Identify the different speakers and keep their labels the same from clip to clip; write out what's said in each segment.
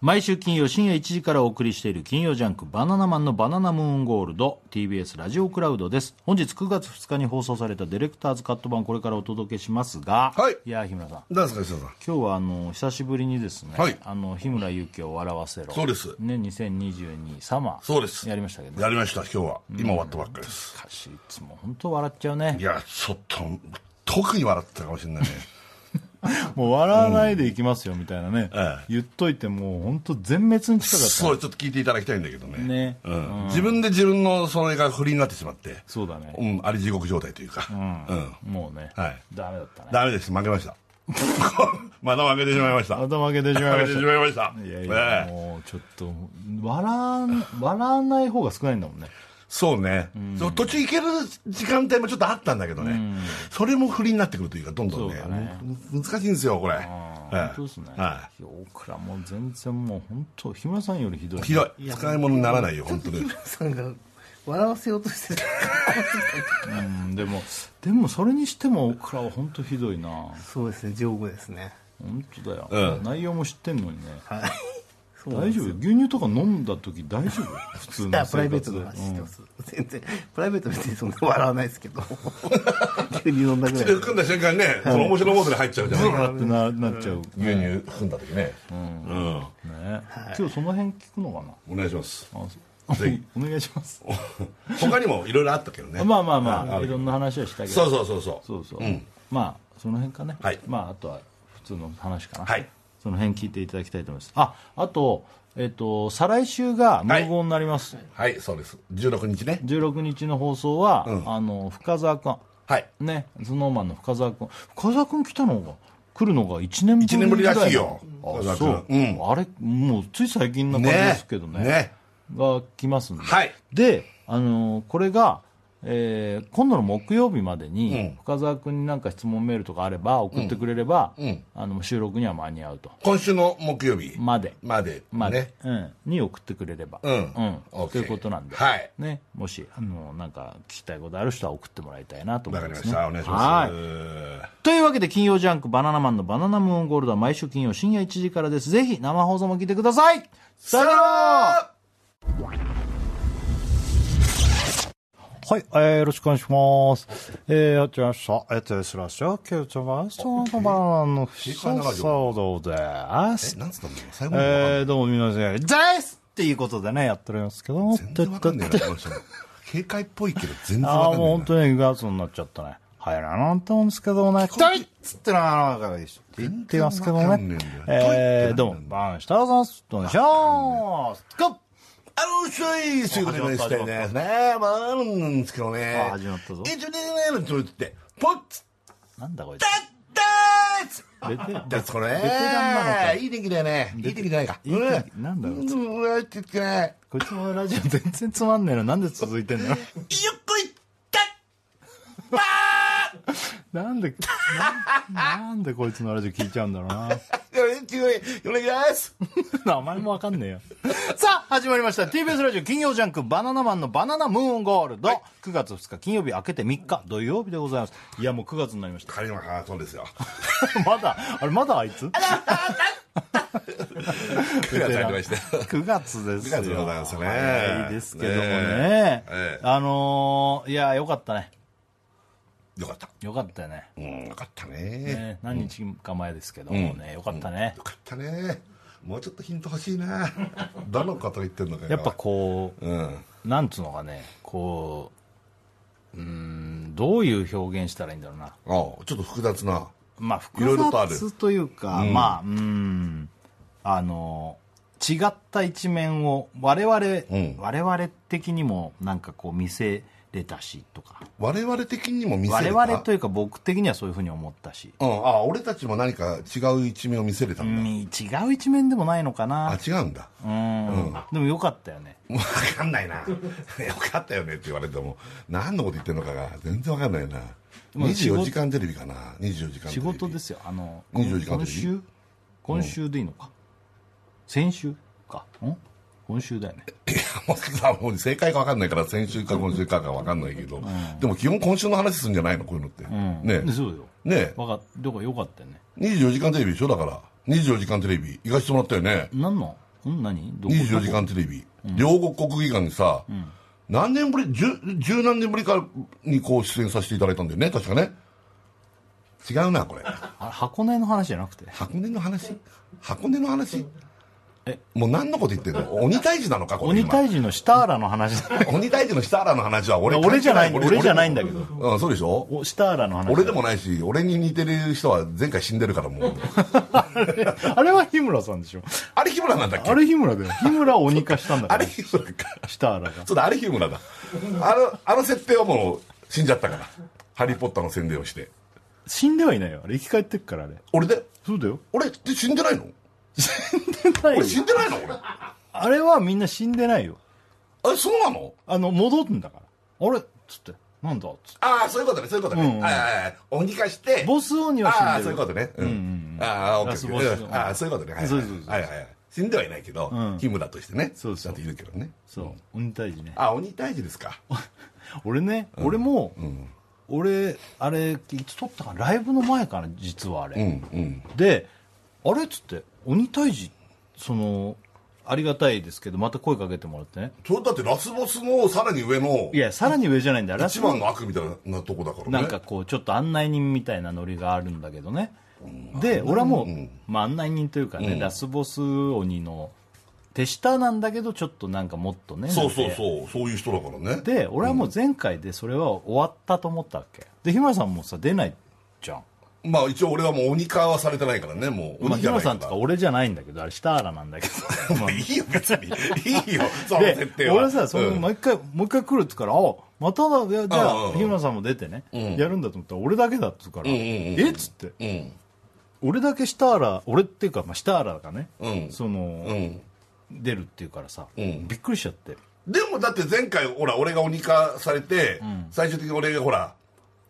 Speaker 1: 毎週金曜深夜1時からお送りしている金曜ジャンク「バナナマンのバナナムーンゴールド」TBS ラジオクラウドです本日9月2日に放送されたディレクターズカット版これからお届けしますが、
Speaker 2: はい
Speaker 1: やー日村さん
Speaker 2: 何ですか石田さん
Speaker 1: 今日はあの久しぶりにですね、
Speaker 2: はい
Speaker 1: あの日村勇紀を笑わせろ
Speaker 2: そうです
Speaker 1: ね2022サマー
Speaker 2: そうです
Speaker 1: やりましたけどね
Speaker 2: やりました今日は今終わったばっかりです
Speaker 1: 歌詞いつも本当笑っちゃうね
Speaker 2: いやちょっと特に笑ってたかもしれないね
Speaker 1: もう笑わないでいきますよみたいなね、
Speaker 2: ええ
Speaker 1: 言っといてもう本当全滅に近かった
Speaker 2: そうちょっと聞いていただきたいんだけどね
Speaker 1: ね
Speaker 2: うん自分で自分のそれが不利になってしまって
Speaker 1: そうだね
Speaker 2: うんあり地獄状態というかうん、
Speaker 1: もうね、
Speaker 2: はい
Speaker 1: ダメだったね
Speaker 2: ダメです負けました また負けてしまいました負
Speaker 1: 頭上げてしまい
Speaker 2: け
Speaker 1: ま
Speaker 2: て
Speaker 1: し
Speaker 2: したまいました
Speaker 1: いやい
Speaker 2: ね
Speaker 1: や、
Speaker 2: え
Speaker 1: もうちょっと笑わん笑わない方が少ないんだもんね
Speaker 2: そうね、その途中行ける時間帯もちょっとあったんだけどね、それも不利になってくるというかどんどんねむ難しいんですよこれ、ええ
Speaker 1: 本当ですね、、
Speaker 2: はい
Speaker 1: や僕らもう全然もう本当日村さんよりひどい
Speaker 2: ひどい使い物にならないよ本当に
Speaker 3: 日村さんが笑わせようとしてた
Speaker 1: うんでもでもそれにしても僕らは本当ひどいな
Speaker 3: そうですね上手ですね
Speaker 1: 本当だよ、
Speaker 2: うん
Speaker 1: 内容も知ってんのにね
Speaker 3: はいそうなん
Speaker 1: 大
Speaker 3: です
Speaker 1: 丈夫牛乳とか飲んだ時大丈夫 普通の
Speaker 3: いやプライベート
Speaker 1: で
Speaker 3: の話してます、全然プライベート別にそんな笑わないですけど急に飲んだぐらい
Speaker 2: で組んだ瞬間ね、その面白いモードに入っちゃうじゃない
Speaker 1: ってななっちゃう、
Speaker 2: 牛乳含んだ時ね、うん
Speaker 1: ね今日その辺聞くのかな
Speaker 2: お願いします
Speaker 1: あそ
Speaker 2: ぜひ
Speaker 1: お願いします
Speaker 2: 他にもいろいろあったけどね
Speaker 1: まあまあまあいろんな話はしたけど
Speaker 2: そうそうそうそう
Speaker 1: そうそう、まあその辺かね、
Speaker 2: はい
Speaker 1: まああとは普通の話かな、
Speaker 2: はい
Speaker 1: その辺聞いていただきたいと思いますああと,、えっと再来週が無言になります、
Speaker 2: はいそうです16日ね
Speaker 1: 16日の放送は、あの深澤君
Speaker 2: はい
Speaker 1: ねスノーマンの深澤君深澤君来たのが来るのが1年ぶり
Speaker 2: 1年ぶりらしいよ
Speaker 1: ぐらな
Speaker 2: 深
Speaker 1: あ
Speaker 2: 澤
Speaker 1: そ
Speaker 2: 君
Speaker 1: う、
Speaker 2: うん
Speaker 1: あれもうつい最近な感じですけどね
Speaker 2: ねね
Speaker 1: が来ますんで、
Speaker 2: はい
Speaker 1: で、あのーこれが、えー今度の木曜日までに、
Speaker 2: うん
Speaker 1: 深澤君になんか質問メールとかあれば送ってくれれば、
Speaker 2: ん
Speaker 1: あの収録には間に合うと
Speaker 2: 今週の木曜日
Speaker 1: まで
Speaker 2: まで
Speaker 1: まで、
Speaker 2: ね
Speaker 1: うん、に送ってくれれば、
Speaker 2: うん
Speaker 1: うん
Speaker 2: OK
Speaker 1: ということなんで、
Speaker 2: はい
Speaker 1: ね、もし、あのーなんか聞きたいことある人は送ってもらいたいなと思
Speaker 2: わ
Speaker 1: いま、
Speaker 2: かりますし
Speaker 1: ね、
Speaker 2: たお願いし
Speaker 1: は
Speaker 2: ま
Speaker 1: い
Speaker 2: す
Speaker 1: というわけで金曜ジャンク「バナナマンのバナナムーンゴールド」は毎週金曜深夜1時からですぜひ生放送も聞いてくださいさよなら
Speaker 4: はい、えー、よろしくお願いします。えー、やってました。えっと、すらっしゃ、けいちゃま、そのバナナのひさ騒動です
Speaker 2: え。なんつったの最後の
Speaker 4: えー、どうもみなさん、ですっていうことでね、やっておりますけども。
Speaker 2: 全然わかんねえなこの人警戒っぽいけど全然わ
Speaker 4: あ
Speaker 2: か
Speaker 4: あ、
Speaker 2: んねえ
Speaker 4: もう
Speaker 2: な
Speaker 4: 本当に9月になっちゃったね。はい、なんて思うんですけどもね、痛いっつってな、なんか言ってますけど
Speaker 2: 全然わか
Speaker 4: も
Speaker 2: んね
Speaker 4: ね
Speaker 2: えん。だよ
Speaker 4: えー、どうも、バンシターさんです、どうもお願いします。ゴッ
Speaker 2: あのしょいということでしたよね。ねえ、まあ、あるんですけどね。
Speaker 1: あ始まったぞ
Speaker 2: 一応ねえのちょいって、ポッツ
Speaker 4: なんだこいつ
Speaker 2: ダ。ッダーツ
Speaker 4: ベテラン
Speaker 2: だっこれ。
Speaker 4: ベテランなのか
Speaker 2: いい天気だよね。いい天気じゃないか。
Speaker 4: いい天気
Speaker 2: う
Speaker 4: なんだろう
Speaker 2: うん、うわって言ってね。
Speaker 4: こいつのラジオ全然つまんねえの。なんで続いてんの
Speaker 2: よっこいったば
Speaker 4: なんで、なんなんでこいつのラジオ聞いちゃうんだろうな。
Speaker 2: ーよろしくお願いします。
Speaker 4: 名前もわかんねえよ。さあ、始まりました。TBS ラジオ金曜ジャンクバナナマンのバナナムーンゴールド。9月2日金曜日明けて3日土曜日でございます。いや、もう9月になりました。
Speaker 2: カリマハートンですよ。
Speaker 4: まだ、あれ、まだあいつ
Speaker 2: クリアされてました。
Speaker 4: 9月ですよ。
Speaker 2: 9月でございますね
Speaker 4: 早いですけどもね。
Speaker 2: ねえええ
Speaker 4: あのー、いや、よかったね。
Speaker 2: よかった。
Speaker 4: よかったよね。
Speaker 2: うん、よかったね。
Speaker 4: ね何日か前ですけどもね、よかったね
Speaker 2: よ。かったね。もうちょっとヒント欲しいな。どのこと言ってんのかよ
Speaker 4: やっぱこう、
Speaker 2: うん。
Speaker 4: なんつうのかね、こう、うーん、どういう表現したらいいんだろうな。
Speaker 2: ああちょっと複雑な
Speaker 4: まあ、複
Speaker 2: いろいろとある
Speaker 4: 雑というか、まあ、うーん、あの、違った一面を、我々、
Speaker 2: ん
Speaker 4: 我々的にも、なんかこう、見せれたし、とか。
Speaker 2: 我々的にも見せ
Speaker 4: 我
Speaker 2: れた
Speaker 4: 々というか、僕的にはそういうふうに思ったし。
Speaker 2: うん、ああ俺たちも何か違う一面を見せれた
Speaker 4: うん
Speaker 2: だ、
Speaker 4: ん違う一面でもないのか
Speaker 2: あ
Speaker 4: な。
Speaker 2: 違うんだ
Speaker 4: うん、でもよかったよね。
Speaker 2: 分かんないなよかったよねって言われても何のこと言ってるのかが全然分かんないな
Speaker 4: まあ
Speaker 2: 24時間テレビかな24時間テレビ
Speaker 4: 仕事ですよ。あの、こ
Speaker 2: 24時間
Speaker 4: 今
Speaker 2: テレビ
Speaker 4: 週今週でいいのか。先週か。ん今週だよね。
Speaker 2: もうさもう正解が分かんないから先週か今週かが分かんないけど、でも基本今週の話するんじゃないのこういうのって、ね
Speaker 4: でそうよ。
Speaker 2: ね
Speaker 4: わかだからよかったよね。
Speaker 2: 24時間テレビでしょだから24時間テレビ行かせてもらったよね
Speaker 4: 何のうん何どこ
Speaker 2: 24時間テレビ、両国国技館にさ、何年ぶり十十何年ぶりかにこう出演させていただいたんだよね確かね違うなこれ
Speaker 4: あ箱根の話じゃなくて
Speaker 2: 箱根の話箱根の話もう何のこと言ってんの鬼退治なのかこれ
Speaker 4: 鬼
Speaker 2: 今
Speaker 4: 退治のシターラの話だ
Speaker 2: 鬼退治の設楽の話は俺
Speaker 4: 俺じゃない
Speaker 2: 関係
Speaker 4: 俺じゃないんだけど
Speaker 2: うんそうでしょ
Speaker 4: おシターラの話
Speaker 2: 俺でもないし俺に似てる人は前回死んでるからもう
Speaker 4: あれは日村さんでしょ
Speaker 2: あれ日村なんだっけ
Speaker 4: あれ日村だよ日村を鬼化したんだか
Speaker 2: あ
Speaker 4: ら
Speaker 2: れ日村か
Speaker 4: シターラが
Speaker 2: そうだあれ日村だあのあの設定はもう死んじゃったから「ハリー・ポッター」の宣伝をして
Speaker 4: 死んではいないよあれ生き返ってっからあれ
Speaker 2: 俺で
Speaker 4: そうだよ
Speaker 2: 俺って死んでないの俺死んでないの俺
Speaker 4: あれはみんな死んでないよ
Speaker 2: あれそうなの
Speaker 4: あの戻るんだからあれっつってなんだっつって
Speaker 2: ああそういうことねそういうことね、
Speaker 4: うん
Speaker 2: はいはいはい鬼化して
Speaker 4: ボス鬼は死んでる
Speaker 2: ああーそういうことねうん、ああオッケーオッケ
Speaker 4: ラスボ
Speaker 2: ーう
Speaker 4: ス
Speaker 2: んああそういうことねはいはい
Speaker 4: そうそうそう
Speaker 2: はいはいはい死んではいないけど、
Speaker 4: うん
Speaker 2: 日村としてね
Speaker 4: そうそう
Speaker 2: ちゃんといるけどね
Speaker 4: そう鬼退治ね
Speaker 2: あ鬼退治ですか
Speaker 4: 俺ね、俺も、俺あれいつ撮ったかなライブの前かな実はあれ、
Speaker 2: うんうん
Speaker 4: であれっつって鬼退治そのありがたいですけどまた声かけてもらってね
Speaker 2: それだってラスボスのさらに上の
Speaker 4: いやさらに上じゃないんだよラス
Speaker 2: 一番の悪みたいなとこだからね
Speaker 4: なんかこうちょっと案内人みたいなノリがあるんだけどね、で俺はもう、まあ、案内人というかね、ラスボス鬼の手下なんだけどちょっとなんかもっとね
Speaker 2: そうそう
Speaker 4: なんて
Speaker 2: そうそういう人だからね
Speaker 4: で俺はもう前回でそれは終わったと思ったわけで日村さんもさ出ないじゃん
Speaker 2: まあ一応俺はもう鬼化はされてないからねもう
Speaker 4: まあ、
Speaker 2: 鬼
Speaker 4: 日
Speaker 2: じゃな
Speaker 4: 村
Speaker 2: い
Speaker 4: さ
Speaker 2: か
Speaker 4: んと
Speaker 2: ら、
Speaker 4: か俺じゃないんだけどあれ下原なんだけ どまあ
Speaker 2: いいよ別にい いよその設定
Speaker 4: で
Speaker 2: は
Speaker 4: 俺さその
Speaker 2: うん
Speaker 4: 毎回、もう一回来るっつうから「あまただいやじゃ
Speaker 2: うんうんう
Speaker 4: あ
Speaker 2: ん
Speaker 4: 日村さんも出てね、やるんだと思ったら俺だけだっつうから
Speaker 2: んう
Speaker 4: 「
Speaker 2: んうん
Speaker 4: えっ?」つって
Speaker 2: うん
Speaker 4: 俺だけ下原俺っていうか、まあ、下原がね、
Speaker 2: うん
Speaker 4: その、
Speaker 2: うん
Speaker 4: 出るっていうからさ、
Speaker 2: ん
Speaker 4: びっくりしちゃって
Speaker 2: でもだって前回ほら俺が鬼化されて、最終的に俺がほら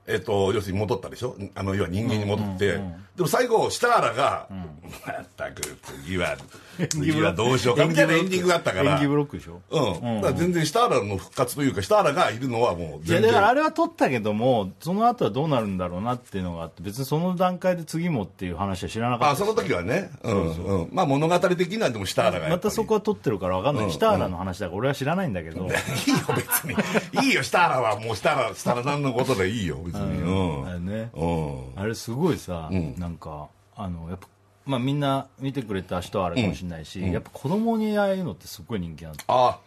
Speaker 2: えっと要するに戻ったでしょあの要は人間に戻って、でも最後設楽が、まったく次 は次はどうしようかみたいなエンディングだったから
Speaker 4: 演技ブロックでしょ
Speaker 2: うん、だから全然シターラの復活というかシターラがいるのはもう
Speaker 4: いや
Speaker 2: 全
Speaker 4: だ
Speaker 2: 然
Speaker 4: からあれは取ったけどもその後はどうなるんだろうなっていうのがあって別にその段階で次もっていう話は知らなかった
Speaker 2: あその時はね、うんうん、まあ物語的なんでもシターラがやっぱり
Speaker 4: またそこは取ってるから分かんない、北原の話だから俺は知らないんだけど、
Speaker 2: いいよ別にいいよシターラはもうシターラシターラさんのことでいいよ別にうん、う
Speaker 4: あれ
Speaker 2: ん
Speaker 4: ね、あれすごいさ、なんかあのやっぱ、まあ、みんな見てくれた人はあるかもしれないし、やっぱ子供にああいうのってすごい人気なんだ
Speaker 2: あ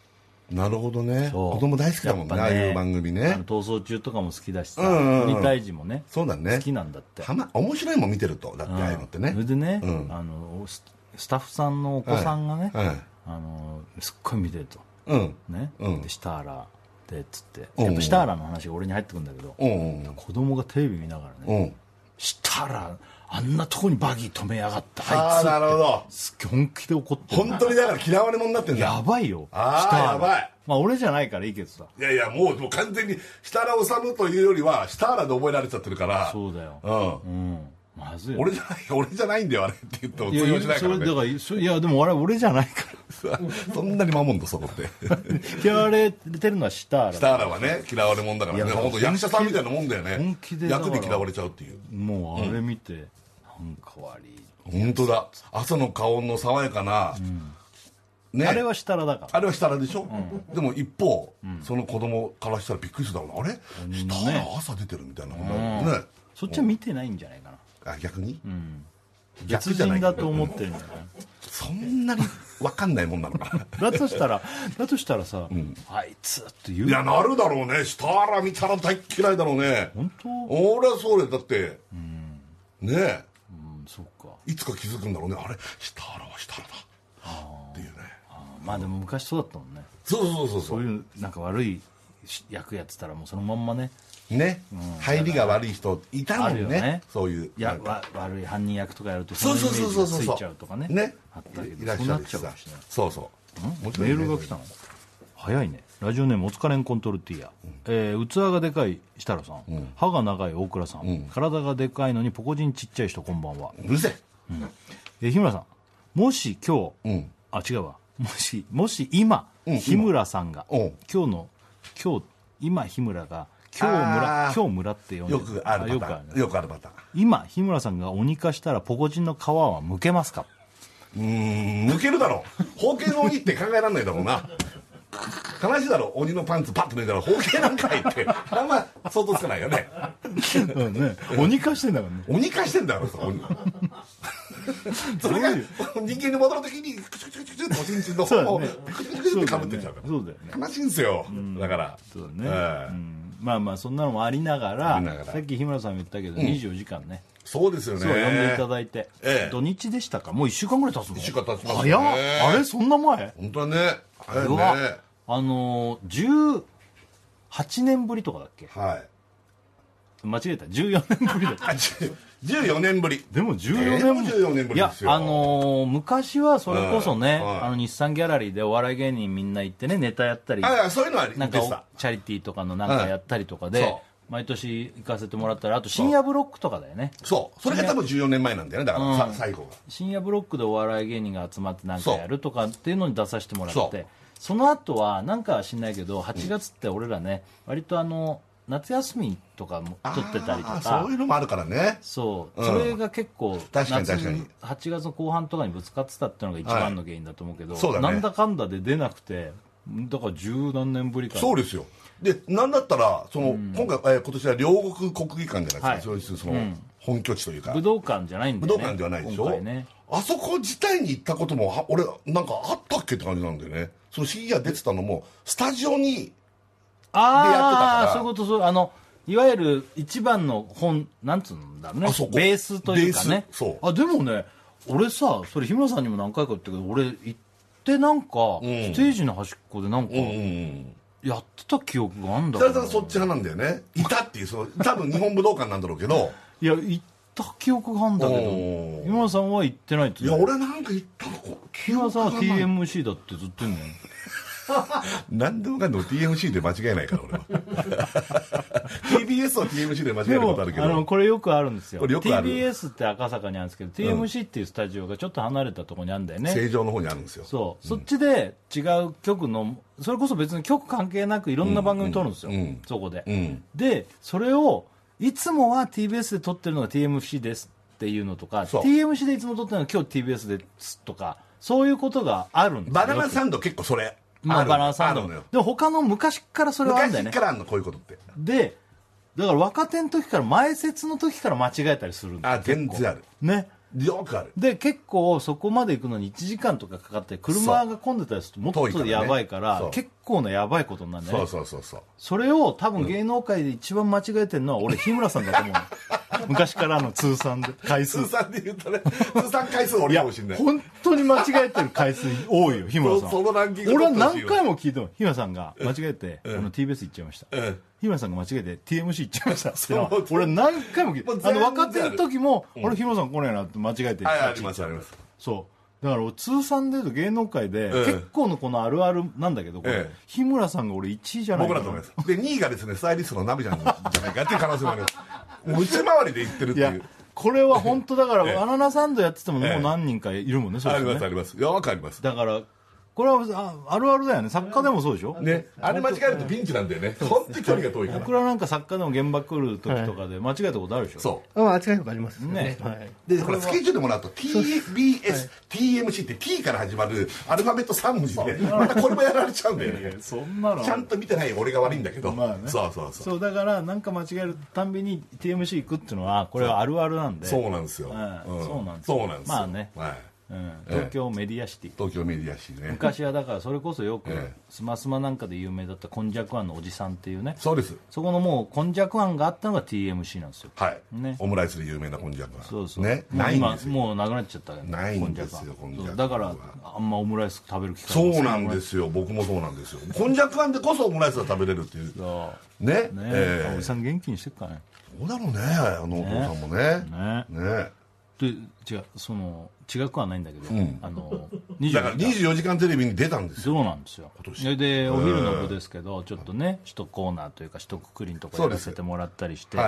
Speaker 2: なるほどね
Speaker 4: そう
Speaker 2: 子供大好きだもんね
Speaker 4: やっ
Speaker 2: あ
Speaker 4: ぱ
Speaker 2: あ
Speaker 4: ね
Speaker 2: いう番組
Speaker 4: あの
Speaker 2: ね
Speaker 4: 逃走中とかも好きだしさ、
Speaker 2: んうんうん
Speaker 4: 鬼退治もね
Speaker 2: そうだね
Speaker 4: 好きなんだって
Speaker 2: たま面白いもん見てるとだってああいうのってね
Speaker 4: それでね、
Speaker 2: うん
Speaker 4: あのススタッフさんのお子さんがね、
Speaker 2: はいはい
Speaker 4: あのすっごい見てると
Speaker 2: うん
Speaker 4: ね、
Speaker 2: うん
Speaker 4: でシターラでっつって
Speaker 2: うん
Speaker 4: やっぱシターラの話が俺に入ってくるんだけど、
Speaker 2: うんうん
Speaker 4: 子供がテレビ見ながらね、
Speaker 2: うん
Speaker 4: したらあんなとこにバギー止めやがった
Speaker 2: あ
Speaker 4: あ
Speaker 2: あ
Speaker 4: いつ
Speaker 2: なるほど
Speaker 4: すっげえ本気で怒ってる
Speaker 2: 本当にだから嫌われ者になってんだ
Speaker 4: やばいよ
Speaker 2: あー
Speaker 4: したら
Speaker 2: やばい
Speaker 4: まあ俺じゃないからいいけどさ
Speaker 2: いやいやもうもう完全に設楽治というよりは設楽で覚えられちゃってるから
Speaker 4: そうだよ
Speaker 2: う
Speaker 4: うんまずい
Speaker 2: ん、
Speaker 4: よ
Speaker 2: 俺じゃない俺じゃないんだよあれって言っても
Speaker 4: いや
Speaker 2: 通用しないか
Speaker 4: そ
Speaker 2: ら
Speaker 4: れだ
Speaker 2: ね
Speaker 4: からそれいやでも俺俺じゃな いか
Speaker 2: そんなに守んのそこって
Speaker 4: ら嫌われてるのはした
Speaker 2: 設
Speaker 4: ら
Speaker 2: 楽はね嫌われ者だから
Speaker 4: い
Speaker 2: ね
Speaker 4: や
Speaker 2: 本当役者さんみたいなもんだよね
Speaker 4: 本気でだから
Speaker 2: 役で嫌われちゃうっていう
Speaker 4: もうあれ見て、なんか悪い、
Speaker 2: 本当だ朝の顔の爽やかな、ね
Speaker 4: あれはしたらだから
Speaker 2: あれは設楽でしょ、でも一方、その子供からしたらびっくりするだろうなあれ設楽、朝出てるみたいなことだよね、
Speaker 4: そっちは見てないんじゃないかな
Speaker 2: あ逆に、
Speaker 4: 別人だと思ってるんじゃない
Speaker 2: そんなに分かんないもんなのかな
Speaker 4: だとしたらだとしたらさ、あいつって言う
Speaker 2: いやなるだろうね設楽見たら大っ嫌いだろうね
Speaker 4: 本当、う
Speaker 2: 俺はそうだよだって、ねえ
Speaker 4: ん、そっか
Speaker 2: いつか気づくんだろうねあれ設楽は設楽だっていうね
Speaker 4: まあでも昔そうだったもんね
Speaker 2: そうそうそうそ
Speaker 4: そう
Speaker 2: う
Speaker 4: いうなんか悪い役やってたらもうそのまんまね
Speaker 2: ね、入りが悪い人いたもん
Speaker 4: ある
Speaker 2: ね
Speaker 4: よね
Speaker 2: そういう
Speaker 4: いや
Speaker 2: なんか
Speaker 4: わ悪い犯人役とかやると
Speaker 2: そうそうそうそう
Speaker 4: の
Speaker 2: そう
Speaker 4: イメ
Speaker 2: そう
Speaker 4: ージがついちゃうとかね
Speaker 2: ね
Speaker 4: あったけ
Speaker 2: い
Speaker 4: ど
Speaker 2: らっ
Speaker 4: そう
Speaker 2: し
Speaker 4: な
Speaker 2: ゃ
Speaker 4: っ
Speaker 2: る
Speaker 4: ち
Speaker 2: し
Speaker 4: ゃうか
Speaker 2: さ
Speaker 4: もしれない
Speaker 2: そうそうもちろん
Speaker 4: メールが来たの早いねラジオネームお疲れんコントルティア、えー器がでかい設楽さん、歯が長い大倉さん、体がでかいのにポコジンちっちゃい人こんばんは、
Speaker 2: うるせえ
Speaker 4: えー日村さんもし今日、あ違うわもしもし今、日村さんが、
Speaker 2: うん
Speaker 4: 今日の今日今日村が今日村
Speaker 2: あー
Speaker 4: 今日村って呼んで
Speaker 2: よくある
Speaker 4: よ
Speaker 2: パ
Speaker 4: く
Speaker 2: タ
Speaker 4: あ
Speaker 2: ー
Speaker 4: る
Speaker 2: ン
Speaker 4: ね
Speaker 2: よくあるパターン
Speaker 4: 今日村さんが鬼化したらポコチンの皮は剥けますか
Speaker 2: うーん抜けるだろう包茎の鬼って考えられないだろうな悲しいだろ鬼のパンツパッと脱いだら包茎なんかいってあんま想像つかないよね
Speaker 4: うんね、 鬼化してんだからね
Speaker 2: 鬼化してんだろさ鬼 それが人間に戻るときにクチュクチュクチュクチュっておちんちんの
Speaker 4: そう
Speaker 2: 方を
Speaker 4: だね
Speaker 2: クチュクチュクチュってかぶってっちゃうから
Speaker 4: そうだよね
Speaker 2: 悲しいんですよだから
Speaker 4: そうだね、
Speaker 2: ええ
Speaker 4: うんまあまあそんなのもありながら
Speaker 2: ありながら
Speaker 4: さっき日村さんも言ったけど、24時間ね
Speaker 2: そうですよね
Speaker 4: そう呼んでいただいて、
Speaker 2: ええ
Speaker 4: 土日でしたかもう1週間ぐらい経つの
Speaker 2: 一週間経ちます
Speaker 4: 早
Speaker 2: よ
Speaker 4: っ、
Speaker 2: ね
Speaker 4: あれそんな前
Speaker 2: 本当はねあれ
Speaker 4: うわ
Speaker 2: ね
Speaker 4: あのー、18年ぶりとかだっけ
Speaker 2: はい
Speaker 4: 間違えた14年ぶりだった
Speaker 2: あ10 14年ぶり
Speaker 4: でも
Speaker 2: ええ
Speaker 4: 14
Speaker 2: でも
Speaker 4: 年
Speaker 2: 14年ぶりですよ
Speaker 4: いやあのー昔はそれこそね、
Speaker 2: うんはい
Speaker 4: あの日産ギャラリーでお笑い芸人みんな行ってねネタやったり
Speaker 2: あいやそういうのは
Speaker 4: なん
Speaker 2: で
Speaker 4: か
Speaker 2: した
Speaker 4: おチャリティーとかのなんかやったりとかで、
Speaker 2: うんそう
Speaker 4: 毎年行かせてもらったらあと深夜ブロックとかだよね
Speaker 2: そうそれが多分14年前なんだよねだから、さ最後
Speaker 4: 深夜ブロックでお笑い芸人が集まってなんか
Speaker 2: そう
Speaker 4: やるとかっていうのに出させてもらっ
Speaker 2: そ
Speaker 4: て
Speaker 2: う
Speaker 4: その後はなんかは知んないけど8月って俺らね割とあの夏休みとかも
Speaker 2: が
Speaker 4: 取ってたりと
Speaker 2: あ
Speaker 4: か
Speaker 2: ーそういうのもあるからね
Speaker 4: そう、
Speaker 2: うん
Speaker 4: それが結構
Speaker 2: 確かに
Speaker 4: 夏
Speaker 2: 確かに
Speaker 4: 8月の後半とかにぶつかってたっていうのが一番の原因だと思うけど、
Speaker 2: そうだね
Speaker 4: なんだかんだで出なくてだから十何年ぶりかな
Speaker 2: そうですよでなんだったらその、今回、えー今年は両国国技館じゃないですか、
Speaker 4: はい
Speaker 2: そういうその、本拠地というか
Speaker 4: 武道館じゃないんだ
Speaker 2: 武道
Speaker 4: よね
Speaker 2: 館ではないでし
Speaker 4: 今
Speaker 2: ょ、
Speaker 4: 回ね
Speaker 2: あそこ自体に行ったこともは俺なんかあったっけって感じなんだよねその CD が出てたのもスタジオにでやってたか
Speaker 4: ああ
Speaker 2: ら
Speaker 4: そういうことそうあのいわゆる一番の本なんつうんだろうね
Speaker 2: あそこ
Speaker 4: ベースというかね
Speaker 2: ベースそう
Speaker 4: あでもね俺さそれ日村さんにも何回か言ったけど俺行ってなん
Speaker 2: ん
Speaker 4: か、ステージの端っこでなんか
Speaker 2: うんうんうん
Speaker 4: やってた記憶があんだ
Speaker 2: 北
Speaker 4: け
Speaker 2: 田さ
Speaker 4: ど
Speaker 2: んそっち派なんだよねいたっていうその多分日本武道館なんだろうけ ど
Speaker 4: いや行った記憶があんだけど
Speaker 2: おー
Speaker 4: 日村さんは行ってないって
Speaker 2: いや俺なんか行ったのこ記
Speaker 4: 日村さんは
Speaker 2: がない
Speaker 4: TMC だってずっと言うんだよ
Speaker 2: 何でもかんでも TMC で間違いないから俺は TBS を TMC で間違え
Speaker 4: で
Speaker 2: るこ
Speaker 4: も
Speaker 2: とあるけ
Speaker 4: あの
Speaker 2: ど
Speaker 4: これよくあるんですよ
Speaker 2: これよくある
Speaker 4: TBS って赤坂にあるんですけど TMC っていうスタジオがちょっと離れたところにあるんだよね、
Speaker 2: 正常の方にあるんですよ
Speaker 4: そうそっちで違う局のそれこそ別に局関係なくいろんな番組撮るんですよ、
Speaker 2: うんうん
Speaker 4: そこで、
Speaker 2: うん
Speaker 4: でそれをいつもは TBS で撮ってるのが TMC ですっていうのとか
Speaker 2: そう
Speaker 4: TMC でいつも撮ってるのが今日 TBS ですとかそういうことがあるんですよ
Speaker 2: バナナサンド結構それ
Speaker 4: まあ、
Speaker 2: る
Speaker 4: バナナサンド
Speaker 2: あ
Speaker 4: も
Speaker 2: るのよ
Speaker 4: でも他の昔からそれはあるんだよ
Speaker 2: 昔
Speaker 4: ね
Speaker 2: からあんのこういうことって
Speaker 4: でだから若手の時から前説の時から間違えたりするんだよ
Speaker 2: あ全然ある
Speaker 4: ね
Speaker 2: よくある
Speaker 4: で結構そこまで行くのに1時間とかかかって車が混んでたりするともっ
Speaker 2: 遠いから
Speaker 4: と
Speaker 2: ね
Speaker 4: やばいから
Speaker 2: そう
Speaker 4: 結構なやばいことになるんだよ
Speaker 2: そ
Speaker 4: ね
Speaker 2: うそうそうそう
Speaker 4: それを多分芸能界で一番間違えてるのは俺日村さんだと思 うの昔からの通算で回数
Speaker 2: 通算で言うとね通算回数多
Speaker 4: い
Speaker 2: いか
Speaker 4: や
Speaker 2: もしれない
Speaker 4: 本当に間違えてる回数多いよ日村さん
Speaker 2: そその ランキング
Speaker 4: 俺は
Speaker 2: 取ってほしい
Speaker 4: 何
Speaker 2: よ
Speaker 4: 回も聞いても日村さんが間違えて、あの TBS 行っちゃいました、
Speaker 2: うん
Speaker 4: 日村さんが間違えて TMC 行っちゃいましたってのは
Speaker 2: そう
Speaker 4: 俺何回も聞い
Speaker 2: もう全
Speaker 4: てあ
Speaker 2: 然
Speaker 4: の若手の時も俺日村さん来ないなって間違えて
Speaker 2: はいありますあります
Speaker 4: そうだから俺通算で言うと芸能界で
Speaker 2: ええ
Speaker 4: 結構のこのあるあるなんだけどこれ、
Speaker 2: ええ
Speaker 4: 日村さんが俺1位じゃない
Speaker 2: 僕
Speaker 4: かな
Speaker 2: だと思いますで2位がですねスタイリストのナビちゃんじゃないかっていう可能性もありますもう内回りで言ってるって
Speaker 4: い
Speaker 2: い
Speaker 4: や
Speaker 2: う
Speaker 4: こ れは本当だから、
Speaker 2: ええ
Speaker 4: バナナサンドやっててももう
Speaker 2: ええ
Speaker 4: 何人かいるもんね、そう
Speaker 2: あ
Speaker 4: です
Speaker 2: り
Speaker 4: ね
Speaker 2: ますありますよくあります
Speaker 4: だからこれはああるあるだよね作家でもそうでしょ、
Speaker 2: ねあれ間違えるとピンチなんだよね本当に距離が遠いから
Speaker 4: 僕らなんか作家でも現場来る時とかで間違えたことあるでしょ、
Speaker 2: そう
Speaker 3: あまあ、間違いなくありますよね
Speaker 4: ね
Speaker 3: はい
Speaker 2: でほらスケジュールもらうと TBSTMC って T から始まるアルファベット3文字でまたこれもやられちゃうんだよね
Speaker 4: そんなの
Speaker 2: ちゃんと見てない俺が悪いんだけど
Speaker 4: まあね
Speaker 2: そうそうそう
Speaker 4: そうだからなんか間違えるたんびに TMC 行くっていうのはこれはあるあるなんで
Speaker 2: そうなんですよ
Speaker 4: はい
Speaker 2: うん
Speaker 4: そうなんですよ
Speaker 2: そうなんですよ
Speaker 4: まあね
Speaker 2: はい
Speaker 4: うん、東京メディアシティ、
Speaker 2: 東京メディアシーね
Speaker 4: 昔はだからそれこそよく
Speaker 2: ええ
Speaker 4: スマスマなんかで有名だったこんじゃくあんのおじさんっていうね
Speaker 2: そうです
Speaker 4: そこのもうこんじゃくあんがあったのが TMC なんですよ
Speaker 2: はい
Speaker 4: ね
Speaker 2: オムライスで有名なこんにゃくは
Speaker 4: そうそう、
Speaker 2: ね
Speaker 4: も
Speaker 2: な
Speaker 4: う
Speaker 2: いん
Speaker 4: 今
Speaker 2: ですよ
Speaker 4: もうなくなっちゃったけど
Speaker 2: ないんですよ
Speaker 4: こ
Speaker 2: こ
Speaker 4: ん
Speaker 2: ん
Speaker 4: に
Speaker 2: に
Speaker 4: ゃ
Speaker 2: ゃ
Speaker 4: く
Speaker 2: く
Speaker 4: あ
Speaker 2: は
Speaker 4: んだからあんまオムライス食べる機会
Speaker 2: そう
Speaker 4: が少
Speaker 2: なんですよ僕もそうなんですよこんにゃくあんでこそオムライスが食べれるっていう
Speaker 4: そう
Speaker 2: ね
Speaker 4: ね
Speaker 2: え
Speaker 4: えお
Speaker 2: え
Speaker 4: じさん元気にしてるかね
Speaker 2: そうだろうねあのお父さんもね
Speaker 4: ね
Speaker 2: ね
Speaker 4: で違うその違くはないんだけど、あの24
Speaker 2: だから24時間テレビに出たんですよ
Speaker 4: そうなんですよででお昼の部ですけどちょっとね一コーナーというか一括りのとこ
Speaker 2: そ
Speaker 4: や
Speaker 2: うで
Speaker 4: ら
Speaker 2: す
Speaker 4: せてもらったりしてで,、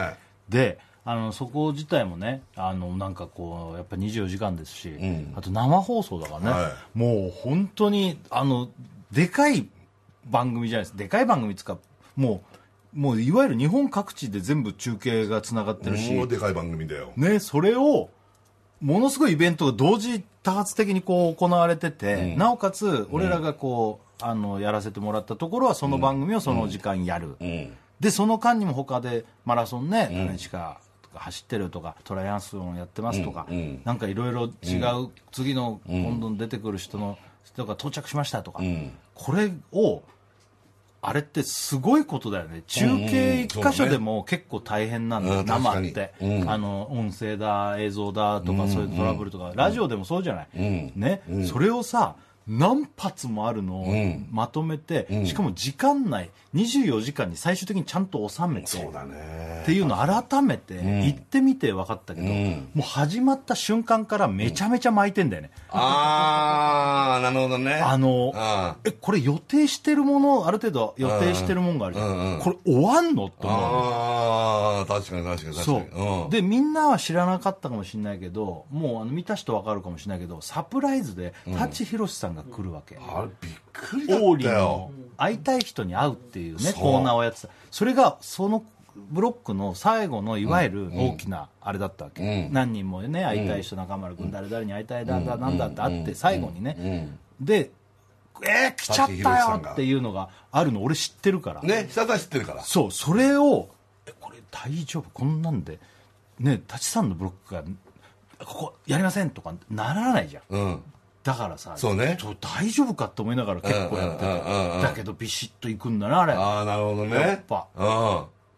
Speaker 2: はい
Speaker 4: あのそこ自体もねあのなんかこうやっぱ24時間ですし、あと生放送だからね、
Speaker 2: は
Speaker 4: もう本当にあのでかい番組じゃないですでかい番組つかもうもういわゆる日本各地で全部中継がつながってるし、
Speaker 2: もうでかい番組だよ
Speaker 4: ね、それをものすごいイベントが同時多発的にこう行われてて、なおかつ俺らがこう、あのやらせてもらったところはその番組をその時間やる、
Speaker 2: うん
Speaker 4: でその間にも他でマラソンね何日かとか走ってるとかトライアンスロンやってますとか、
Speaker 2: うんうん
Speaker 4: なんかいろいろ違う、次の今度出てくる人の人が到着しましたとか、
Speaker 2: ん
Speaker 4: これをあれってすごいことだよね中継一箇所でも結構大変なんだよ、
Speaker 2: うん確
Speaker 4: 生
Speaker 2: か
Speaker 4: っ
Speaker 2: に
Speaker 4: て、
Speaker 2: うん
Speaker 4: あの音声だ映像だとか、そういうトラブルとか、ラジオでもそうじゃない、ね、それをさ何発もあるのを
Speaker 2: ん
Speaker 4: まとめて、しかも時間内24時間に最終的にちゃんと収めて
Speaker 2: そうだね
Speaker 4: っていうのを改めて言ってみて分かったけど、
Speaker 2: ん
Speaker 4: もう始まった瞬間からめちゃめちゃ巻いてんだよね、
Speaker 2: ああなるほどね
Speaker 4: あの
Speaker 2: あ
Speaker 4: えこれ予定してるものある程度予定してるもんがあるじゃん、
Speaker 2: うんうん
Speaker 4: これ終わんのって思う
Speaker 2: あー確かに確かに確かに
Speaker 4: そう、
Speaker 2: ん
Speaker 4: でみんなは知らなかったかもしれないけどもうあの見た人わかるかもしれないけどサプライズで舘ひろしさんが来るわけ、
Speaker 2: あれびっくりだっ
Speaker 4: オーリ
Speaker 2: た
Speaker 4: ー
Speaker 2: よ
Speaker 4: の会いたい人に会うっていうね
Speaker 2: そう
Speaker 4: コーナーをやってたそれがそのブロックの最後のいわゆる大きなあれだったわけ、
Speaker 2: うん
Speaker 4: 何人もね会いたい人中丸君誰々に会いたいだだなんだってあって最後にね、でえー、来ちゃった
Speaker 2: 舘ひろしさん
Speaker 4: よ
Speaker 2: が
Speaker 4: っていうのがあるの俺知ってるから、
Speaker 2: ね久田知ってるから
Speaker 4: そうそれをえこれ大丈夫こんなんでね舘さんのブロックがここやりませんとかならないじゃん
Speaker 2: うん
Speaker 4: だからさ
Speaker 2: そうね
Speaker 4: ちょっと大丈夫かって思いながら結構やって
Speaker 2: うんうんうんうん
Speaker 4: ただけどビシッといくんだなあれ
Speaker 2: ああなるほどね
Speaker 4: やっぱ
Speaker 2: う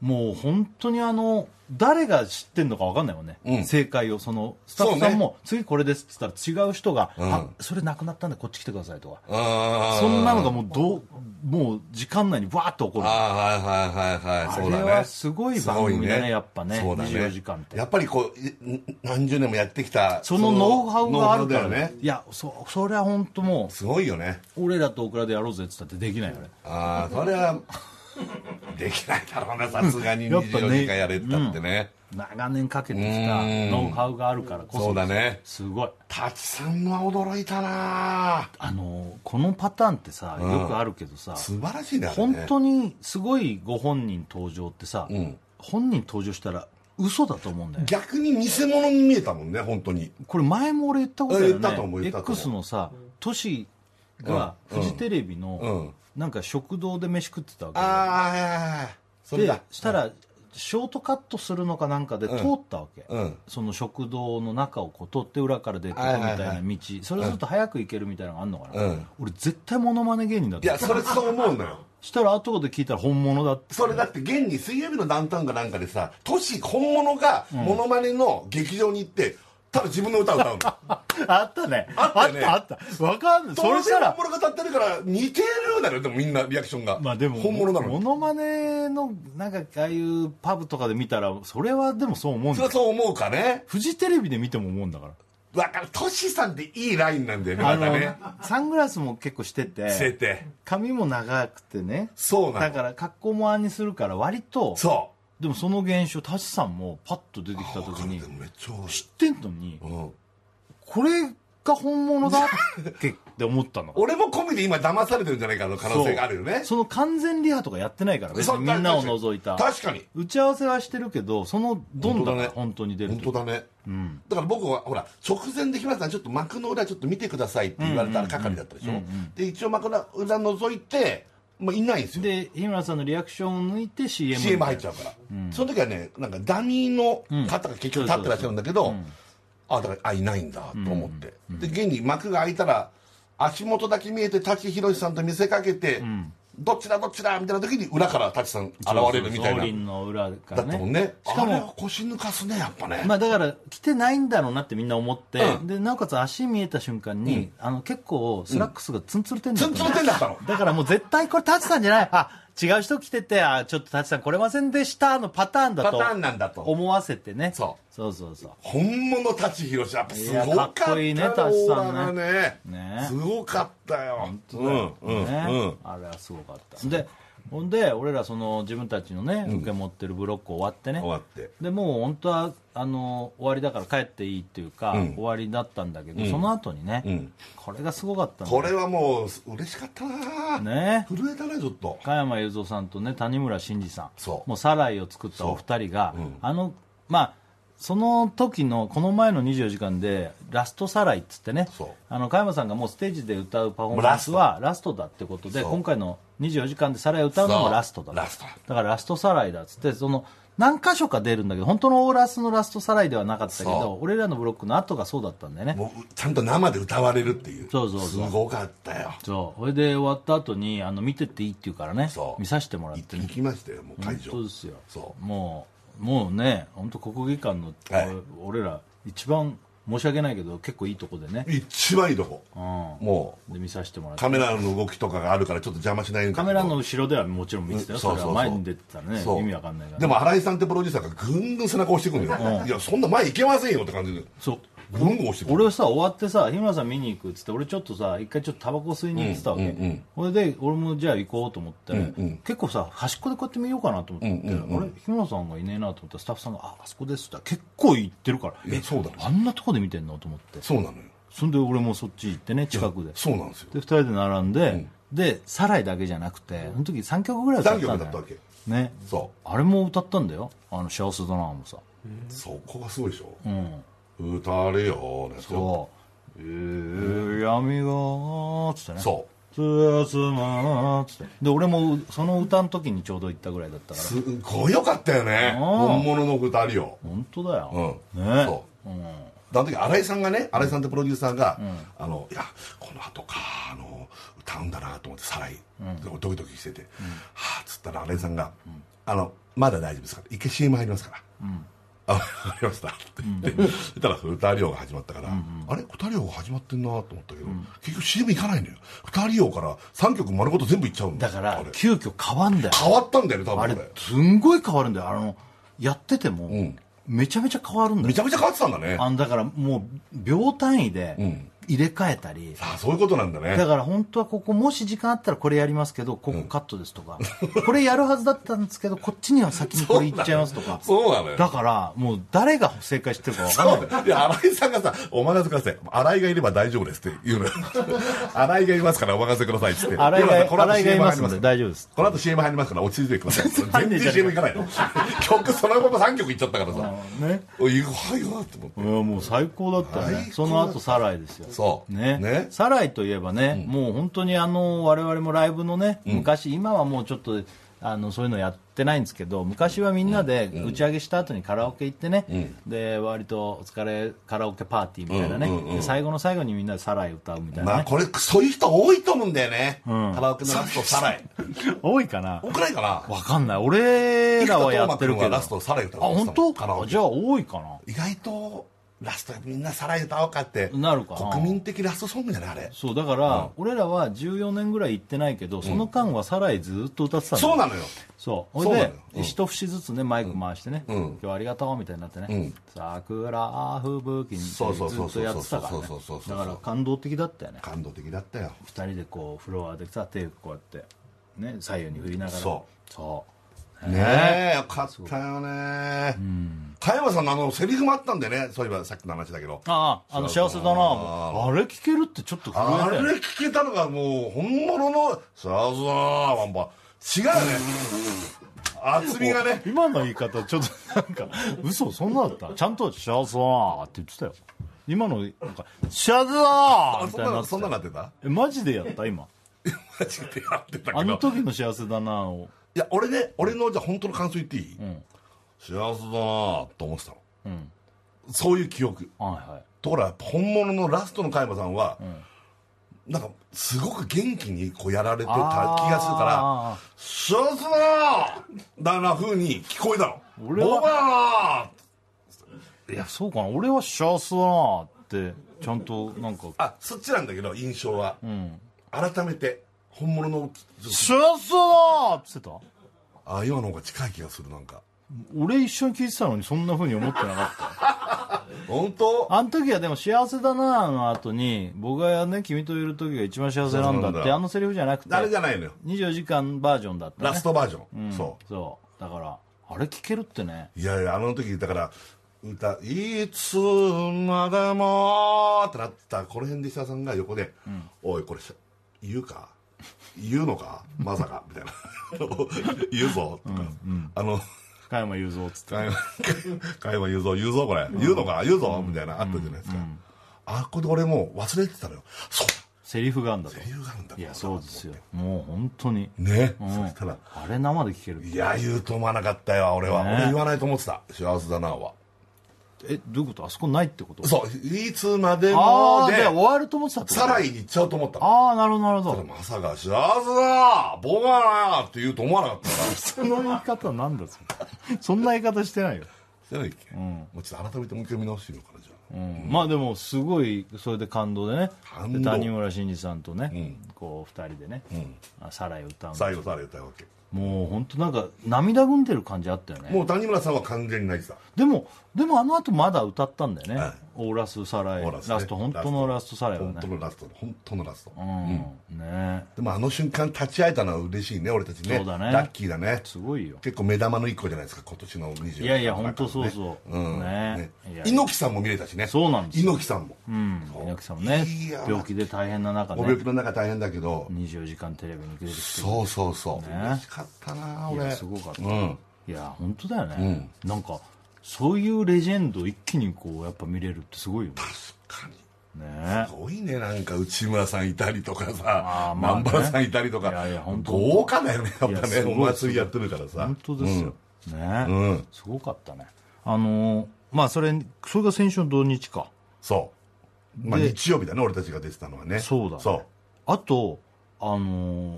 Speaker 4: もう本当にあの誰が知ってんのか分かんないもんね、
Speaker 2: うん
Speaker 4: 正解をそのスタッフさんも、次これですって言ったら違う人が、
Speaker 2: ん
Speaker 4: あそれなくなったんでこっち来てくださいとか、
Speaker 2: んあー
Speaker 4: そんなのがもうどうもう時間内にわーっと起こる
Speaker 2: あーはいはいはいはいそうだね
Speaker 4: あれはすごい番組だね
Speaker 2: すごい
Speaker 4: やっぱね
Speaker 2: そうだ
Speaker 4: 24時間って
Speaker 2: やっぱりこうい何十年もやってきた
Speaker 4: そのノウハウがあるか
Speaker 2: ノ
Speaker 4: ら
Speaker 2: ウハウだよね
Speaker 4: いやそそれは本当も
Speaker 2: すごいよね
Speaker 4: う俺らとオクラでやろうぜって言ったってできないよね
Speaker 2: ああそれはできないだろうなさすがに
Speaker 4: やっぱね
Speaker 2: 24時間やれったってね
Speaker 4: 長年かけてきた
Speaker 2: うん
Speaker 4: ノウハウがあるからこそ
Speaker 2: そうだね
Speaker 4: すごい
Speaker 2: 舘さんのは驚いたな
Speaker 4: あのこのパターンってさよくあるけどさ、
Speaker 2: 素晴らしいねあれ
Speaker 4: 本
Speaker 2: ね
Speaker 4: 当にすごいご本人登場ってさ、本人登場したら嘘だと思うんだよね
Speaker 2: 逆に偽物に見えたもんね本当に
Speaker 4: これ前も俺言ったことだ
Speaker 2: 言
Speaker 4: よ
Speaker 2: ったと思う
Speaker 4: ね
Speaker 2: 言ったと思う
Speaker 4: X のさトシがフジテレビのなんか食堂で飯食ってたわけよ
Speaker 2: ああはいはいはいそれ
Speaker 4: で
Speaker 2: だ
Speaker 4: したらショートカットするのかなんかで通ったわけ、
Speaker 2: うん
Speaker 4: その食堂の中をこう取って裏から出てくみたいな道、
Speaker 2: はいはい
Speaker 4: それずっと早く行けるみたいなのがあるのかな、
Speaker 2: うん
Speaker 4: 俺絶対モノマネ芸人だ
Speaker 2: い
Speaker 4: と思
Speaker 2: や
Speaker 4: っ
Speaker 2: それそう思うのよ
Speaker 4: したら後で聞いたら本物だって
Speaker 2: それだって現に水曜日のダウンタウンかなんかでさ都市本物がモノマネの劇場に行ってただ自分の歌を歌うの
Speaker 4: あったね
Speaker 2: あったよね
Speaker 4: あったあったわかんないそれしたら
Speaker 2: 当然本物が歌ってるから似てるだよでもみんなリアクションが
Speaker 4: まあでも
Speaker 2: 本物なの
Speaker 4: モ
Speaker 2: に
Speaker 4: ノマネのなんかああいうパブとかで見たらそれはでもそう思うん
Speaker 2: そ
Speaker 4: だ
Speaker 2: れ
Speaker 4: よ
Speaker 2: はそう思うかね
Speaker 4: フジテレビで見ても思うんだから
Speaker 2: だから都市さんっていいラインなんだよね
Speaker 4: あ
Speaker 2: またね
Speaker 4: のサングラスも結構して
Speaker 2: して
Speaker 4: て
Speaker 2: て
Speaker 4: 髪も長くてね
Speaker 2: そうな
Speaker 4: だ
Speaker 2: の
Speaker 4: から格好もあんにするから割と
Speaker 2: そ
Speaker 4: でもその現象舘さんもパッと出てきた
Speaker 2: う
Speaker 4: 時
Speaker 2: で
Speaker 4: に
Speaker 2: もめっちゃ
Speaker 4: 知ってんのに
Speaker 2: うん
Speaker 4: これが本物だっけって思っ たの
Speaker 2: 俺も込みで今騙されてるんじゃないかの可能性があるよね
Speaker 4: その完全リハとかやってないから別
Speaker 2: そ
Speaker 4: に
Speaker 2: う
Speaker 4: みんなを除いた
Speaker 2: 確かに
Speaker 4: 打ち合わせはしてるけどそのどん
Speaker 2: 本当
Speaker 4: ど
Speaker 2: だね
Speaker 4: ん本当に出る
Speaker 2: 本当
Speaker 4: と
Speaker 2: だね、だから僕はほら直前で日村さんちょっと幕の裏ちょっと見てくださいって言われた係だったでしょ、で一応幕の裏覗いて、まあ、いないんですよ
Speaker 4: で日村さんのリアクションを抜いて CM
Speaker 2: CM 入っちゃうから、その時はねなんかダミーの方が結局立ってらっしゃるんだけど、あだからあいないんだと思って、で現に幕が開いたら足元だけ見えて舘ひろしさんと見せかけて、どっちだどっちだみたいな時に裏から舘さん現れるみたいな
Speaker 4: そうそうそう王林の裏か
Speaker 2: だ
Speaker 4: ら
Speaker 2: っ
Speaker 4: ね
Speaker 2: たもんね
Speaker 4: しか
Speaker 2: あれは
Speaker 4: も
Speaker 2: 腰抜かすねやっぱね、
Speaker 4: まあだから来てないんだろうなってみんな思って、
Speaker 2: うん
Speaker 4: でなおかつ足見えた瞬間に、あの結構スラックスがツンツルてんだ
Speaker 2: ツ
Speaker 4: った
Speaker 2: ンツ
Speaker 4: の
Speaker 2: ンテンだったの
Speaker 4: だからもう絶対これ舘さんじゃないあ違う人来ててあちょっと舘さん来れませんでしたのパターンだ
Speaker 2: パ
Speaker 4: と
Speaker 2: ターンなんだと
Speaker 4: 思わせてね
Speaker 2: そう
Speaker 4: そうそうそう
Speaker 2: 本物舘ひろしやっぱすご
Speaker 4: いや
Speaker 2: か
Speaker 4: か
Speaker 2: った
Speaker 4: っこいいね
Speaker 2: よ
Speaker 4: 舘さんね
Speaker 2: オーラがね
Speaker 4: ね
Speaker 2: すごかったようんうん
Speaker 4: ね
Speaker 2: うん
Speaker 4: あれはすごかったでほんで俺らその自分たちのね受け持ってるブロック終わってね、
Speaker 2: 終わって
Speaker 4: でもう本当はあの終わりだから帰っていいっていうか、終わりだったんだけど、その後にね、
Speaker 2: ん
Speaker 4: これがすごかったんだ
Speaker 2: これはもう嬉しかったな
Speaker 4: ね
Speaker 2: 震えたねちょっと
Speaker 4: 加山雄三さんとね谷村新司さん
Speaker 2: そう
Speaker 4: もうサライを作ったお二人が、あのまあその時のこの前の24時間でラストサライっつってね
Speaker 2: そう
Speaker 4: あの加山さんがもうステージで歌うパフ
Speaker 2: も
Speaker 4: ォー
Speaker 2: う
Speaker 4: マン
Speaker 2: ラ
Speaker 4: ス
Speaker 2: スト
Speaker 4: はラストだってことで
Speaker 2: そう
Speaker 4: 今回の24時間でサライ歌うのも
Speaker 2: そう
Speaker 4: ラストだと
Speaker 2: ラストだ
Speaker 4: だからラストサライだっつってその何箇所か出るんだけど本当のオーラスのラストサライではなかったけ
Speaker 2: そ
Speaker 4: ど俺らのブロックの後がそうだったんだよね
Speaker 2: もうちゃんと生で歌われるっていう
Speaker 4: そうそうそう
Speaker 2: すごかったよ
Speaker 4: そうそれで終わった後にあの見てっていいって言うからね
Speaker 2: そう
Speaker 4: 見させてもらっ
Speaker 2: 行ってて行きましたよもう会場
Speaker 4: 本当ですよ
Speaker 2: そ
Speaker 4: もうもうね本当国技館の、
Speaker 2: はい
Speaker 4: 俺ら一番申し訳ないけど結構いいとこでね
Speaker 2: う、一番いいとこ
Speaker 4: う
Speaker 2: も
Speaker 4: ん、で見させてもら
Speaker 2: う
Speaker 4: って
Speaker 2: カメラの動きとかがあるからちょっと邪魔しないんだけど
Speaker 4: カメラの後ろではもちろん見てたよ、
Speaker 2: そうそうそう
Speaker 4: れは前に出てたらね
Speaker 2: そう
Speaker 4: 意味わかんないから、
Speaker 2: でも新井さんってプロデューサーがぐんぐん背中押してくるのよ、いやそんな前行けませんよって感じで
Speaker 4: そう
Speaker 2: ぐんぐん押してくる
Speaker 4: 俺はさ終わってさ日村さん見に行くっつって俺ちょっとさ一回ちょっとタバコ吸いに行ってたわけ、
Speaker 2: うんうんうん
Speaker 4: それで俺もじゃあ行こうと思って、
Speaker 2: んうん
Speaker 4: 結構さ端っこでこうやって見ようかなと思って、
Speaker 2: うんうんうん
Speaker 4: あれ日村さんがいねえなと思ったらスタッフさんが「ああそこです」って言ったら結構行ってるから
Speaker 2: いやそうだね
Speaker 4: あんなとこで見てんのと思って
Speaker 2: そうなのよ
Speaker 4: そんで俺もそっち行ってね近くで
Speaker 2: そうなんですよ
Speaker 4: で2人で並んで、で「サライ」だけじゃなくてその時3曲ぐらい歌ったんだよ
Speaker 2: 三曲だったわけ
Speaker 4: ね
Speaker 2: そ
Speaker 4: あれも歌ったんだよ「あの幸せだな」もさ
Speaker 2: うそこがすごいでしょ
Speaker 4: うん
Speaker 2: 歌れよーのやつよ
Speaker 4: そう「えー、闇が」っつってね
Speaker 2: そう
Speaker 4: 「つつま」っつってで俺もその歌の時にちょうど行ったぐらいだったから
Speaker 2: すごいよかったよね
Speaker 4: うん
Speaker 2: 本物の歌れよ
Speaker 4: 本当だよ、
Speaker 2: うん
Speaker 4: ね
Speaker 2: そう
Speaker 4: うん
Speaker 2: だ時新井さんがね新井さんってプロデューサーが、あのいやこの後かあの歌うんだなと思ってさらい、ドキドキしてて、はあっつったら新井さんが、あのまだ大丈夫ですから一回 CM 入りますから、あわかりましたって言って、そしたら歌漁が始まったから、あれ歌漁が始まってんなと思ったけど、結局 CM 行かないのよ歌漁から3曲丸ごと全部いっちゃうの
Speaker 4: だから
Speaker 2: あれ
Speaker 4: 急遽変わんだよ
Speaker 2: 変わったんだよね多
Speaker 4: あ
Speaker 2: 分
Speaker 4: れ
Speaker 2: これ
Speaker 4: すんごい変わるんだよあのやってても、
Speaker 2: ん
Speaker 4: めちゃめちゃ変わるんだよ
Speaker 2: めちゃめちゃ変わってたんだね
Speaker 4: あのだからもう秒単位で
Speaker 2: ん
Speaker 4: 入れ替えたり、
Speaker 2: あそういうことなんだね
Speaker 4: だから本当はここもし時間あったらこれやりますけどここカットですとか、これやるはずだったんですけどこっちには先にこれいっちゃいますとか
Speaker 2: そうなのよ
Speaker 4: だからもう誰が正解してるか分かんない
Speaker 2: いや、新井さんがさ、お任せください。新井がいれば大丈夫ですって言うのよ。 新井がいますからお任せくださいって言って。
Speaker 4: 新井が
Speaker 2: 今さこの後
Speaker 4: 新井がいますん
Speaker 2: CM
Speaker 4: で
Speaker 2: 入り
Speaker 4: 大丈夫です
Speaker 2: この後 CM 入りますから落ち着いてください。
Speaker 4: 入んねえ
Speaker 2: 全
Speaker 4: じゃ
Speaker 2: 然 CM
Speaker 4: ねえ
Speaker 2: いかないの。 曲そのまま3曲いっちゃったからさ。
Speaker 4: ね
Speaker 2: おい、はいよって思って。
Speaker 4: いやもう最高だったよね
Speaker 2: 最
Speaker 4: そ
Speaker 2: 高だった
Speaker 4: の後サライですよ
Speaker 2: そう
Speaker 4: ね
Speaker 2: ね
Speaker 4: サライといえばね、もう本当にあの我々もライブのね昔、今はもうちょっとあのそういうのやってないんですけど昔はみんなで打ち上げした後にカラオケ行ってね、で割とお疲れカラオケパーティーみたいなね、で最後の最後にみんなでサライ歌うみたいな、
Speaker 2: まあ
Speaker 4: ね
Speaker 2: これ、そういう人多いと思うんだよね。カラオケのラストサライ。
Speaker 4: 多いかな
Speaker 2: 多くないかな
Speaker 4: わかんない俺らはやってる
Speaker 2: 生田斗真君
Speaker 4: けど
Speaker 2: は
Speaker 4: あ
Speaker 2: ラストサライ歌うの
Speaker 4: 本当
Speaker 2: カラオケ
Speaker 4: じゃあ多いかな
Speaker 2: 意外と、ラストみんなサライ歌おうかって。
Speaker 4: なるかな
Speaker 2: 国民的ラストソングじゃないあれ。
Speaker 4: そうだから、俺らは14年ぐらい行ってないけどその間はサライずっと歌ってたんだよ
Speaker 2: そうなのよ。
Speaker 4: そう
Speaker 2: そ
Speaker 4: ほ
Speaker 2: う
Speaker 4: い
Speaker 2: なの
Speaker 4: で
Speaker 2: ようん
Speaker 4: 一節ずつねマイク回してね、今日はありがとうみたいになってね、桜吹雪にず
Speaker 2: そうそうそうそう
Speaker 4: っとやってたからね
Speaker 2: そうそうそうそうそ
Speaker 4: だ
Speaker 2: う
Speaker 4: から感動的だったよね
Speaker 2: 感動的だったよ。
Speaker 4: 二人でこうフロアでさ手こうやってね左右に振りながら
Speaker 2: そう
Speaker 4: そう
Speaker 2: ねえよかったよね加山さんのあのセリフもあったんでねそういえばさっきの話だけど
Speaker 4: あああの幸せだなもうあれ聞けるってちょっと震
Speaker 2: あ
Speaker 4: えたよね
Speaker 2: れ聞けたのがもう本物の「さあさあワンパ」違うね厚みがね
Speaker 4: 今の言い方ちょっとなんか嘘そんなだったちゃんと「幸せだな」って言ってたよ今のなんか「幸せだな」
Speaker 2: あ
Speaker 4: み
Speaker 2: そ
Speaker 4: た
Speaker 2: ん
Speaker 4: い
Speaker 2: なの
Speaker 4: になってた
Speaker 2: そんなの
Speaker 4: よ
Speaker 2: なってた
Speaker 4: えマジでやった今
Speaker 2: マジでやってた
Speaker 4: あ
Speaker 2: け
Speaker 4: の
Speaker 2: ど
Speaker 4: 時の幸せだなを
Speaker 2: いや俺ね俺のじゃあ本当の感想言っていい、幸せだなと思ってたの、
Speaker 4: ん
Speaker 2: そういう記憶
Speaker 4: はいはい
Speaker 2: ところが本物のラストの加山さんは、なんかすごく元気にこうやられてた気がするから
Speaker 4: あ
Speaker 2: シャスなだな風に聞こえたの
Speaker 4: 俺は
Speaker 2: ボバ
Speaker 4: ーいやそうかな俺は幸せだなってちゃんとなんか
Speaker 2: ーあそっちなんだけど印象は、
Speaker 4: ん
Speaker 2: 改めて本物の
Speaker 4: 「幸せだな」って言ってた
Speaker 2: あ今の方が近い気がするなんか
Speaker 4: 俺一緒に聞いてたのにそんなふうに思ってなか った
Speaker 2: 本当
Speaker 4: あの時はでも幸せだなあの後に僕がね君といる時が一番幸せなんだ
Speaker 2: そう
Speaker 4: っ
Speaker 2: なん
Speaker 4: て
Speaker 2: だ
Speaker 4: あのセリフじゃなくて
Speaker 2: あれじゃないのよ
Speaker 4: 24時間バージョンだった、ね、
Speaker 2: ラストバージョン、そ
Speaker 4: そうだからあれ聞けるってね
Speaker 2: ういやいやあの時だから歌「いつまでも」ってなってたこの辺で石田さんが横で「おいこれし言うか 言うのかまさか」みたいな「言うぞ」とか、あの
Speaker 4: 加山雄三っつって
Speaker 2: 加山加山雄三言うぞこれ、言うのか言うぞみたいなあったじゃないですか、あこで俺もう忘れてたのよそう
Speaker 4: セリフがあるんだと
Speaker 2: 理由があるんだ
Speaker 4: いやそうですよもう本当に
Speaker 2: ね、
Speaker 4: うん
Speaker 2: そしたら
Speaker 4: あれ生で聞ける
Speaker 2: いや言うと思わなかったよ俺は、
Speaker 4: ね
Speaker 2: 俺言わないと思ってた幸せだなは
Speaker 4: えどういうことあそこないってこと
Speaker 2: そういつまで
Speaker 4: あ
Speaker 2: も
Speaker 4: あ
Speaker 2: で
Speaker 4: で終わると思ってたってこと
Speaker 2: サライに行っちゃうと思ったの
Speaker 4: ああなるほどなるほど
Speaker 2: まさか幸せだ僕はなって言うと思わなかったから
Speaker 4: その言い方なんだそれそんな言い方してないよ、
Speaker 2: してないっけ、もうちょっと改めてもう一回見直してみようかなじゃあ
Speaker 4: うんまあでもすごいそれで感動でね
Speaker 2: 感動
Speaker 4: で谷村新司さんとね、こう2人でね「あサライ」を歌う
Speaker 2: 最後サライ歌うわけ、
Speaker 4: もう本当なんか涙ぐんでる感じあったよね
Speaker 2: もう谷村さんは完全に泣いてた
Speaker 4: でもでもあの後まだ歌ったんだよね、
Speaker 2: はい
Speaker 4: オーラスサライ
Speaker 2: オー
Speaker 4: ラ
Speaker 2: ラ
Speaker 4: ス,、
Speaker 2: スね
Speaker 4: ト本当のラストサライは
Speaker 2: 本
Speaker 4: ね
Speaker 2: 当のラスト本当のラスト、
Speaker 4: うん、ね
Speaker 2: でもあの瞬間立ち会えたのは嬉しいね俺たちね
Speaker 4: そうだね
Speaker 2: ラッキーだね
Speaker 4: すごいよ
Speaker 2: 結構目玉の一個じゃないですか今年の24
Speaker 4: いやいや本当そうそう、
Speaker 2: うん
Speaker 4: ね
Speaker 2: ね
Speaker 4: いや
Speaker 2: 猪木さんも見れたしね
Speaker 4: そうなんですよ
Speaker 2: 猪木さんも、
Speaker 4: うん猪木さんもね
Speaker 2: いや
Speaker 4: 病気で大変な中
Speaker 2: ご
Speaker 4: ね
Speaker 2: 病気の中大変だけど、
Speaker 4: 24時間テレビに出てきて
Speaker 2: そうそうそう、
Speaker 4: ね
Speaker 2: 嬉しかったない俺
Speaker 4: やすごかった、
Speaker 2: う
Speaker 4: い
Speaker 2: ん
Speaker 4: や本当だよね、なんかそういうレジェンド一気にこうやっぱ見れるってすごいよね
Speaker 2: 確かに
Speaker 4: ね
Speaker 2: すごいねなんか内村さんいたりとかさ
Speaker 4: あーまあね
Speaker 2: 南原さんいたりとか
Speaker 4: いやいや本当
Speaker 2: 豪華だよねやっぱ
Speaker 4: いやす
Speaker 2: ね
Speaker 4: ごい
Speaker 2: お祭りやってるからさ
Speaker 4: 本当ですよ、ね、
Speaker 2: うん
Speaker 4: すごかったねあのーまあそれそれが先週の土日か
Speaker 2: そう、まあ、
Speaker 4: で
Speaker 2: 日曜日だね俺たちが出てたのはね
Speaker 4: そうだ、ね、
Speaker 2: そう
Speaker 4: あとあのー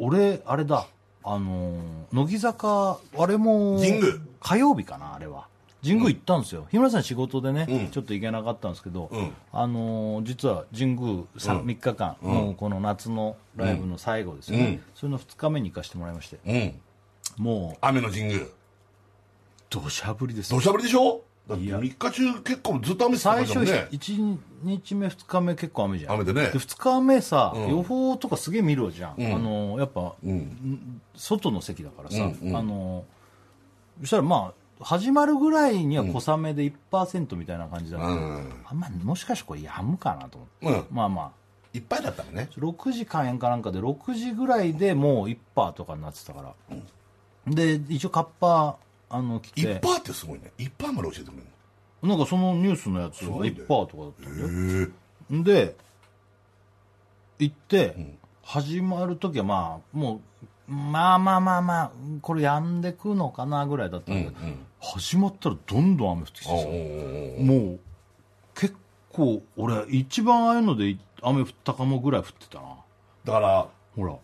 Speaker 4: 俺あれだあのー乃木坂あれも
Speaker 2: 神宮
Speaker 4: 火曜日かなあれは神宮行ったんですよ、日村さん仕事でね、
Speaker 2: うん
Speaker 4: ちょっと行けなかったんですけど、
Speaker 2: うん
Speaker 4: あのー実は神宮 3,、
Speaker 2: うん
Speaker 4: 三日間、もうこの夏のライブの最後ですよね、
Speaker 2: うん
Speaker 4: それの2日目に行かせてもらいまして
Speaker 2: うん
Speaker 4: もう
Speaker 2: 雨の神宮
Speaker 4: 土砂降りです
Speaker 2: 土砂降りでしょだって
Speaker 4: いや
Speaker 2: 3日中結構ずっと雨してた
Speaker 4: 最
Speaker 2: じ
Speaker 4: 初
Speaker 2: ゃんね
Speaker 4: 1日目2日目結構雨じゃん
Speaker 2: 雨でね
Speaker 4: 2日目さ、
Speaker 2: うん
Speaker 4: 予報とかすげえ見るじゃん、
Speaker 2: ん
Speaker 4: あのやっぱ、
Speaker 2: うん
Speaker 4: 外の席だからさ、
Speaker 2: うんうん
Speaker 4: あのそしたらまあ始まるぐらいには小雨で1%みたいな感じだった、
Speaker 2: うん
Speaker 4: あんまもしかしてこれやむかなと思って、
Speaker 2: うん
Speaker 4: まあまあ
Speaker 2: いっぱいだったのね
Speaker 4: 6時開演かなんかで6時ぐらいでもう1%とかになってたから、で一応カッパあの来
Speaker 2: いってぱいってすごいねいっぱいまで教えてくれる
Speaker 4: なんかそのニュースのやつが
Speaker 2: ごいね
Speaker 4: 1%とかだったんだよ
Speaker 2: のへえ
Speaker 4: で行って、始まる時はまあもうまあまあまあまあこれやんでくのかなぐらいだったんだけど、始まったらどんどん雨降ってきて
Speaker 2: おうお
Speaker 4: さ
Speaker 2: うおう
Speaker 4: もう結構俺一番ああいうので雨降ったかもぐらい降ってたな
Speaker 2: だから
Speaker 4: ほら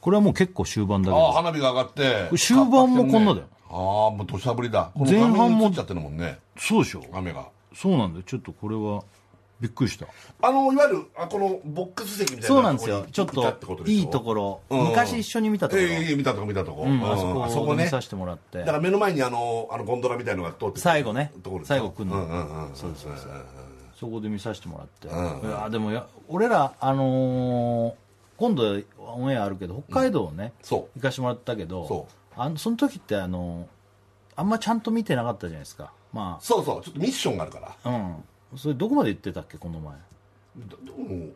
Speaker 4: これはもう結構終盤だけ
Speaker 2: ああ
Speaker 4: ど
Speaker 2: 花火が上がって
Speaker 4: 終盤もこんなだよ
Speaker 2: ああもう土砂降りだこの
Speaker 4: 前半も
Speaker 2: 画面に映っちゃってるもんね
Speaker 4: そうでしょ
Speaker 2: 雨が
Speaker 4: そうなんだよちょっとこれはびっくりした
Speaker 2: あのいわゆるあこのボックス席みたいな
Speaker 4: そうなんですよ
Speaker 2: ここに
Speaker 4: ちょっ
Speaker 2: いたてことでしょ
Speaker 4: いいところ、
Speaker 2: うん
Speaker 4: 昔一緒に見たとこ
Speaker 2: え
Speaker 4: ろ、
Speaker 2: えええ見たとこ見たとこ、
Speaker 4: うん
Speaker 2: うん
Speaker 4: あそこ
Speaker 2: あ
Speaker 4: を見
Speaker 2: ね
Speaker 4: させてもらって
Speaker 2: だから目の前にあのあのゴンドラみたいのが通って
Speaker 4: 最後ね
Speaker 2: ところでしょ
Speaker 4: 最後来んの
Speaker 2: うんうんうん
Speaker 4: そうですそうです
Speaker 2: んんん
Speaker 4: そこで見させてもらって、
Speaker 2: ん
Speaker 4: いやでもや俺ら、あのー今度オンエアあるけど北海道ね、
Speaker 2: そ
Speaker 4: 行かしてもらったけど
Speaker 2: そ
Speaker 4: あのその時って、あのーあんまちゃんと見てなかったじゃないですかま
Speaker 2: そうそうちょっとミッションがあるから
Speaker 4: あうんそれどこまで言ってたっけこの前
Speaker 2: だでも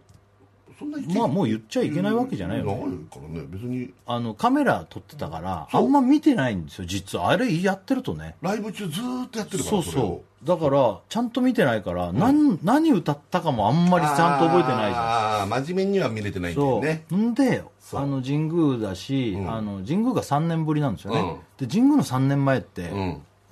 Speaker 2: そんな
Speaker 4: まあもう言っちゃいけないわけじゃないよね
Speaker 2: ないからね別に
Speaker 4: あのカメラ撮ってたからあ
Speaker 2: うん
Speaker 4: んま見てないんですよ実はあれやってるとね
Speaker 2: ライブ中ずーっとやってるから
Speaker 4: そう
Speaker 2: れを
Speaker 4: そうだからちゃんと見てないから、なん、何歌ったかもあんまりちゃんと覚えてないじゃん
Speaker 2: ああ真面目には見れてないんだ
Speaker 4: そ
Speaker 2: よ
Speaker 4: う、
Speaker 2: ね
Speaker 4: んで
Speaker 2: そう
Speaker 4: あの神宮だし、
Speaker 2: ん
Speaker 4: あの神宮が3年ぶりなんですよね、で神宮の3年前って、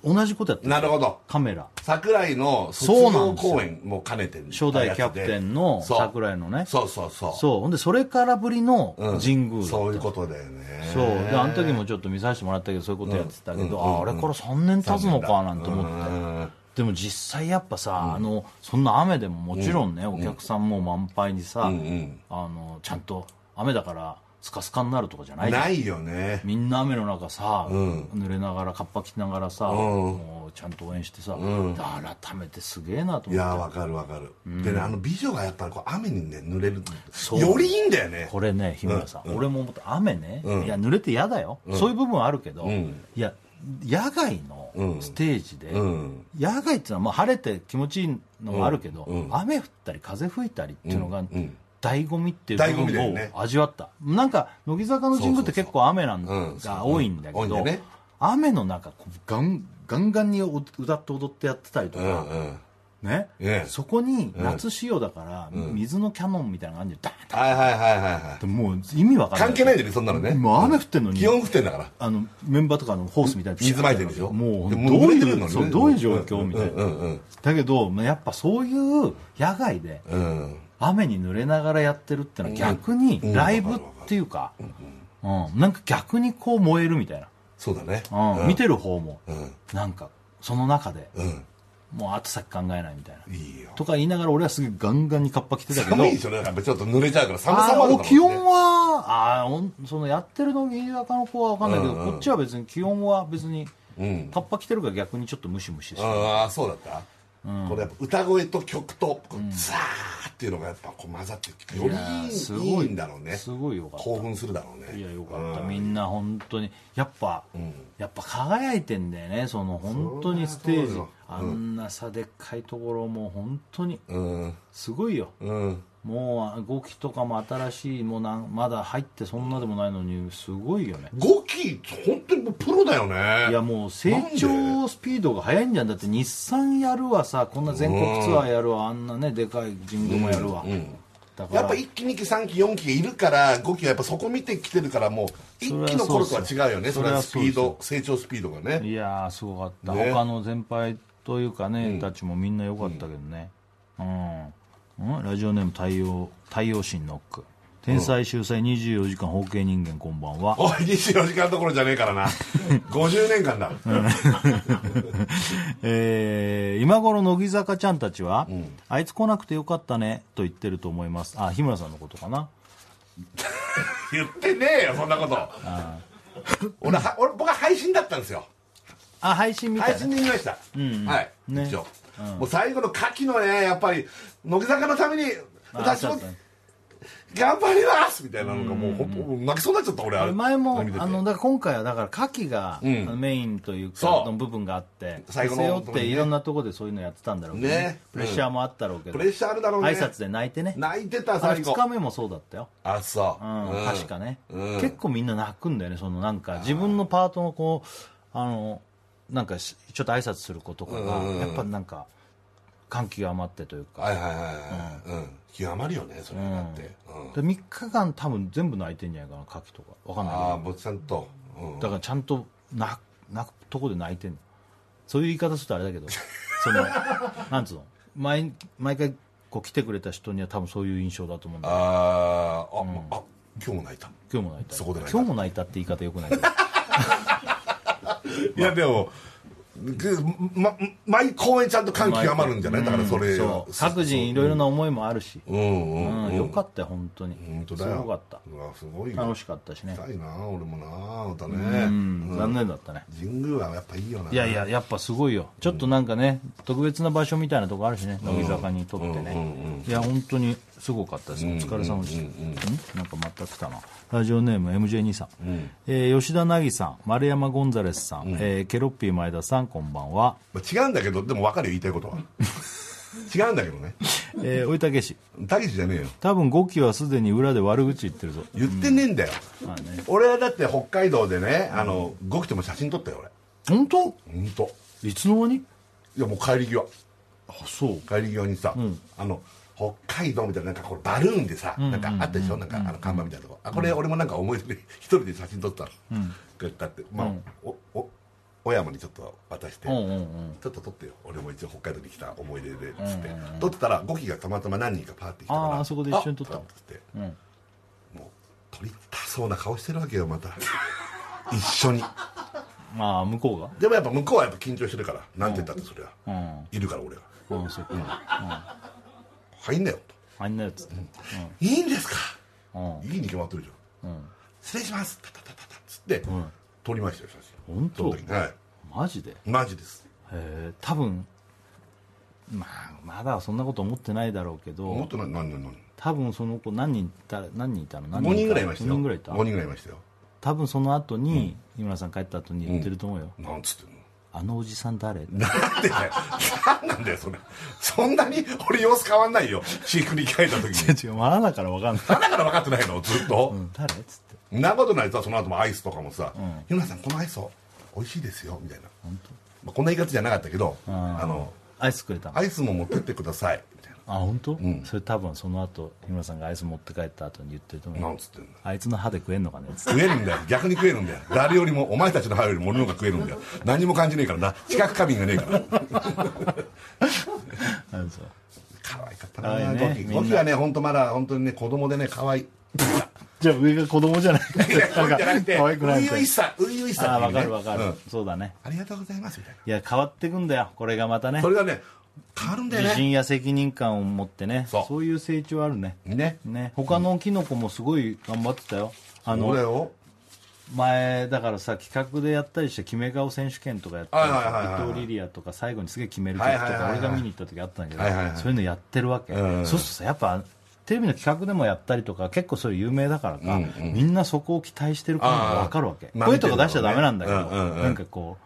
Speaker 4: 同じことやって
Speaker 2: なるほど
Speaker 4: カメラ
Speaker 2: 桜井の卒業公演も兼ねてる
Speaker 4: 初代キャプテンの
Speaker 2: そう
Speaker 4: 桜井のね
Speaker 2: そうそうそう
Speaker 4: そうほんでそれからぶりの
Speaker 2: うん
Speaker 4: 神宮だった、
Speaker 2: そういうことだよね
Speaker 4: そうであの時もちょっと見させてもらったけどそういうことやってたけど、
Speaker 2: うんうんうん
Speaker 4: ああれから3年経つのかなんて思って、
Speaker 2: 思って
Speaker 4: でも実際やっぱさ、あのそんな雨でももちろんね、お客さんも満杯にさ、
Speaker 2: ん
Speaker 4: あのちゃんと雨だからスカスカになるとかじゃないじゃん
Speaker 2: ないよね
Speaker 4: みんな雨の中さ、
Speaker 2: ん
Speaker 4: 濡れながらカッパ着ながらさ、
Speaker 2: ん
Speaker 4: もうちゃんと応援してさ、
Speaker 2: ん
Speaker 4: 改めてすげえなと
Speaker 2: い
Speaker 4: 思っ
Speaker 2: やわかるわかる、でねあの美女がやっぱりこう雨にね濡れる
Speaker 4: そう
Speaker 2: よりいいんだよね
Speaker 4: てこれね日村さん、
Speaker 2: うん
Speaker 4: 俺も思った雨ね、
Speaker 2: うん
Speaker 4: いや濡れて嫌だよ、そういう部分はあるけど、
Speaker 2: ん
Speaker 4: いや野外のステージで、
Speaker 2: うん
Speaker 4: 野外っていうのはまあ晴れて気持ちいいのもあるけど、
Speaker 2: うんうん
Speaker 4: 雨降ったり風吹いたりっていうのが、
Speaker 2: ん
Speaker 4: 醍醐味っていう
Speaker 2: 醍醐味だよ
Speaker 4: 部
Speaker 2: ね
Speaker 4: 分を味わった、なんか乃木坂の神宮って結構雨な
Speaker 2: そ
Speaker 4: ん
Speaker 2: うそうそううん
Speaker 4: が多いんだけ
Speaker 2: 多いんだ
Speaker 4: ど
Speaker 2: よね
Speaker 4: 雨の中こうガンガンガンにお歌って踊ってやってたりと
Speaker 2: う
Speaker 4: か、
Speaker 2: んうん
Speaker 4: ね
Speaker 2: ええ
Speaker 4: そこに夏仕様だから、水のキャノンみたいな感じでダーンっ
Speaker 2: はいはいはいはいは
Speaker 4: てもう意味わか
Speaker 2: い
Speaker 4: んない
Speaker 2: 関係ないんだよねそんなのね
Speaker 4: もう雨降ってんのに
Speaker 2: 気温降ってんだから
Speaker 4: あのメンバーとかのホースみたいな
Speaker 2: 水まいてるでしょ
Speaker 4: もう
Speaker 2: で
Speaker 4: どう
Speaker 2: もう濡れてる
Speaker 4: い
Speaker 2: の
Speaker 4: う
Speaker 2: ね
Speaker 4: そうどういう状況みたいな、
Speaker 2: うんうん
Speaker 4: だけど、まあ、やっぱそういう野外で
Speaker 2: うんうん
Speaker 4: 雨に濡れながらやってるってのは逆に
Speaker 2: うん
Speaker 4: ライブっていうか、うん、なんか逆にこう燃えるみたい
Speaker 2: そうだね
Speaker 4: な、うん見てる方も
Speaker 2: うん
Speaker 4: なんかその中で
Speaker 2: うん
Speaker 4: もう後先考えないみたいない
Speaker 2: いよ
Speaker 4: とか言いながら俺はすげえガンガンにカッパ着てたけど
Speaker 2: 寒いでしょねやっぱちょっと濡れちゃうから寒
Speaker 4: あ
Speaker 2: さもある
Speaker 4: ー
Speaker 2: からね
Speaker 4: 気温はあーおんそのやってるの新潟の子は分かんないけど、
Speaker 2: うんうん
Speaker 4: こっちは別に気温は別に
Speaker 2: うん
Speaker 4: カッパ着てるから逆にちょっとムシムシして、
Speaker 2: ああそうだったこれやっぱ歌声と曲とこうザーっていうのがやっぱこう混ざってより
Speaker 4: いやーす
Speaker 2: い
Speaker 4: ごい
Speaker 2: いんだろうね
Speaker 4: すごいよかった
Speaker 2: 興奮するだろうね
Speaker 4: いやよかった
Speaker 2: うん
Speaker 4: みんな本当にやっぱ、やっぱ輝いてんだよねその本当にステー
Speaker 2: そう
Speaker 4: ジ
Speaker 2: だよ
Speaker 4: あんなさでっかいところもう本当に
Speaker 2: うん
Speaker 4: すごいよ、
Speaker 2: うん
Speaker 4: もう5期とかも新しいもうなんまだ入ってそんなでもないのにすごいよね
Speaker 2: 5期本当にもうプロだよね
Speaker 4: いやもう成長スピードが速いんじゃんだって日産やるわさこんな全国ツアーやるわあんなねでかい神宮もやるわ、だから
Speaker 2: やっぱ1期2期3期4期がいるから5期はやっぱそこ見てきてるからもう1期の頃とは違うよねそ
Speaker 4: そ
Speaker 2: れ
Speaker 4: れ
Speaker 2: は
Speaker 4: は
Speaker 2: ス
Speaker 4: そ
Speaker 2: ピ
Speaker 4: うで
Speaker 2: ー
Speaker 4: す
Speaker 2: ド
Speaker 4: よ
Speaker 2: 成長スピードがね
Speaker 4: いやーすごかった、
Speaker 2: ね
Speaker 4: 他の先輩というかね、たちもみんな良かったけどねうん、うんラジオネーム太陽太陽神ノック天才秀才24時間包茎人間こんばんは
Speaker 2: おい24時間どころじゃねえからな50年間だ
Speaker 4: えー今頃乃木坂ちゃんたちは、あいつ来なくてよかったねと言ってると思いますあ日村さんのことかな
Speaker 2: 言ってねえよそんなこと俺は俺僕は配信だったんですよ
Speaker 4: あ配信みたい
Speaker 2: 配
Speaker 4: な
Speaker 2: 信で見ました、はい、
Speaker 4: ね
Speaker 2: 一応、もう最後の牡蠣のねやっぱり乃木坂のために
Speaker 4: あ
Speaker 2: 私
Speaker 4: そう
Speaker 2: も
Speaker 4: だね
Speaker 2: 頑張りますみたいなのがもうほんともう泣きそうになっちゃった俺あれ
Speaker 4: 前も
Speaker 2: 見てて
Speaker 4: あのだから今回はだから牡蠣が、
Speaker 2: ん
Speaker 4: あのメインという
Speaker 2: そ
Speaker 4: か
Speaker 2: う
Speaker 4: の部分があって
Speaker 2: 最後の
Speaker 4: 背負っ
Speaker 2: ところ
Speaker 4: て
Speaker 2: にね
Speaker 4: いろんなところでそういうのやってたんだろうけどね
Speaker 2: ね
Speaker 4: プレッシャーもあったろうけど、
Speaker 2: プレッシャーあるだろうね
Speaker 4: 挨拶で泣いてね
Speaker 2: 泣いてた
Speaker 4: あ
Speaker 2: 最
Speaker 4: 2
Speaker 2: 後
Speaker 4: 日目もそうだったよ、
Speaker 2: あそう、
Speaker 4: うん
Speaker 2: うん
Speaker 4: 確かね、
Speaker 2: うん
Speaker 4: 結構みんな泣くんだよねそのなんか自分のパートのこうあのなんかしちょっと挨拶する子とかが、やっぱなんか感極まってというか、
Speaker 2: はいはいはいはい、うん極まるよねそれはだって、うん
Speaker 4: で3日間多分全部泣いてんじゃないかな牡蠣とかわかんないけど
Speaker 2: ああぼっちゃんと、うん
Speaker 4: だからちゃんと泣く泣くとこで泣いてんのそういう言い方するとあれだけど そのなんつうの毎毎回こう来てくれた人には多分そういう印象だと思うんだ
Speaker 2: あーあ、あ今日も泣いた
Speaker 4: けど今日も泣いた
Speaker 2: そこで泣いた
Speaker 4: 今日も泣いたって言い方よくない けど
Speaker 2: いやでも、ぐま、毎公演ちゃんと感極まるんじゃない、だからそれ
Speaker 4: そう各人いろいろな思いもあるし、
Speaker 2: うんう
Speaker 4: うんんよかったよ本当に
Speaker 2: 本当だよ
Speaker 4: すごかった
Speaker 2: うわすごいよ
Speaker 4: 楽しかったしね
Speaker 2: 行きたいな俺もな歌ね
Speaker 4: うん残念だったね
Speaker 2: 神宮はやっぱいいよない
Speaker 4: いやいややっぱすごいよちょっとなんかね、特別な場所みたいなとこあるしね乃木坂にとってね、いや本当にすごかったです、お疲れ様でした、んなんかまた来たなラジオネーム MJ2 さん、えー吉田凪さん丸山ゴンザレスさん、えーケロッピー前田さんこんばんは
Speaker 2: まあ違うんだけどでも分かるよ言いたいこと は違うんだけどね
Speaker 4: えーおいたけし
Speaker 2: 大事じゃねえよ
Speaker 4: 多分5期はすでに裏で悪口言ってるぞ
Speaker 2: 言ってねえんだよ、俺はだって北海道でねあの5期とも写真撮ったよ
Speaker 4: 本当
Speaker 2: 俺本当。
Speaker 4: いつの間に
Speaker 2: いやもう帰り際
Speaker 4: あそう
Speaker 2: 帰り際にさ、あの北海道みたいななんかこれバルーンでさ、なんかあったでしょ、なんかあの看板みたいなとこ、あこれ俺もなんか思い出で一人で写真撮ったの、こうやってあってまあ、おお小山にちょっと渡して、
Speaker 4: うんうんうん
Speaker 2: ちょっと撮ってよ俺も一応北海道に来た思い出でっつって、撮ってたら5機がたまたま何人かパーって来たから
Speaker 4: あーあそこで一緒に撮った
Speaker 2: あ
Speaker 4: の
Speaker 2: っつって、もう撮りたそうな顔してるわけよまた 一緒に
Speaker 4: まあ向こうが
Speaker 2: でもやっぱ向こうはやっぱ緊張してるからなんて言ったってそれは、
Speaker 4: うん
Speaker 2: いるから俺は
Speaker 4: うんそっか
Speaker 2: 入んなよと
Speaker 4: あんなやつって
Speaker 2: いいんですか
Speaker 4: うん
Speaker 2: いいに決まってるじゃん、
Speaker 4: うん
Speaker 2: 失礼しますタタタタタつって、撮りましたよ写真
Speaker 4: 本当
Speaker 2: その時はい
Speaker 4: マジで
Speaker 2: マジです
Speaker 4: えー多分まあまだそんなこと思ってないだろうけ
Speaker 2: もっ
Speaker 4: ど
Speaker 2: とな何何何
Speaker 4: 多分その子何人いた何人いたの何
Speaker 2: 5人
Speaker 4: い
Speaker 2: ぐらいいましたよ
Speaker 4: 5人ぐらいいた
Speaker 2: 五人ぐらいいましたよ
Speaker 4: 多分その後に、井村さん帰った後に言ってると思うよ、
Speaker 2: なんつってんの
Speaker 4: あのおじさ ん誰
Speaker 2: なんでだよ何なんだよそれそんなに俺様子変わんないよ私服に着替えた時 に
Speaker 4: 違うまだから分かんない
Speaker 2: だから分かってないのずっと、
Speaker 4: 誰っつって
Speaker 2: んなことないさその後もアイスとかもさ「日村さんこのアイスを美味しいですよみたいな、まあ、こんな言い方じゃなかったけど、あの
Speaker 4: アイスくれたの
Speaker 2: アイスも持ってってくださいみたい
Speaker 4: あ本当、それ多分その後日村さんがアイス持って帰った後に言ってると思う
Speaker 2: ななんつってんだ
Speaker 4: あいつの歯で食えんのかねつって
Speaker 2: 食えるんだよ逆に食えるんだよ誰よりもお前たちの歯よりも俺の方が食えるんだよ何も感じねえからな知覚過敏がねえ から
Speaker 4: あそう
Speaker 2: 可愛かった
Speaker 4: 可愛
Speaker 2: ない
Speaker 4: ね
Speaker 2: ゴキ
Speaker 4: みんな
Speaker 2: ゴキはね本当まだ本当にね子供でね可愛い
Speaker 4: じゃあ上が子供 じゃない
Speaker 2: いやこうじゃなくて
Speaker 4: 可愛
Speaker 2: 初
Speaker 4: くない
Speaker 2: 々しさ初々しさ
Speaker 4: あ
Speaker 2: っていう
Speaker 4: 分
Speaker 2: ね
Speaker 4: かる分かる、
Speaker 2: うん
Speaker 4: そうだね
Speaker 2: ありがとうございますみたいない
Speaker 4: や変わってくんだよこれがまたね
Speaker 2: それがね変わるんだ
Speaker 4: 自
Speaker 2: よね
Speaker 4: 信や責任感を持ってね
Speaker 2: そう
Speaker 4: いう成長あるね
Speaker 2: ね
Speaker 4: ね他のキノコもすごい頑張ってたよあ
Speaker 2: そうだ
Speaker 4: の
Speaker 2: よ
Speaker 4: 前だからさ企画でやったりして決め顔選手権とかやったり
Speaker 2: はいはいはいはい
Speaker 4: 伊藤リリアとか最後にすげえ決める曲と
Speaker 2: はいはい
Speaker 4: か
Speaker 2: はいはい
Speaker 4: 俺が見に行った時あったんだけど、
Speaker 2: はいはいはい
Speaker 4: そういうのやってるわけ、
Speaker 2: ん
Speaker 4: そうするとさやっぱテレビの企画でもやったりとか結構そういう有名だからか、みんなそこを期待してる感が分かるわけ
Speaker 2: あーまあ
Speaker 4: 声とか出しちゃダメなんだけど、
Speaker 2: 見てるだろうねうんうんうん
Speaker 4: なんかこ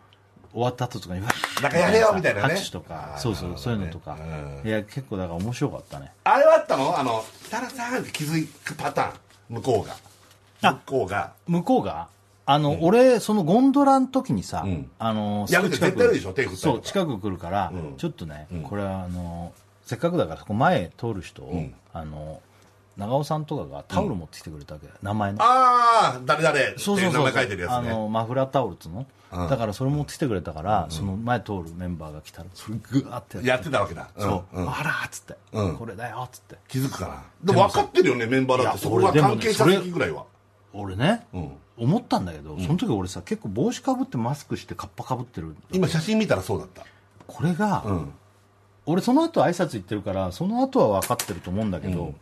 Speaker 4: う終わった後とかにわー
Speaker 2: なんかやれよみたいなね
Speaker 4: 拍手とかそうそうそういうのとか、いや結構だから面白かったね
Speaker 2: あれはあったのあの設楽さんって気づくパターン向こうが向こうが
Speaker 4: 向こうがあの、俺そのゴンドラの時にさ、
Speaker 2: ん
Speaker 4: あの
Speaker 2: やるって
Speaker 4: すぐ
Speaker 2: 絶対やるでしょ手振ったりと
Speaker 4: そ
Speaker 2: か
Speaker 4: う近く来るから、ちょっとね、これはあのせっかくだからそこ前通る人を、あの長尾さんとかがタオル持ってきてくれたわけ、名前の
Speaker 2: ああ誰々って
Speaker 4: そうそう
Speaker 2: 名
Speaker 4: そう
Speaker 2: 前書いてるやつ
Speaker 4: あ
Speaker 2: ね
Speaker 4: のマフラータオルっつうの、だからそれ持ってきてくれたから、その前通るメンバーが来たらそれグワーって
Speaker 2: やってたわけだうん
Speaker 4: そう、あらーっつって、
Speaker 2: うん
Speaker 4: これだよっつって
Speaker 2: 気づくかなでも分かってるよねメンバーだっ
Speaker 4: い
Speaker 2: て
Speaker 4: や
Speaker 2: そこが
Speaker 4: 俺でもね
Speaker 2: 関係者席ぐらいは
Speaker 4: 俺ね、
Speaker 2: ん
Speaker 4: 思ったんだけどその時俺さ結構帽子かぶってマスクしてカッパかぶってる
Speaker 2: 今写真見たらそうだった
Speaker 4: これが、俺その後挨拶行ってるからその後は分かってると思うんだけど、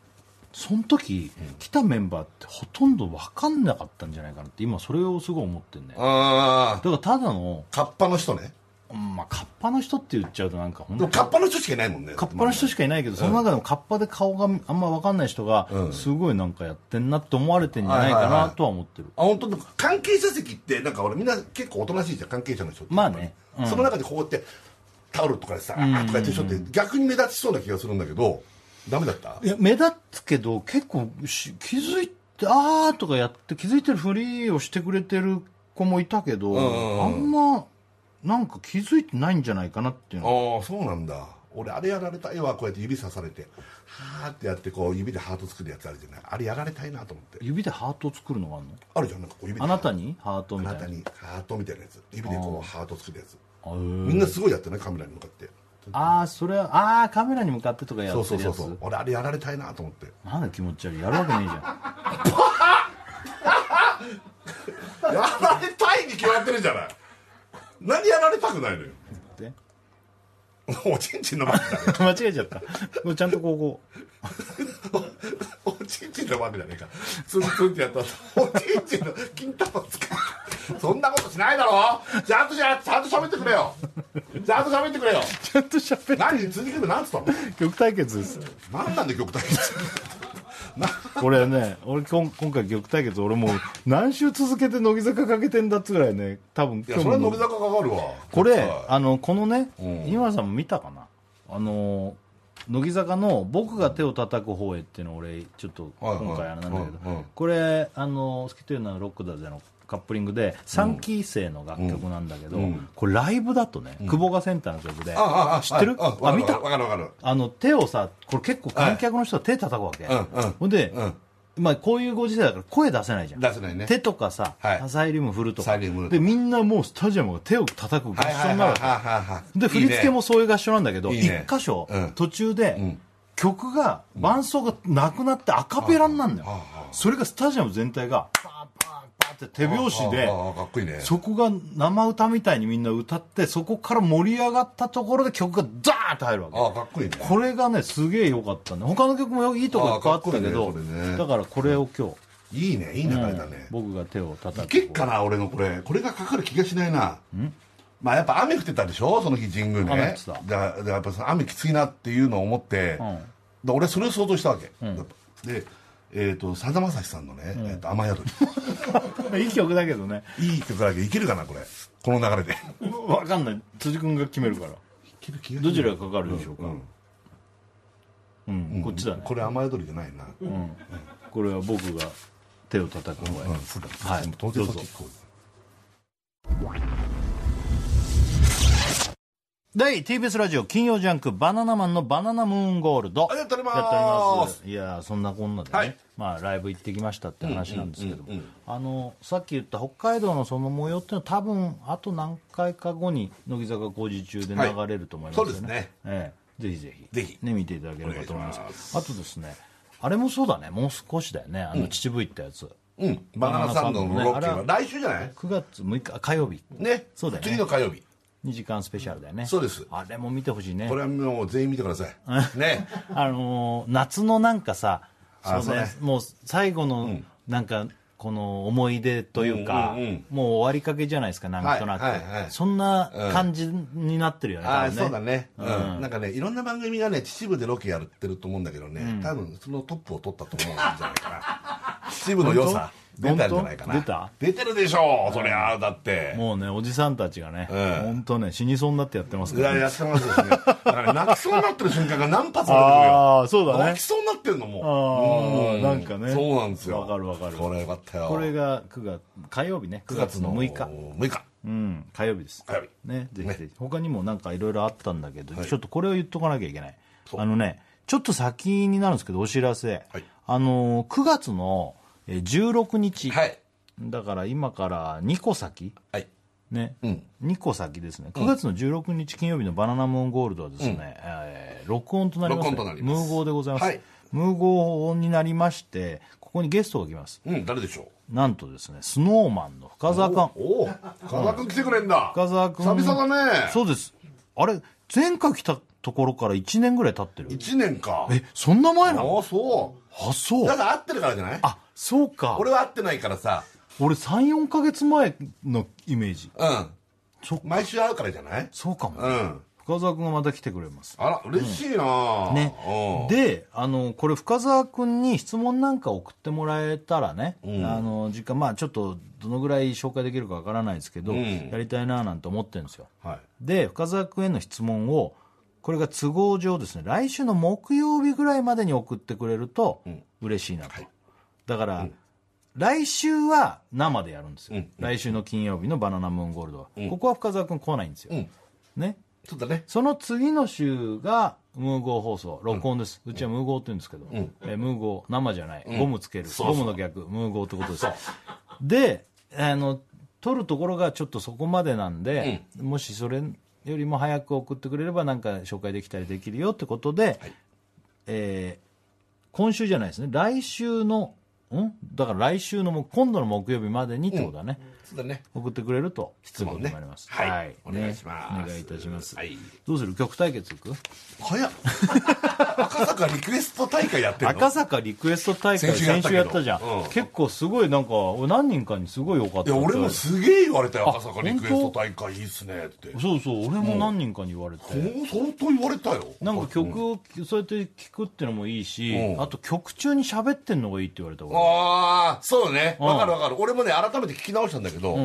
Speaker 4: その時、来たメンバーってほとんど分かんなかったんじゃないかなって今それをすごい思ってんだよ
Speaker 2: ああ
Speaker 4: だからただの、
Speaker 2: カッパの人ね
Speaker 4: うんまあ、カッパの人って言っちゃうとなんか本
Speaker 2: で
Speaker 4: 当
Speaker 2: も
Speaker 4: に
Speaker 2: カッパの人しかいないもんね
Speaker 4: カッパの人しかいないけど、その中でもカッパで顔があんま分かんない人が、すごいなんかやってんなって思われてんじゃないかなとは思ってる、
Speaker 2: あ本当でも関係者席ってなんか俺みんな結構おとなしいじゃん関係者の人って
Speaker 4: まあねうん
Speaker 2: その中でこうやってタオルとかでさーっとかやってる人って逆に目立ちそうな気がするんだけどダメだった
Speaker 4: いや目立つけど結構し気づいてあーとかやって気づいてるふりをしてくれてる子もいたけど、
Speaker 2: ん
Speaker 4: あんまなんか気づいてないんじゃないかなっていうの
Speaker 2: ああそうなんだ俺あれやられたいわこうやって指さされてはーってやってこう指でハート作るやつあるじゃないあれやられたいなと思って
Speaker 4: 指でハートを作るのがあるの
Speaker 2: あるじゃんなんかこう指で
Speaker 4: あなたにハート
Speaker 2: あ
Speaker 4: みた
Speaker 2: ない
Speaker 4: な
Speaker 2: たにハートみたいなやつ指でこうハート作るやつ
Speaker 4: あー
Speaker 2: みんなすごいやってねカメラに向かって
Speaker 4: あーそれはあーカメラに向かってとかや
Speaker 2: そ
Speaker 4: っ
Speaker 2: うそ
Speaker 4: て
Speaker 2: う
Speaker 4: る
Speaker 2: そうそ
Speaker 4: やつ
Speaker 2: う俺あれやられたいなと思って
Speaker 4: なんだ気持ち悪いやるわけねえじゃん
Speaker 2: やられたいに決まってるじゃない何やられたくないのよ
Speaker 4: で
Speaker 2: おちんちんのばっかだね
Speaker 4: 間違えちゃったもうちゃんとこうこう
Speaker 2: おちんちんのばっかじゃねえかツンツンってやったらおちんちんの金玉使うそんなことしないだろちゃんとしゃちゃんと喋ってくれよちゃんと喋ってくれよ
Speaker 4: ちゃんとしゃべる
Speaker 2: 何辻君なんつったの
Speaker 4: 曲対決です
Speaker 2: 何なんで極端に
Speaker 4: 俺ね俺今今回玉対決俺もう何週続けて乃木坂かけてんだっつぐらいね多分
Speaker 2: い
Speaker 4: 今
Speaker 2: や
Speaker 4: 日
Speaker 2: それ
Speaker 4: も
Speaker 2: は乃木坂かかるわ
Speaker 4: これ
Speaker 2: は
Speaker 4: あのこのね
Speaker 2: ん
Speaker 4: 井村さんも見たかなあの乃木坂の「僕が手を叩く方へ」っていうのを俺ちょっと
Speaker 2: はいはい
Speaker 4: 今回あれなんだけど
Speaker 2: うんうん
Speaker 4: これあの「好きというのはロックだぜ」のカップリングで3期生の楽曲なんだけどこれライブだとね久保がセンターの曲で
Speaker 2: あああ
Speaker 4: 知ってる
Speaker 2: ああ
Speaker 4: あ見た
Speaker 2: わかるわかるわか
Speaker 4: あの手をさこれ結構観客の人は手叩くわけ、
Speaker 2: うんうん
Speaker 4: ほんで、
Speaker 2: うん
Speaker 4: まあ、こういうご時世だから声出せないじゃん
Speaker 2: 出せないね
Speaker 4: 手とかさ、
Speaker 2: はい
Speaker 4: サイリウム振ると
Speaker 2: サ
Speaker 4: か
Speaker 2: イリウム振ると
Speaker 4: で
Speaker 2: か
Speaker 4: みんなもうスタジアムが手を叩く合
Speaker 2: るはい
Speaker 4: 唱
Speaker 2: はい
Speaker 4: に
Speaker 2: は
Speaker 4: ないる
Speaker 2: は
Speaker 4: わ
Speaker 2: い
Speaker 4: け、
Speaker 2: はい
Speaker 4: で振り付けもそういう合唱なんだけど
Speaker 2: いい
Speaker 4: 一、
Speaker 2: ね
Speaker 4: 箇所、
Speaker 2: うん
Speaker 4: 途中で、
Speaker 2: ん
Speaker 4: 曲が伴奏がなくなってアカペラになるのよ、それがスタジアム全体がパンパンパンって手拍子で
Speaker 2: あああかっこいいね
Speaker 4: そこが生歌みたいにみんな歌ってそこから盛り上がったところで曲がザーンって入るわけ
Speaker 2: ああかっこいいね
Speaker 4: これがねすげえ良かったね他の曲もよいいとこいっぱいあったけ
Speaker 2: あ
Speaker 4: ど
Speaker 2: ーかっこいいねそれね
Speaker 4: だからこれを今日、
Speaker 2: いいねいい流れだね
Speaker 4: 僕が手を叩
Speaker 2: い
Speaker 4: く
Speaker 2: けっかな俺のこれこれがかかる気がしないなまあやっぱ雨降ってたでしょその日神宮
Speaker 4: 雨降っ
Speaker 2: ね
Speaker 4: てた
Speaker 2: だからやっぱその雨きついなっていうのを思って、
Speaker 4: ん
Speaker 2: で俺それを想像したわけ、でえっ、とさだまさしさんのね「えーと雨宿り」
Speaker 4: いい曲だけどね
Speaker 2: いい曲だけどいけるかなこれこの流れで
Speaker 4: 分かんない辻君が決めるから どちらがかかるでしょうかうん、こっちだね
Speaker 2: これ雨宿りじゃないな、うん
Speaker 4: これは僕が手を叩く方がいい、
Speaker 2: そうだ
Speaker 4: はい
Speaker 2: 当然そっ
Speaker 4: どう
Speaker 2: ち
Speaker 4: ぞ
Speaker 2: こう
Speaker 4: 第 TBS ラジオ金曜ジャンク「バナナマンのバナナムーンゴールド」
Speaker 2: ありがとうござい
Speaker 4: や
Speaker 2: ます
Speaker 4: っておりますいやーそんなこんなでね、
Speaker 2: はい
Speaker 4: まあ、ライブ行ってきましたって話なんですけどもあのさっき言った北海道のその模様っていうのは多分あと何回か後に乃木坂工事中で流れると思いま
Speaker 2: はいそう
Speaker 4: すよね、
Speaker 2: ですね
Speaker 4: ええぜひぜひ
Speaker 2: ぜひ
Speaker 4: ね、見ていただければと思います
Speaker 2: お願いし
Speaker 4: あとですねあれもそうだねもう少しだよねあの秩父行ったやつ、
Speaker 2: うんバナナサンドのロッキーは来週じゃない
Speaker 4: 9月6日火曜日
Speaker 2: ね
Speaker 4: そうだよね
Speaker 2: 次の火曜日
Speaker 4: 2時間スペシャルだよね
Speaker 2: そうです
Speaker 4: あれも見てほしいね
Speaker 2: これはもう全員見てください ね
Speaker 4: あのー夏のなんかさ
Speaker 2: あ
Speaker 4: そうね
Speaker 2: そう
Speaker 4: もう最後のなんかこの思い出というか、
Speaker 2: うんうんうん
Speaker 4: もう終わりかけじゃないですかなんとなく、
Speaker 2: はいはいはい
Speaker 4: そんな感じになってるよね、
Speaker 2: あ
Speaker 4: 多
Speaker 2: あ
Speaker 4: 分
Speaker 2: そうだねうんなんかねいろんな番組がね秩父でロケやってると思うんだけどね多分そのトップを取ったと思うんじゃないか な秩父の良さ出
Speaker 4: 本当
Speaker 2: たんじゃないかな
Speaker 4: 本当
Speaker 2: 出てるでしょうそりゃだって
Speaker 4: もうねおじさんたちがね
Speaker 2: ええ
Speaker 4: 本当、ね死にそうになってやってます
Speaker 2: い
Speaker 4: から
Speaker 2: や
Speaker 4: ね、
Speaker 2: やってますですねだ から泣きそうになってる瞬間が何発も出てくるよ
Speaker 4: ああそうだね
Speaker 2: 泣きそうになってんのも
Speaker 4: あ
Speaker 2: う
Speaker 4: あなんかね
Speaker 2: そうなんですよ
Speaker 4: わかるわかる
Speaker 2: これよかったよ
Speaker 4: これが9月火曜日ね9
Speaker 2: 9
Speaker 4: 月
Speaker 2: 月
Speaker 4: の
Speaker 2: の
Speaker 4: 6日
Speaker 2: 6日
Speaker 4: うん、火曜日です。
Speaker 2: 火曜日
Speaker 4: ね、ぜひぜ
Speaker 2: ね
Speaker 4: ひ。他にもなんかいろいろあったんだけど、ちょっとこれを言っとかなきゃいけない。あのね、ちょっと先になるんですけど、お知らせ。
Speaker 2: はい
Speaker 4: あのー、9月のえー16日。
Speaker 2: はい
Speaker 4: だから今から2個先。
Speaker 2: はい
Speaker 4: ね。
Speaker 2: うん
Speaker 4: 2個先ですね。9月の16日金曜日のバナナムーンゴールドはですね、えー録音となります、ね。
Speaker 2: 録音となります
Speaker 4: ムーゴーでございます。
Speaker 2: はい
Speaker 4: ムーゴーになりまして、ここにゲストが来ます。
Speaker 2: うん誰でしょう
Speaker 4: なんとですね、スノーマンの深澤君。
Speaker 2: おお深澤君来てくれんだ
Speaker 4: 深澤君
Speaker 2: 久々だね
Speaker 4: そうですあれ前回来たところから1年ぐらい経ってる
Speaker 2: 1年か
Speaker 4: えそんな前なの
Speaker 2: ああそ
Speaker 4: あ
Speaker 2: う
Speaker 4: そ
Speaker 2: だ
Speaker 4: う
Speaker 2: から会ってるからじゃない
Speaker 4: あそうか
Speaker 2: 俺は会ってないからさ
Speaker 4: 俺34か月前のイメージ
Speaker 2: うん
Speaker 4: そっか
Speaker 2: 毎週会うからじゃない
Speaker 4: そうかも、
Speaker 2: うん
Speaker 4: 深澤君がまた来てくれます
Speaker 2: あら嬉しいな
Speaker 4: ね
Speaker 2: うん、
Speaker 4: であのこれ深澤君に質問なんか送ってもらえたらね、あの時間まあちょっとどのぐらい紹介できるかわからないですけど、
Speaker 2: ん
Speaker 4: やりたいななんて思ってるんですよ
Speaker 2: はい
Speaker 4: で深澤君への質問をこれが都合上ですね来週の木曜日ぐらいまでに送ってくれると嬉しいなと、だから、来週は生でやるんですよ、来週の金曜日の「バナナムーンゴールドは」ここは深澤君来ないんですよ、
Speaker 2: ん
Speaker 4: ね
Speaker 2: そうだね
Speaker 4: その次の週がムーゴー放送録音です、うちはムーゴーって言うんですけど、えームーゴー生じゃない、ゴムつける
Speaker 2: そうそう
Speaker 4: ゴムの逆ムーゴーってことですであの撮るところがちょっとそこまでなんで、もしそれよりも早く送ってくれればなんか紹介できたりできるよってことで、えー今週じゃないですね来週のんだから来週のも今度の木曜日までにってことだね、
Speaker 2: そうだね
Speaker 4: 送ってくれると
Speaker 2: 質問ね
Speaker 4: ということになります
Speaker 2: はい
Speaker 4: はい
Speaker 2: お願いします
Speaker 4: ねお願いいたします、
Speaker 2: はい
Speaker 4: どうする曲対決いく
Speaker 2: 早っ 赤坂リクエスト大会やってるの
Speaker 4: 赤坂リクエスト大会
Speaker 2: 先週やっ
Speaker 4: 先
Speaker 2: たけ
Speaker 4: 週
Speaker 2: ど
Speaker 4: やったじゃん、
Speaker 2: うん
Speaker 4: 結構すごいなんか俺何人かにすごい良かっ
Speaker 2: い
Speaker 4: た
Speaker 2: や俺もすげえ言われたよ
Speaker 4: あ
Speaker 2: 赤坂リクエスト大会いいっすねって
Speaker 4: そうそう俺も何人かに言われて、
Speaker 2: そう相当言われたよ
Speaker 4: なんか曲をそうやって聞くってのもいいし、
Speaker 2: うん
Speaker 4: あと曲中に喋ってんのがいいって言われた俺
Speaker 2: ああそうね
Speaker 4: ん
Speaker 2: わかるわかる俺もね改めて聞き直したんだけど、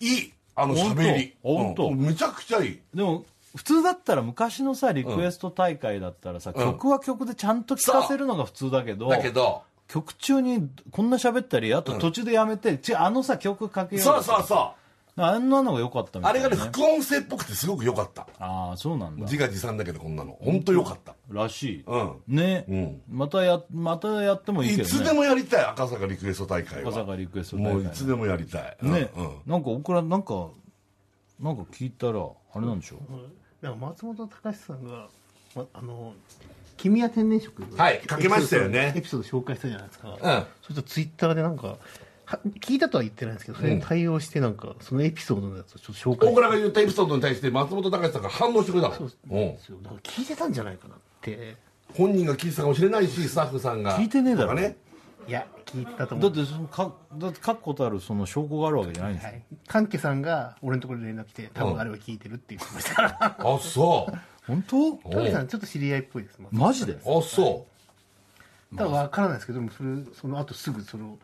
Speaker 2: いいあの
Speaker 4: ほんと
Speaker 2: 喋り
Speaker 4: ほんと
Speaker 2: うんめちゃくちゃいい
Speaker 4: でも普通だったら昔のさリクエスト大会だったらさ、曲は曲でちゃんと聞かせるのが普通だけど
Speaker 2: だけど
Speaker 4: 曲中にこんな喋ったりあと途中でやめて、ちあのさ曲かけよう
Speaker 2: そうそうそう
Speaker 4: あんなのが良かったみた
Speaker 2: あれ
Speaker 4: いな、
Speaker 2: が
Speaker 4: ね、
Speaker 2: ね副音声っぽくてすごく良かった
Speaker 4: ああそうなんだ
Speaker 2: 自画自賛だけどこんなの本当良かった
Speaker 4: らしい、
Speaker 2: うん
Speaker 4: ね、
Speaker 2: ん
Speaker 4: またやまたやってもいい
Speaker 2: い
Speaker 4: けどね
Speaker 2: つでもやりたい赤坂リクエスト大会は
Speaker 4: 赤坂リクエスト大会
Speaker 2: もういつでもやりたいうん
Speaker 4: ね、
Speaker 2: うん
Speaker 4: なんか僕らなんかなんか聞いたらあれなんでしょう、
Speaker 3: なんか松本隆さんが、ま、あの「君は天然色」
Speaker 2: はいかけましたよね
Speaker 3: エピソードエピソード紹介したじゃないですか、
Speaker 2: ん
Speaker 3: そしたらツイッターでなんかは聞いたとは言ってないんですけどそれに対応してなんか、そのエピソードのやつをちょっと紹介
Speaker 2: 大倉が言ったエピソードに対して松本隆さんが反応してくれたの
Speaker 3: そうです
Speaker 2: うん
Speaker 3: ですよだから聞いてたんじゃないかなって
Speaker 2: 本人が聞いてたかもしれないしスタッフさんが
Speaker 4: 聞いてねえだろ
Speaker 2: とかね
Speaker 3: いや聞いてたと
Speaker 4: だ
Speaker 3: 思
Speaker 4: っ
Speaker 3: う
Speaker 4: てそのかだって確固たるその証拠があるわけじゃないんです
Speaker 3: は
Speaker 4: よ、
Speaker 3: い、カンケさんが俺のところで連絡来て多分あれは聞いてるって言ってましたから
Speaker 2: あそう
Speaker 4: 本当
Speaker 2: お
Speaker 3: カンケさんちょっと知り合いっぽいです松本
Speaker 4: マジで
Speaker 2: あそ
Speaker 3: ただ分からないですけどもそれその後すぐその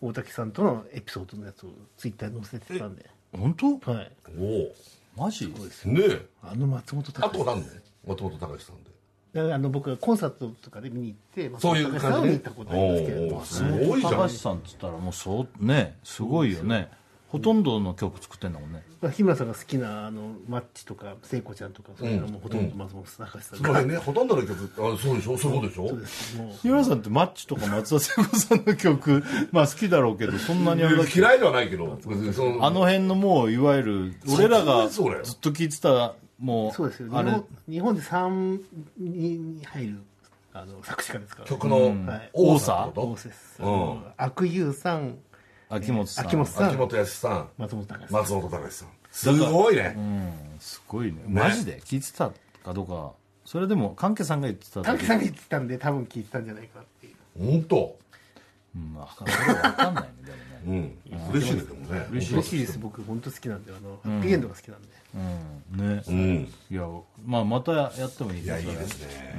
Speaker 3: 大竹さんとのエピソードのやつをツイッターに載せてたんで
Speaker 4: 本当
Speaker 3: はい、
Speaker 2: うお
Speaker 4: マジ
Speaker 2: おねえ
Speaker 3: あの松本
Speaker 2: あと
Speaker 3: 隆
Speaker 2: は何ね松本隆さんで
Speaker 3: だからあの僕がコンサートとかで見に行って松
Speaker 2: そうい
Speaker 3: 本
Speaker 2: う
Speaker 3: 隆さん
Speaker 2: 感じ
Speaker 3: を見
Speaker 2: ね
Speaker 3: に行ったことありますけれど
Speaker 2: お
Speaker 3: も
Speaker 2: ーすごいじゃん
Speaker 4: 高橋さんっつったらもうそうねすごいよねほとんどの曲作ってんだもんね
Speaker 3: まあ日村さんが好きなあのマッチとか聖子ちゃんとかそういうのはもうほとんど松本隆さん
Speaker 2: その
Speaker 3: が、
Speaker 2: 辺ねほとんどの曲あそうでしょそういうことでしょ
Speaker 3: そうですもう
Speaker 4: 日村さんってマッチとか松田聖子さんの曲まあ好きだろうけどそんなにあれだっけ
Speaker 2: 嫌いではないけど別にその
Speaker 4: あの辺のもういわゆる俺らがず
Speaker 2: そうだよ
Speaker 4: っと聴いてたも
Speaker 3: そううですよ
Speaker 4: あ
Speaker 3: 日
Speaker 4: れ
Speaker 3: 本日本で3に入るあの作詞家ですから
Speaker 2: 曲の
Speaker 3: はい
Speaker 2: 多さって
Speaker 3: 大
Speaker 2: こ
Speaker 3: 瀬さん、
Speaker 2: うん
Speaker 3: 悪友さん
Speaker 4: 秋元さん
Speaker 3: 秋元
Speaker 2: と
Speaker 3: さ
Speaker 2: 秋
Speaker 3: ん
Speaker 2: 元康さん
Speaker 3: 松本隆さん
Speaker 2: 松本隆さんすごいね
Speaker 4: すごいねマジで聴いてたかどうかそれでも関係さんが言ってただ
Speaker 3: 短
Speaker 4: け
Speaker 3: 期さんが言ってたんで多分聞いてたんじゃないかなっていう
Speaker 2: 本当
Speaker 4: うんわかんないわかんないねでもね
Speaker 2: うん嬉しいねでもね
Speaker 4: 嬉しい
Speaker 3: 嬉しいです僕本当好きなんであのハッピーエンドが好きなんで、
Speaker 4: うんね
Speaker 2: うん
Speaker 4: いやまあまたやってもいい
Speaker 2: いやいい
Speaker 4: それ
Speaker 2: ですね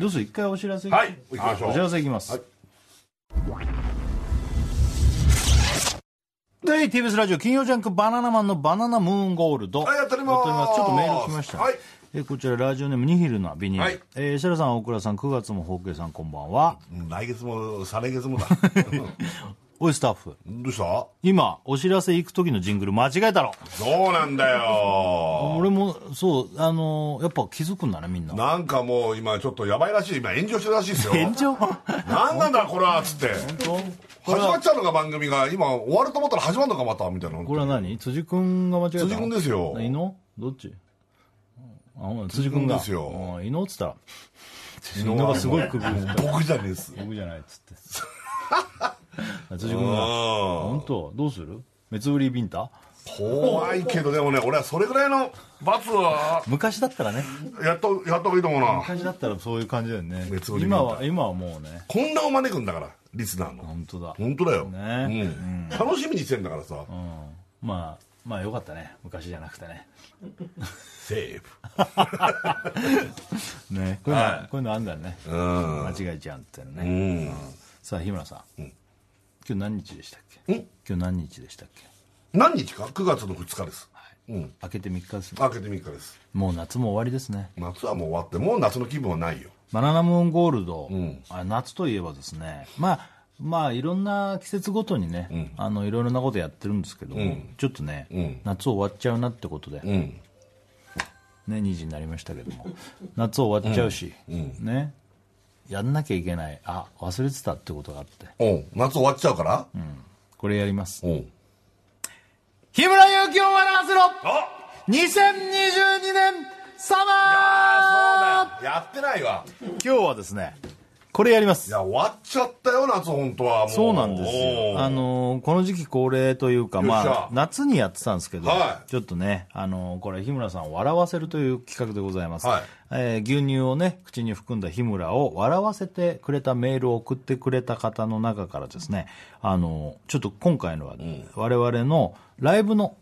Speaker 4: どうする一回お知らせ
Speaker 2: はい行きましょう
Speaker 4: お知らせいきます、
Speaker 2: はい
Speaker 4: で TBS ラジオ金曜ジャンク「バナナマンのバナナムーンゴールド」
Speaker 2: はいやっております
Speaker 4: ちょっとメール来ました、
Speaker 2: はい
Speaker 4: えーこちらラジオネームニヒルなビニール、
Speaker 2: はい
Speaker 4: えー、設楽さん大倉さん9月もホウケイさんこんばんは
Speaker 2: うん来月も再来月もだ
Speaker 4: おいスタッフ
Speaker 2: うんどうした
Speaker 4: 今お知らせ行く時のジングル間違えたろ
Speaker 2: そうなんだよ
Speaker 4: 俺もそうあのーやっぱ気づくんだねみんな
Speaker 2: なんかもう今ちょっとやばいらしい今炎上してるらしいですよ
Speaker 4: 炎上
Speaker 2: なんなんだこれはっつって始まっちゃうのか番組が今終わると思ったら始まるのかまたみたいな
Speaker 4: これは何辻君が間違えたの
Speaker 2: 辻君ですよ
Speaker 4: 伊野どっちあほん辻
Speaker 2: 辻君
Speaker 4: 君が
Speaker 2: ですよ
Speaker 4: うん伊野っつったら伊野がすごい首振った
Speaker 2: 僕じゃねえっす
Speaker 4: 僕じゃないっつって 辻君が本当どうする目つぶりビンタ
Speaker 2: 怖いけどでもね俺はそれぐらいの罰は
Speaker 4: 昔だったらね
Speaker 2: やっとやった方がいいと思うな
Speaker 4: 昔だったらそういう感じだよね
Speaker 2: 目つぶりビンタ
Speaker 4: 今は今はもうね
Speaker 2: 混乱を招くんだからリスナーの
Speaker 4: 本当だ
Speaker 2: 本当だよ、
Speaker 4: ね
Speaker 2: うん楽しみにしてんだからさ、
Speaker 4: まあまあよかったね昔じゃなくてね
Speaker 2: セ
Speaker 4: ねこういうのこういうのあんだよね
Speaker 2: ーブうん
Speaker 4: 間違えちゃうっていうの
Speaker 2: う
Speaker 4: ね
Speaker 2: ん
Speaker 4: さあ日村さん今日何日でしたっけ
Speaker 2: ん
Speaker 4: 今日何日でしたっけ
Speaker 2: 何日か9月の2日です、うん
Speaker 4: 明けて3日です
Speaker 2: 明けて3日です
Speaker 4: もう夏も終わりですね
Speaker 2: 夏はもう終わってもう夏の気分はないよ
Speaker 4: バナナムーンゴールド、
Speaker 2: ん
Speaker 4: あ夏といえばですねまあまあいろんな季節ごとにね、あのいろいろなことやってるんですけども、ちょっとね、
Speaker 2: ん
Speaker 4: 夏終わっちゃうなってことで、
Speaker 2: うん
Speaker 4: ね2時になりましたけども夏終わっちゃうし、ねやんなきゃいけないあ忘れてたってことがあって
Speaker 2: おう夏終わっちゃうから、
Speaker 4: これやります
Speaker 2: おう
Speaker 4: 日村勇紀を笑わせろ
Speaker 2: あ
Speaker 4: 2022年サマー
Speaker 2: あそうだよやってないわ
Speaker 4: 今日はですねこれやります
Speaker 2: いや終わっちゃったよ夏本当はもう
Speaker 4: そうなんです
Speaker 2: おう
Speaker 4: よ。あのーこの時期恒例というか、
Speaker 2: よっしゃ
Speaker 4: まあ、夏にやってたんですけど、
Speaker 2: はい
Speaker 4: ちょっとね、あのーこれ、日村さんを笑わせるという企画でございます。
Speaker 2: はい
Speaker 4: えー牛乳をね、口に含んだ日村を笑わせてくれたメールを送ってくれた方の中からですね、あのーちょっと今回のは、我々のライブの、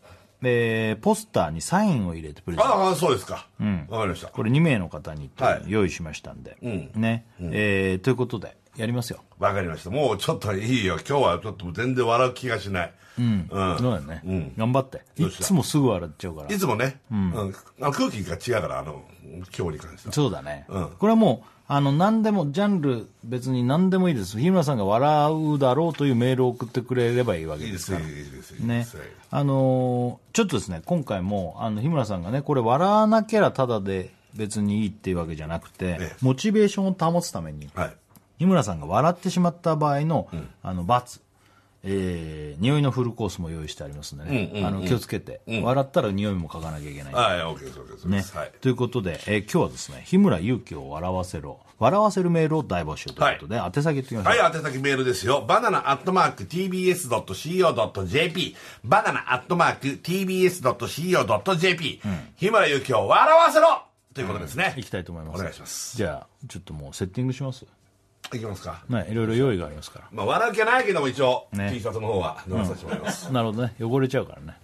Speaker 4: えーポスターにサインを入れてプレゼント
Speaker 2: ああそうですかわ、かりました
Speaker 4: これ2名の方に
Speaker 2: はい
Speaker 4: 用意しましたんで、
Speaker 2: ん
Speaker 4: ね、えーということで、やりますよ。
Speaker 2: わかりましたもうちょっといいよ今日はちょっと全然笑う気がしないうん、
Speaker 4: そうだよね、
Speaker 2: ん
Speaker 4: 頑張ってい
Speaker 2: っしゃ
Speaker 4: つもすぐ笑っちゃうから
Speaker 2: いつもね、うんあの空気が違うからあの今日に関しては
Speaker 4: そうだね、
Speaker 2: うん
Speaker 4: これはもうあの何でもジャンル別に何でもいいです日村さんが笑うだろうというメールを送ってくれればいいわけ
Speaker 2: いい
Speaker 4: で
Speaker 2: ですす
Speaker 4: か
Speaker 2: よ
Speaker 4: ら
Speaker 2: いいですよいいで
Speaker 4: ね
Speaker 2: すよ、
Speaker 4: あのーちょっとですね今回もあの日村さんがねこれ笑わなきゃただで別にいいっていうわけじゃなくて、
Speaker 2: ええ
Speaker 4: モチベーションを保つために
Speaker 2: はい
Speaker 4: 日村さんが笑ってしまった場合の,、あの罰、えー匂いのフルコースも用意してありますんでね、あの気をつけて、笑ったら匂いも嗅がなきゃいけないんで
Speaker 2: はい OK です OK です、
Speaker 4: ね
Speaker 2: はい
Speaker 4: ということで、えー今日はですね日村勇紀を笑わせろ笑わせるメールを大募集ということで、宛先言ってきましょう、
Speaker 2: はい、宛先メールですよ。バナナアットマーク tbs.co.jp。バナナアットマーク tbs.co.jp。日村ゆきを笑わせろということですね。
Speaker 4: いきたいと思います
Speaker 2: お願いします。
Speaker 4: じゃあちょっともうセッティングします
Speaker 2: いきますか。
Speaker 4: ねいろいろ用意がありますか
Speaker 2: まあ、笑う気はないけども、一応、
Speaker 4: ね
Speaker 2: T シャツの方は乗らさせてもらいます。
Speaker 4: らなるほどね汚れちゃうからね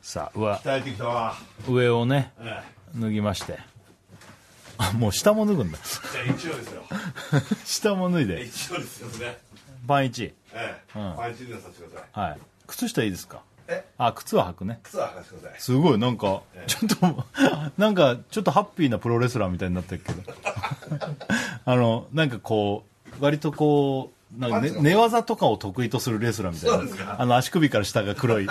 Speaker 4: さあ上
Speaker 2: 鍛えてきたわ。
Speaker 4: 上をね
Speaker 2: ええ
Speaker 4: 脱ぎましてあもう下も脱ぐんだ
Speaker 2: じゃあ、一応ですよ。
Speaker 4: 下も脱いで
Speaker 2: 一応ですよね。
Speaker 4: パン1
Speaker 2: ええ。パンチになさせてください。
Speaker 4: はい靴下いいですか
Speaker 2: え
Speaker 4: あ靴は履くね
Speaker 2: 靴は履かせてください。
Speaker 4: すごいなんかちょっと なんかちょっとハッピーなプロ レスラーみたいになってるけどあのなんかこう割とこうなんか、ね、寝技とかを得意とするレスラーみた
Speaker 2: そうです
Speaker 4: い
Speaker 2: か
Speaker 4: なあの足首から下が 黒い、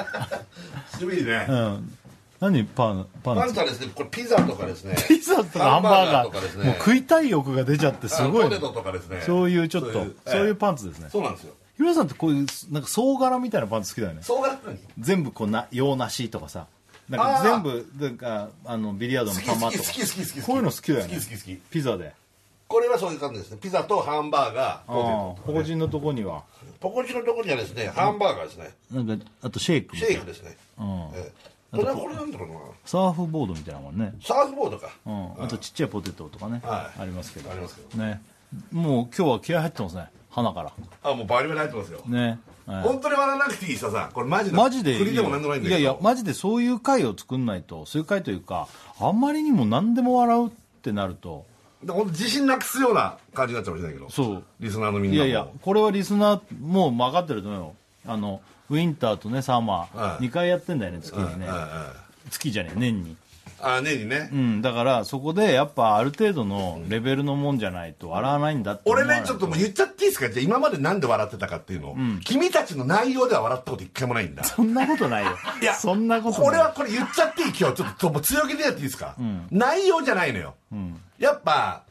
Speaker 2: 渋いね、
Speaker 4: うん、何パンパン
Speaker 2: パンツはですねこれピザとかですね
Speaker 4: ピザとかハンバーガー
Speaker 2: とかですね
Speaker 4: もう食いたい欲が出ちゃってすご
Speaker 2: あ
Speaker 4: い
Speaker 2: ポテトとかですね
Speaker 4: そういうちょっとそういう,、
Speaker 2: ええ
Speaker 4: パンツですね
Speaker 2: そうなんですよ
Speaker 4: ヒロさんってこういうなんか総柄みたいなパンツ好きだよね
Speaker 2: そうなのに
Speaker 4: 全部こうな用なしとかさなん
Speaker 2: あ
Speaker 4: か
Speaker 2: ー
Speaker 4: 全部なんかあのビリヤードの
Speaker 2: 好
Speaker 4: 球
Speaker 2: き
Speaker 4: と
Speaker 2: 好
Speaker 4: か
Speaker 2: き好き好き好き
Speaker 4: こういうの好きだよね
Speaker 2: 好き好き好き
Speaker 4: ピザで
Speaker 2: これはそういう感じですねピザとハンバーガー
Speaker 4: あ
Speaker 2: ポ
Speaker 4: ー
Speaker 2: テト
Speaker 4: 法人のとこには
Speaker 2: ポコチのところにはですねハンバーガーですね
Speaker 4: なんかあとシェイクみ
Speaker 2: シ
Speaker 4: たい
Speaker 2: ェイ
Speaker 4: な
Speaker 2: クですねええそれはこれなんだろうな
Speaker 4: サーフボードみたいなもんね
Speaker 2: サーフボードか
Speaker 4: うん、あとちっちゃいポテトとかね、
Speaker 2: はい
Speaker 4: ありますけど
Speaker 2: ありますけど
Speaker 4: ねもう今日は気合入ってますね鼻から
Speaker 2: あもうバリバリ入ってますよ
Speaker 4: ね、はい
Speaker 2: 本当に笑わなくていいささこれマジな
Speaker 4: マジでいいよ
Speaker 2: 栗でもなんでもないんだけど
Speaker 4: いやいやマジでそういう回を作んないとそういう回というかあんまりにも何でも笑うってなると
Speaker 2: で本当自信なくすような感じになっちゃうかもしれないけど
Speaker 4: そう
Speaker 2: リスナーのみん
Speaker 4: い
Speaker 2: なも
Speaker 4: やいやこれはリスナーもう分かってると思うよあのウィンターとねサマ
Speaker 2: は
Speaker 4: ー、
Speaker 2: い
Speaker 4: 二2回やってんだよね月
Speaker 2: うん
Speaker 4: にね、
Speaker 2: うんうん
Speaker 4: 月じゃねえ年に
Speaker 2: あ年にね
Speaker 4: うんだからそこでやっぱある程度のレベルのもんじゃないと笑わないんだって思わ
Speaker 2: 俺
Speaker 4: ない
Speaker 2: ねちょっともう言っちゃっていいですかじゃあ今までなんで笑ってたかっていうのを君たちの内容では笑ったこと一回もないんだ
Speaker 4: そんなことないよ
Speaker 2: いや
Speaker 4: そんなことない
Speaker 2: 俺はこれ言っちゃっていい今日ちょっともう強気でやっていいですか、内容じゃないのよ、やっぱ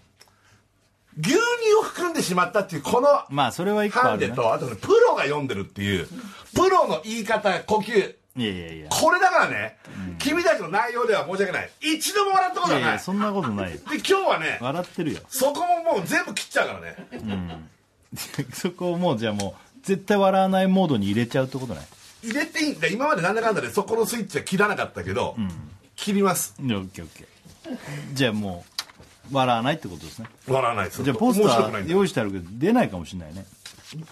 Speaker 2: 牛乳を含んでしまったっていうこの
Speaker 4: まあそれは一個
Speaker 2: ハ
Speaker 4: あ
Speaker 2: ン
Speaker 4: る
Speaker 2: デ
Speaker 4: ね
Speaker 2: とあとねプロが読んでるっていうプロの言い方呼吸
Speaker 4: いやいやいや
Speaker 2: これだからね、君たちの内容では申し訳ない一度も笑ったこと
Speaker 4: いや
Speaker 2: はいない
Speaker 4: やそんなことないよ
Speaker 2: で今日はね
Speaker 4: 笑ってるよ
Speaker 2: そこももう全部切っちゃうからね
Speaker 4: そこをもうじゃあもう絶対笑わないモードに入れちゃうってことない
Speaker 2: 入れていいんだ今までなんだかんだでそこのスイッチは切らなかったけど、切ります
Speaker 4: いやオッケーオッケーじゃあもう笑わないってことですね
Speaker 2: 笑わないです
Speaker 4: じゃあポスタ
Speaker 2: 面白くないん
Speaker 4: ー
Speaker 2: だ
Speaker 4: 用意してあるけど出ないかもしれないね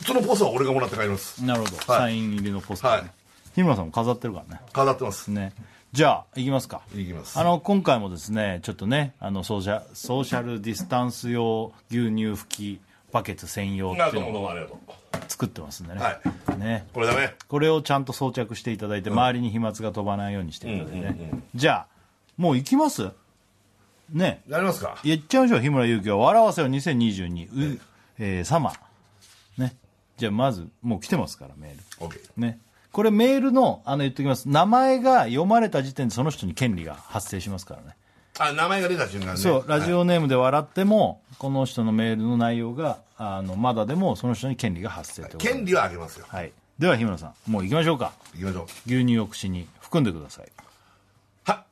Speaker 2: そのポスターは俺がもらって帰ります
Speaker 4: なるほど、
Speaker 2: はい
Speaker 4: サイン入りのポスター、ね
Speaker 2: はい
Speaker 4: 日村さんも飾ってるからね
Speaker 2: 飾ってます
Speaker 4: ねじゃあいきますか
Speaker 2: いきます
Speaker 4: あの今回もですねちょっとねあのソーシャソーシャルディスタンス用牛乳拭きバケツ専用
Speaker 2: な
Speaker 4: っ
Speaker 2: る
Speaker 4: てい
Speaker 2: ほ
Speaker 4: うの
Speaker 2: ど
Speaker 4: を
Speaker 2: どうもありがとう
Speaker 4: 作ってますんでね,、
Speaker 2: は
Speaker 4: ね
Speaker 2: これだね
Speaker 4: これをちゃんと装着していただいて、周りに飛沫が飛ばないようにしていただいてね、じゃあもう行きますね
Speaker 2: やりますか
Speaker 4: やっちゃいましょう日村勇紀を笑わせよ2022、うえーサマーねじゃあまずもう来てますからメール
Speaker 2: OK
Speaker 4: ねこれメールのあの言っときます名前が読まれた時点でその人に権利が発生しますからね
Speaker 2: あ名前が出た瞬間ね
Speaker 4: そうラジオネームで笑っても、この人のメールの内容があのまだでもその人に権利が発生ということで
Speaker 2: 権利はあげますよ
Speaker 4: はい、では日村さんもう行きましょうか
Speaker 2: いきましょう
Speaker 4: 牛乳を口に含んでください
Speaker 2: は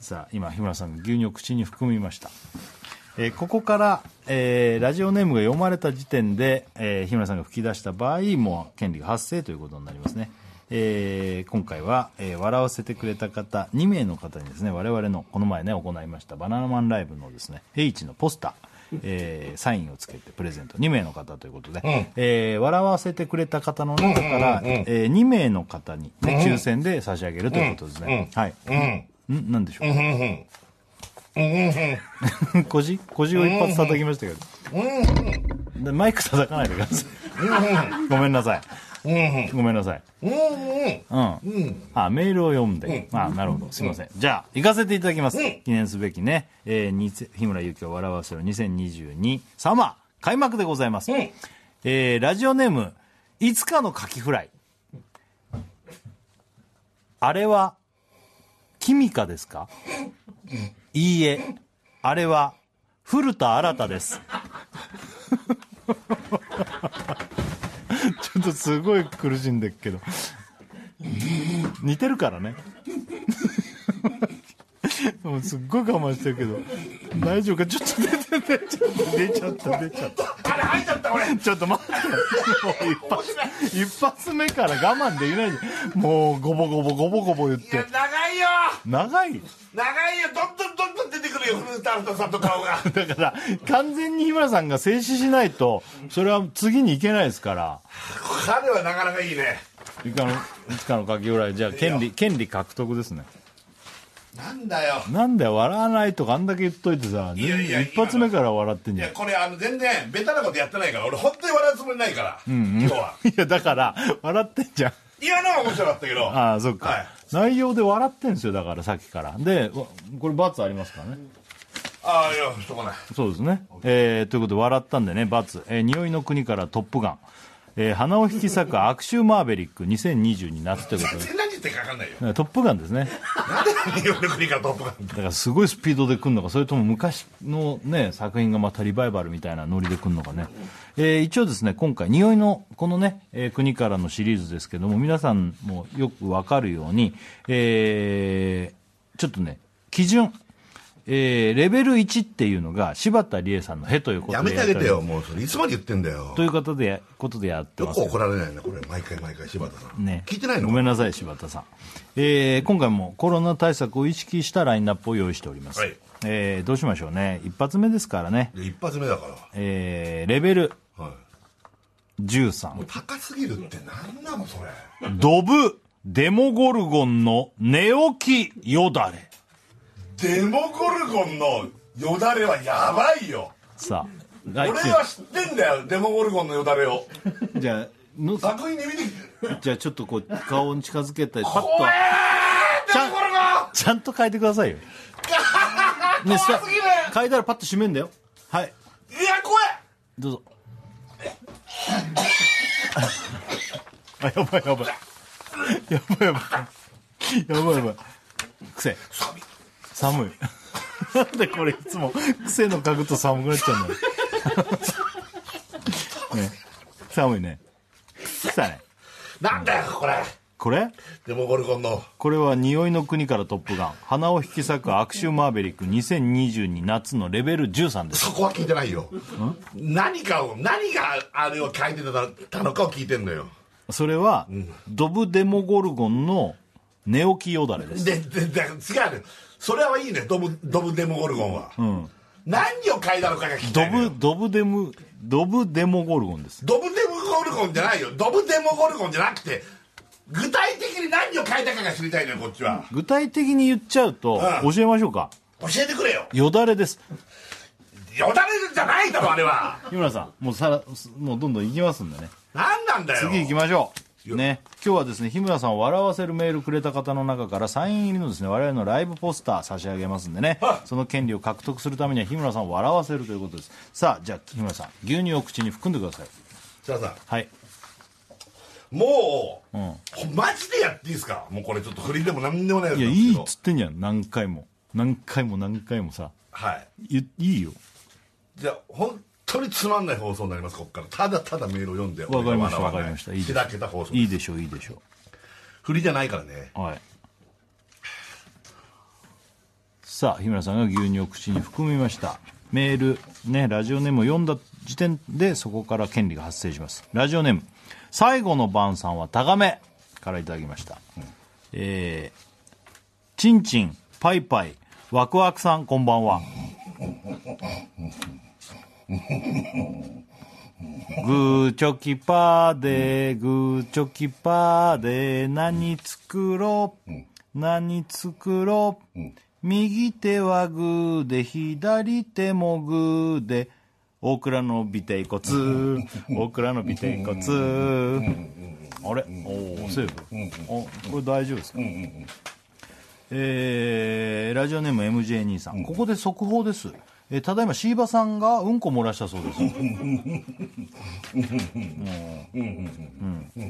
Speaker 4: さあ今日村さんが牛乳を口に含みました、えーここから、えーラジオネームが読まれた時点で、えー日村さんが吹き出した場合もう権利が発生ということになりますね、えー今回は、えー笑わせてくれた方2名の方にですね我々のこの前ね行いましたバナナマンライブのですね H のポスターえーサインをつけてプレゼント2名の方ということで、えー笑わせてくれた方の中から、え2名の方にね、抽選で差し上げるということですね、はい、んなんでしょう、 腰腰を一発叩きましたけど、でマイク叩かないでください、ごめんなさい、ごめんなさい、
Speaker 2: うんうん
Speaker 4: うんあメールを読んで、あなるほどすいません、じゃあ行かせていただきます、記念すべきね、えーにせ日村勇紀を笑わせる2022サマー開幕でございます、えーラジオネームいつかのカキフライあれはキミカです かいいえあれは古田新太です ちょっとすごい苦しんでっけど似てるからね もうすっごい我慢してるけど大丈夫かちょっと出て出ちゃった出ちゃった出ちゃった
Speaker 2: あれ入っちゃった俺
Speaker 4: ちょっと待ってもう一発一発目から我慢できないじゃんもうゴボゴボゴボゴボ言っ
Speaker 2: いや
Speaker 4: て
Speaker 2: 長いよ
Speaker 4: 長
Speaker 2: 長
Speaker 4: い
Speaker 2: いよどんどんどんどん出てくるよ古田新太さんと顔が
Speaker 4: だから完全に日村さんが静止しないとそれは次に行けないですから
Speaker 2: 彼はなかなかいいね
Speaker 4: いかのいつかの書きぐらいじゃあ権利権利獲得ですね
Speaker 2: なんだよ
Speaker 4: なんだよ笑わないとかあんだけ言っといてさ
Speaker 2: いやいや
Speaker 4: 一発目から笑ってん
Speaker 2: い
Speaker 4: じゃん
Speaker 2: やこれあの全然ベタなことやってないから俺本当に笑うつもりないから、今日はい
Speaker 4: やだから笑ってんじゃん
Speaker 2: 今のは面白かったけど
Speaker 4: ああそっか、
Speaker 2: はい
Speaker 4: 内容で笑ってんですよだからさっきからでわこれ罰ありますからね
Speaker 2: ああいやしょうがない
Speaker 4: そうですね、えーということで笑ったんでね×えー、匂いの国からトップガン、えー花を引き裂く悪臭マーベリック2022夏ということ
Speaker 2: 全
Speaker 4: で
Speaker 2: 然何言ってるか分かんないよ
Speaker 4: だからトップガンですね
Speaker 2: なんで日本の国からトップガンって
Speaker 4: だからすごいスピードで来るのかそれとも昔のね作品がまたリバイバルみたいなノリで来るのかね、えー一応ですね今回匂いのこのね、えー国からのシリーズですけども皆さんもよくわかるようにえーちょっとね基準えーレベル1っていうのが柴田理恵さんの「へ」ということで
Speaker 2: やめてあげて
Speaker 4: やっ
Speaker 2: よもうそれいつまで言ってんだよ
Speaker 4: ということでことでやって
Speaker 2: よ
Speaker 4: ま
Speaker 2: く
Speaker 4: す
Speaker 2: 怒られないねこれ毎回毎回柴田さん、
Speaker 4: ね、
Speaker 2: 聞いてないの
Speaker 4: ごめんなさい柴田さん、えー今回もコロナ対策を意識したラインナップを用意しております、
Speaker 2: はい
Speaker 4: えーどうしましょうね一発目ですからね、
Speaker 2: で一発目だから、
Speaker 4: えーレベル
Speaker 2: はい、もう
Speaker 4: 13
Speaker 2: 高すぎるって何なのそれ
Speaker 4: ドブデモゴルゴンの寝起きよだれ
Speaker 2: デモゴルゴンのよだれはやばいよ
Speaker 4: さあ
Speaker 2: 俺は知ってんだよデモゴルゴンのよだれを
Speaker 4: じゃあの
Speaker 2: 作品に見てきて
Speaker 4: じゃあちょっとこう顔に近づけたりパッと
Speaker 2: 怖えーデモゴルゴン
Speaker 4: ちゃんと変えてくださいよ、ね、スタ
Speaker 2: 怖すぎる
Speaker 4: 変えたらパッと閉めんだよはい
Speaker 2: いや怖え
Speaker 4: どうぞあやばいやばいやばいやばいやばいやばい癖
Speaker 2: 寒い
Speaker 4: 寒いなんでこれいつも癖の嗅ぐと寒くなっちゃうんだろうね寒いね臭いね
Speaker 2: なんだよこれ
Speaker 4: これ
Speaker 2: デモゴルゴンの
Speaker 4: これは匂いの国からトップガン鼻を引き裂く悪臭マーベリック2022夏のレベル13です
Speaker 2: そこは聞いてないよ何かを何があれを書いてたのかを聞いてんのよ
Speaker 4: それは、ドブデモゴルゴンの寝起きよだれです
Speaker 2: ででで違うねそれはいいねドブドブデモゴルゴンは、何を書いたのかが聞きた
Speaker 4: ド
Speaker 2: いのよ
Speaker 4: ブ、ドブデム、ドブデモゴルゴンです。
Speaker 2: ドブデモゴルゴンじゃないよドブデモゴルゴンじゃなくて具体的に何を書いたかが知りたいのよこっちは
Speaker 4: 具体的に言っちゃうと、
Speaker 2: うん
Speaker 4: 教えましょうか。
Speaker 2: 教えてくれよ
Speaker 4: よだれです。
Speaker 2: よだれじゃないだろあれは
Speaker 4: 日村さん、もうさら、もうどんどん行きますんでね。
Speaker 2: 何なんだよ
Speaker 4: 次行きましょ
Speaker 2: よ
Speaker 4: う。ね、今日はですね日村さんを笑わせるメールくれた方の中からサイン入りのですね我々のライブポスター差し上げますんでねその権利を獲得するためには日村さんを笑わせるということですさあじゃあ日村さん牛乳を口に含んでください
Speaker 2: さあさ
Speaker 4: はい
Speaker 2: んもう、
Speaker 4: ん
Speaker 2: マジでやっていいですかもうこれちょっと振りでも何でもない
Speaker 4: いや
Speaker 2: や
Speaker 4: い
Speaker 2: つなんですけ
Speaker 4: い
Speaker 2: ど
Speaker 4: っつってんじゃん何回も何回も何回もさ
Speaker 2: はい
Speaker 4: いいいよ
Speaker 2: じゃあ本当につまんない放送になりますここからただただメールを読んで
Speaker 4: わかりま
Speaker 2: 俺が
Speaker 4: した
Speaker 2: 笑わ
Speaker 4: わ
Speaker 2: ない
Speaker 4: かりましたいいです
Speaker 2: しらけた放送
Speaker 4: いいでしょういいでしょ
Speaker 2: 振りじゃないからね
Speaker 4: うはいさあ日村さんが牛乳を口に含みましたメールねラジオネームを読んだ時点でそこから権利が発生しますラジオネーム「最後の晩さんはタガメ」からいただきました、えーチンチンパイパイワクワクさんこんばんはグーチョキパーで、グーチョキパーで、何作ろう、何作ろう、右手はグーで、左手もグーで、大倉の尾てい骨、大倉の尾てい骨。あれおお、セーブ。あ、これ大丈夫ですかえーラジオネーム MJ 兄さん、ここで速報です、えーただいま椎葉さんがうんこ漏らしたそうです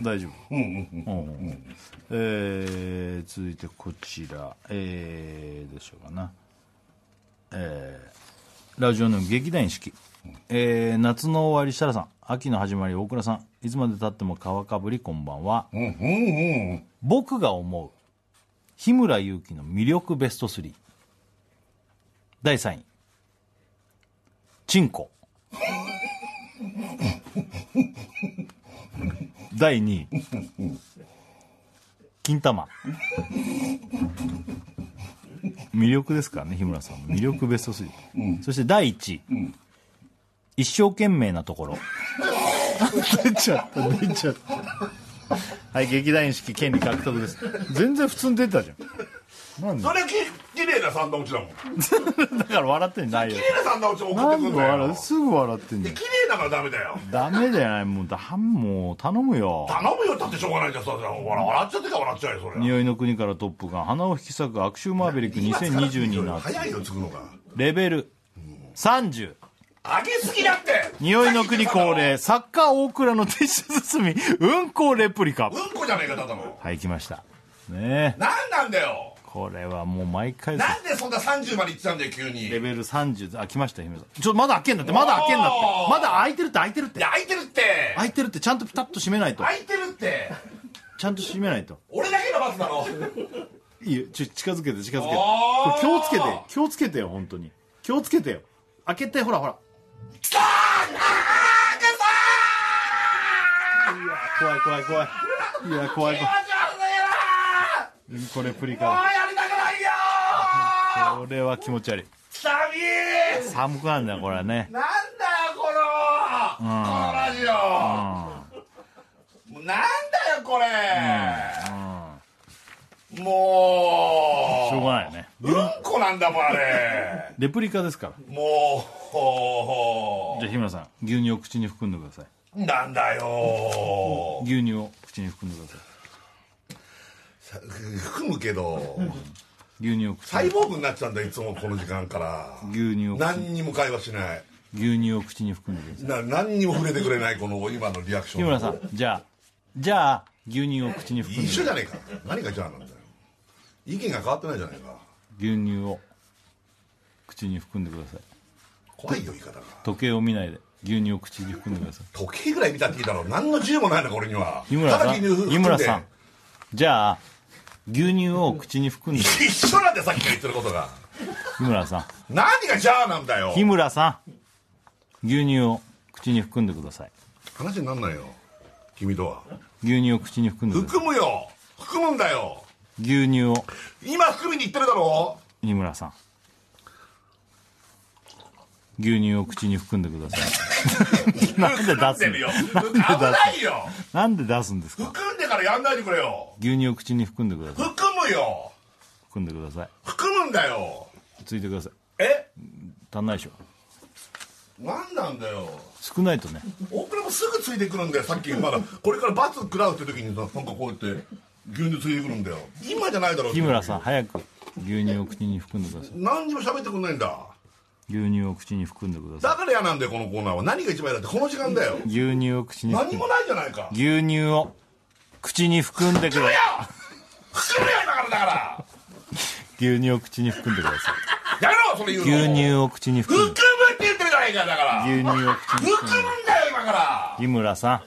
Speaker 4: 大丈夫、うんえー続いてこちらえー、どうしようかなえーラジオネーム劇団四季、えー夏の終わり設楽さん秋の始まり大倉さんいつまでたっても皮かぶりこんばんは、僕が思う日村勇紀の魅力ベスト3第3位チンコ第2位金玉魅力ですからね日村さんの魅力ベスト3、そして第1位、一生懸命なところ出ちゃった出ちゃったはい劇団員式権利獲得です全然普通に出たじゃんなんで
Speaker 2: それき綺麗な三段落ちだもん綺
Speaker 4: だから笑ってんないよ
Speaker 2: 麗な三段落ち送
Speaker 4: な
Speaker 2: って
Speaker 4: ん
Speaker 2: くん
Speaker 4: で
Speaker 2: だ
Speaker 4: 笑う
Speaker 2: よ
Speaker 4: すぐ笑ってんじゃん
Speaker 2: 綺麗だからダメだよ
Speaker 4: ダメじゃないもうだもう頼むよ
Speaker 2: 頼むよだってしょうがないじゃんそれ笑笑っちゃってから笑っちゃうよそれ
Speaker 4: 匂いの国からトップガン花を引き裂く悪臭マーベリック
Speaker 2: 今更っていうより
Speaker 4: 2022夏
Speaker 2: 早いよつくのが
Speaker 4: レベル30
Speaker 2: 上げすぎだって
Speaker 4: 匂いの国恒例サッカー大倉のティッシュ包みうんこレプリカ
Speaker 2: うんこじゃねえかただの
Speaker 4: はい来ましたねえ
Speaker 2: 何なんだよ
Speaker 4: これはもう毎回です
Speaker 2: なんでそんな30までいってたんだよ急に
Speaker 4: レ
Speaker 2: い
Speaker 4: ベル30あ来ました姫さんちょっとまだ開けんだってまだ開けんだってまだ開いてるって開いてるって
Speaker 2: や開いてるって
Speaker 4: 開いてるってちゃんとピタッと閉めないと
Speaker 2: 開いてるって
Speaker 4: ちゃんと閉めないと
Speaker 2: 俺だけの罰だろ
Speaker 4: いいよちょ近づけて近づけて
Speaker 2: あー
Speaker 4: これ気をつけて気をつけてよ本当に気をつけてよ開けてほらほら
Speaker 2: きたーあーく
Speaker 4: 怖い怖い怖いいや怖い
Speaker 2: そー気持ち悪いな
Speaker 4: 怖いうんこれプリ
Speaker 2: ーもう
Speaker 4: カ
Speaker 2: やりたくないよー
Speaker 4: これは気持ち悪い
Speaker 2: 寒い
Speaker 4: 寒くなんだよこれはね
Speaker 2: なんだよこの、このラジオ、もうなんだよこれ、もう
Speaker 4: しょうがないよね
Speaker 2: うんこなんだもんあれ
Speaker 4: レプリカですから
Speaker 2: もうほ
Speaker 4: じゃあ日村さん牛乳を口に含んでくださいう
Speaker 2: なんだよ
Speaker 4: 牛乳を口に含んでくださ
Speaker 2: 含むけど
Speaker 4: い牛乳を口に
Speaker 2: 細胞分になっちゃうんだいつもこの時間から
Speaker 4: 牛乳を口に
Speaker 2: 何にも会話しない
Speaker 4: 牛乳を口に含んでください
Speaker 2: な何にも触れてくれないこの今のリアクション
Speaker 4: 日村さんじゃあじゃあ牛乳を口に含ん
Speaker 2: 一
Speaker 4: でくだ
Speaker 2: 緒
Speaker 4: さ
Speaker 2: じゃねえ
Speaker 4: い
Speaker 2: か何がじゃあなんだよ意見が変わってないじゃないか
Speaker 4: 牛乳を口に含んでください
Speaker 2: 怖いよ言い方が
Speaker 4: 時計を見ないで牛乳を口に含んでください
Speaker 2: 時計ぐらい見たっていいだろう何の自由もないのか俺には
Speaker 4: 日村さ
Speaker 2: ただ
Speaker 4: ん
Speaker 2: 牛乳含で
Speaker 4: 日村さんじゃあ牛乳を口に含んで
Speaker 2: 一緒なんだよさっきから言ってることが
Speaker 4: 日村さん
Speaker 2: 何がじゃあなんだよ
Speaker 4: 日村さん牛乳を口に含んでください
Speaker 2: 話になんないよ君とは
Speaker 4: 牛乳を口に含んでください
Speaker 2: 含むよ含むんだよ
Speaker 4: 牛乳を
Speaker 2: 今含みに行ってるだろ
Speaker 4: 日村さん牛乳を口に含んでくださいなんで出
Speaker 2: 含んでするよ
Speaker 4: の
Speaker 2: 危ないよ
Speaker 4: なんで出すんですか
Speaker 2: 含んでからやんないでくれよ
Speaker 4: 牛乳を口に含んでください
Speaker 2: 含むよ
Speaker 4: 含んでくださ
Speaker 2: 含むんだよ
Speaker 4: いついてください
Speaker 2: え
Speaker 4: 足んないでしょ
Speaker 2: 何なんだよ
Speaker 4: 少ないとね
Speaker 2: 大倉もすぐついてくるんだよさっきまだこれから罰食らうって時にさなんかこうやって牛乳ついてくるんだよ今じゃないだろ
Speaker 4: 日村さん早く牛乳を口に含んでください
Speaker 2: 何にも喋ってくんないんだ
Speaker 4: 牛乳を口に含んでくださ
Speaker 2: だから嫌なんだよこのコーナーは何が一番嫌だってこの時間だよ
Speaker 4: い牛乳を口に
Speaker 2: 何
Speaker 4: 含
Speaker 2: も
Speaker 4: んで
Speaker 2: ないじゃないか
Speaker 4: 牛乳を口に含んでください
Speaker 2: 含むよだからだか
Speaker 4: 牛乳を口に含んでください
Speaker 2: らやめろそれ言うの
Speaker 4: 牛乳を口に
Speaker 2: 含
Speaker 4: 含
Speaker 2: む
Speaker 4: ん
Speaker 2: っ
Speaker 4: で
Speaker 2: て言ってるじゃないかだから
Speaker 4: 牛乳を口に
Speaker 2: 含むんだよ今から
Speaker 4: 日村さ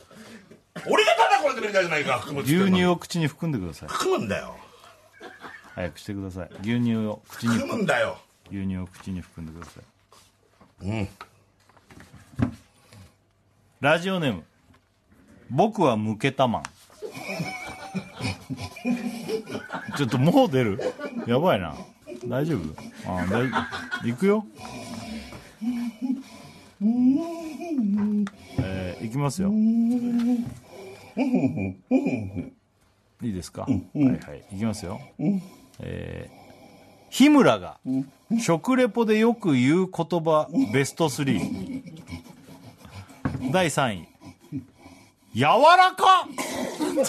Speaker 2: 俺がただこれでるじゃないか含む
Speaker 4: ん
Speaker 2: っつってんの
Speaker 4: 牛
Speaker 2: に
Speaker 4: 乳を口に含んでください
Speaker 2: 含むんだよ
Speaker 4: 早くしてください牛乳を口に
Speaker 2: 含むんだよ
Speaker 4: 牛乳を口に含んでください
Speaker 2: うん
Speaker 4: ラジオネーム僕はムケタマンちょっともう出るやばいな大丈夫あ大丈夫いくよえー、いきますよいいですか、はいはいいきますよえー日村が食レポでよく言う言葉ベスト3第3位柔らか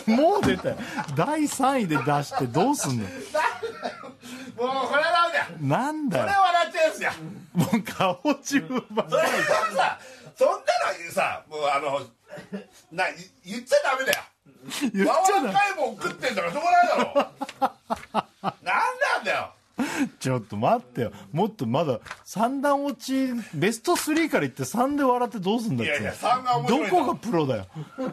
Speaker 4: もう出たよ第3位で出してどうすんの
Speaker 2: もうこれはダメだよ
Speaker 4: なんだ
Speaker 2: こ
Speaker 4: よ
Speaker 2: れは笑っちゃうやつや
Speaker 4: もう顔中盤
Speaker 2: それさそんなのさもうあのな言っちゃダメだよ
Speaker 4: 言っちゃ
Speaker 2: 柔ら
Speaker 4: な
Speaker 2: かいもん食ってんだからしょうがないだろなんなんだよ
Speaker 4: ちょっと待ってよもっとまだ三段落ちベスト3からいって3で笑ってどうすんだっ
Speaker 2: い
Speaker 4: て
Speaker 2: やいや3が面白い
Speaker 4: ど
Speaker 2: んだ
Speaker 4: こがプロだよ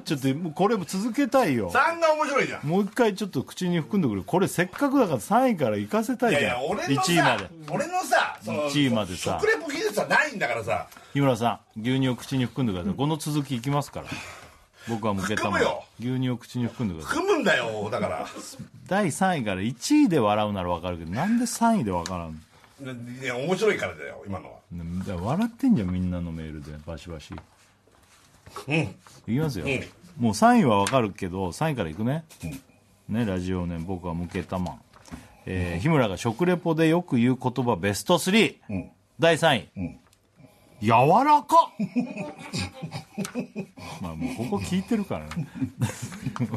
Speaker 4: ちょっともうこれも続けたいよ
Speaker 2: 3が面白いじゃん
Speaker 4: もう一回ちょっと口に含んでくるこれせっかくだから3位から行かせたい
Speaker 2: い
Speaker 4: じゃ
Speaker 2: や
Speaker 4: ん
Speaker 2: いや俺の
Speaker 4: 1位まで
Speaker 2: さ俺のさその
Speaker 4: 一位までさ
Speaker 2: 食レポ技術はないんだからさ
Speaker 4: 日村さん牛乳を口に含んでくださいこの続きいきますから僕は向けたもん
Speaker 2: 含むよ
Speaker 4: 牛乳を口に含んでください
Speaker 2: 組むんだよだから
Speaker 4: 第3位から1位で笑うなら分かるけどなんで3位で分からん
Speaker 2: いや面白いからだよ今のは
Speaker 4: のだから笑ってんじゃんみんなのメールでバシバシいきますよ、もう3位は分かるけど3位からいくね、ねラジオね僕は向けたまん、えー日村が食レポでよく言う言葉ベスト3、第3位、柔らか まあもうここ聞いてるから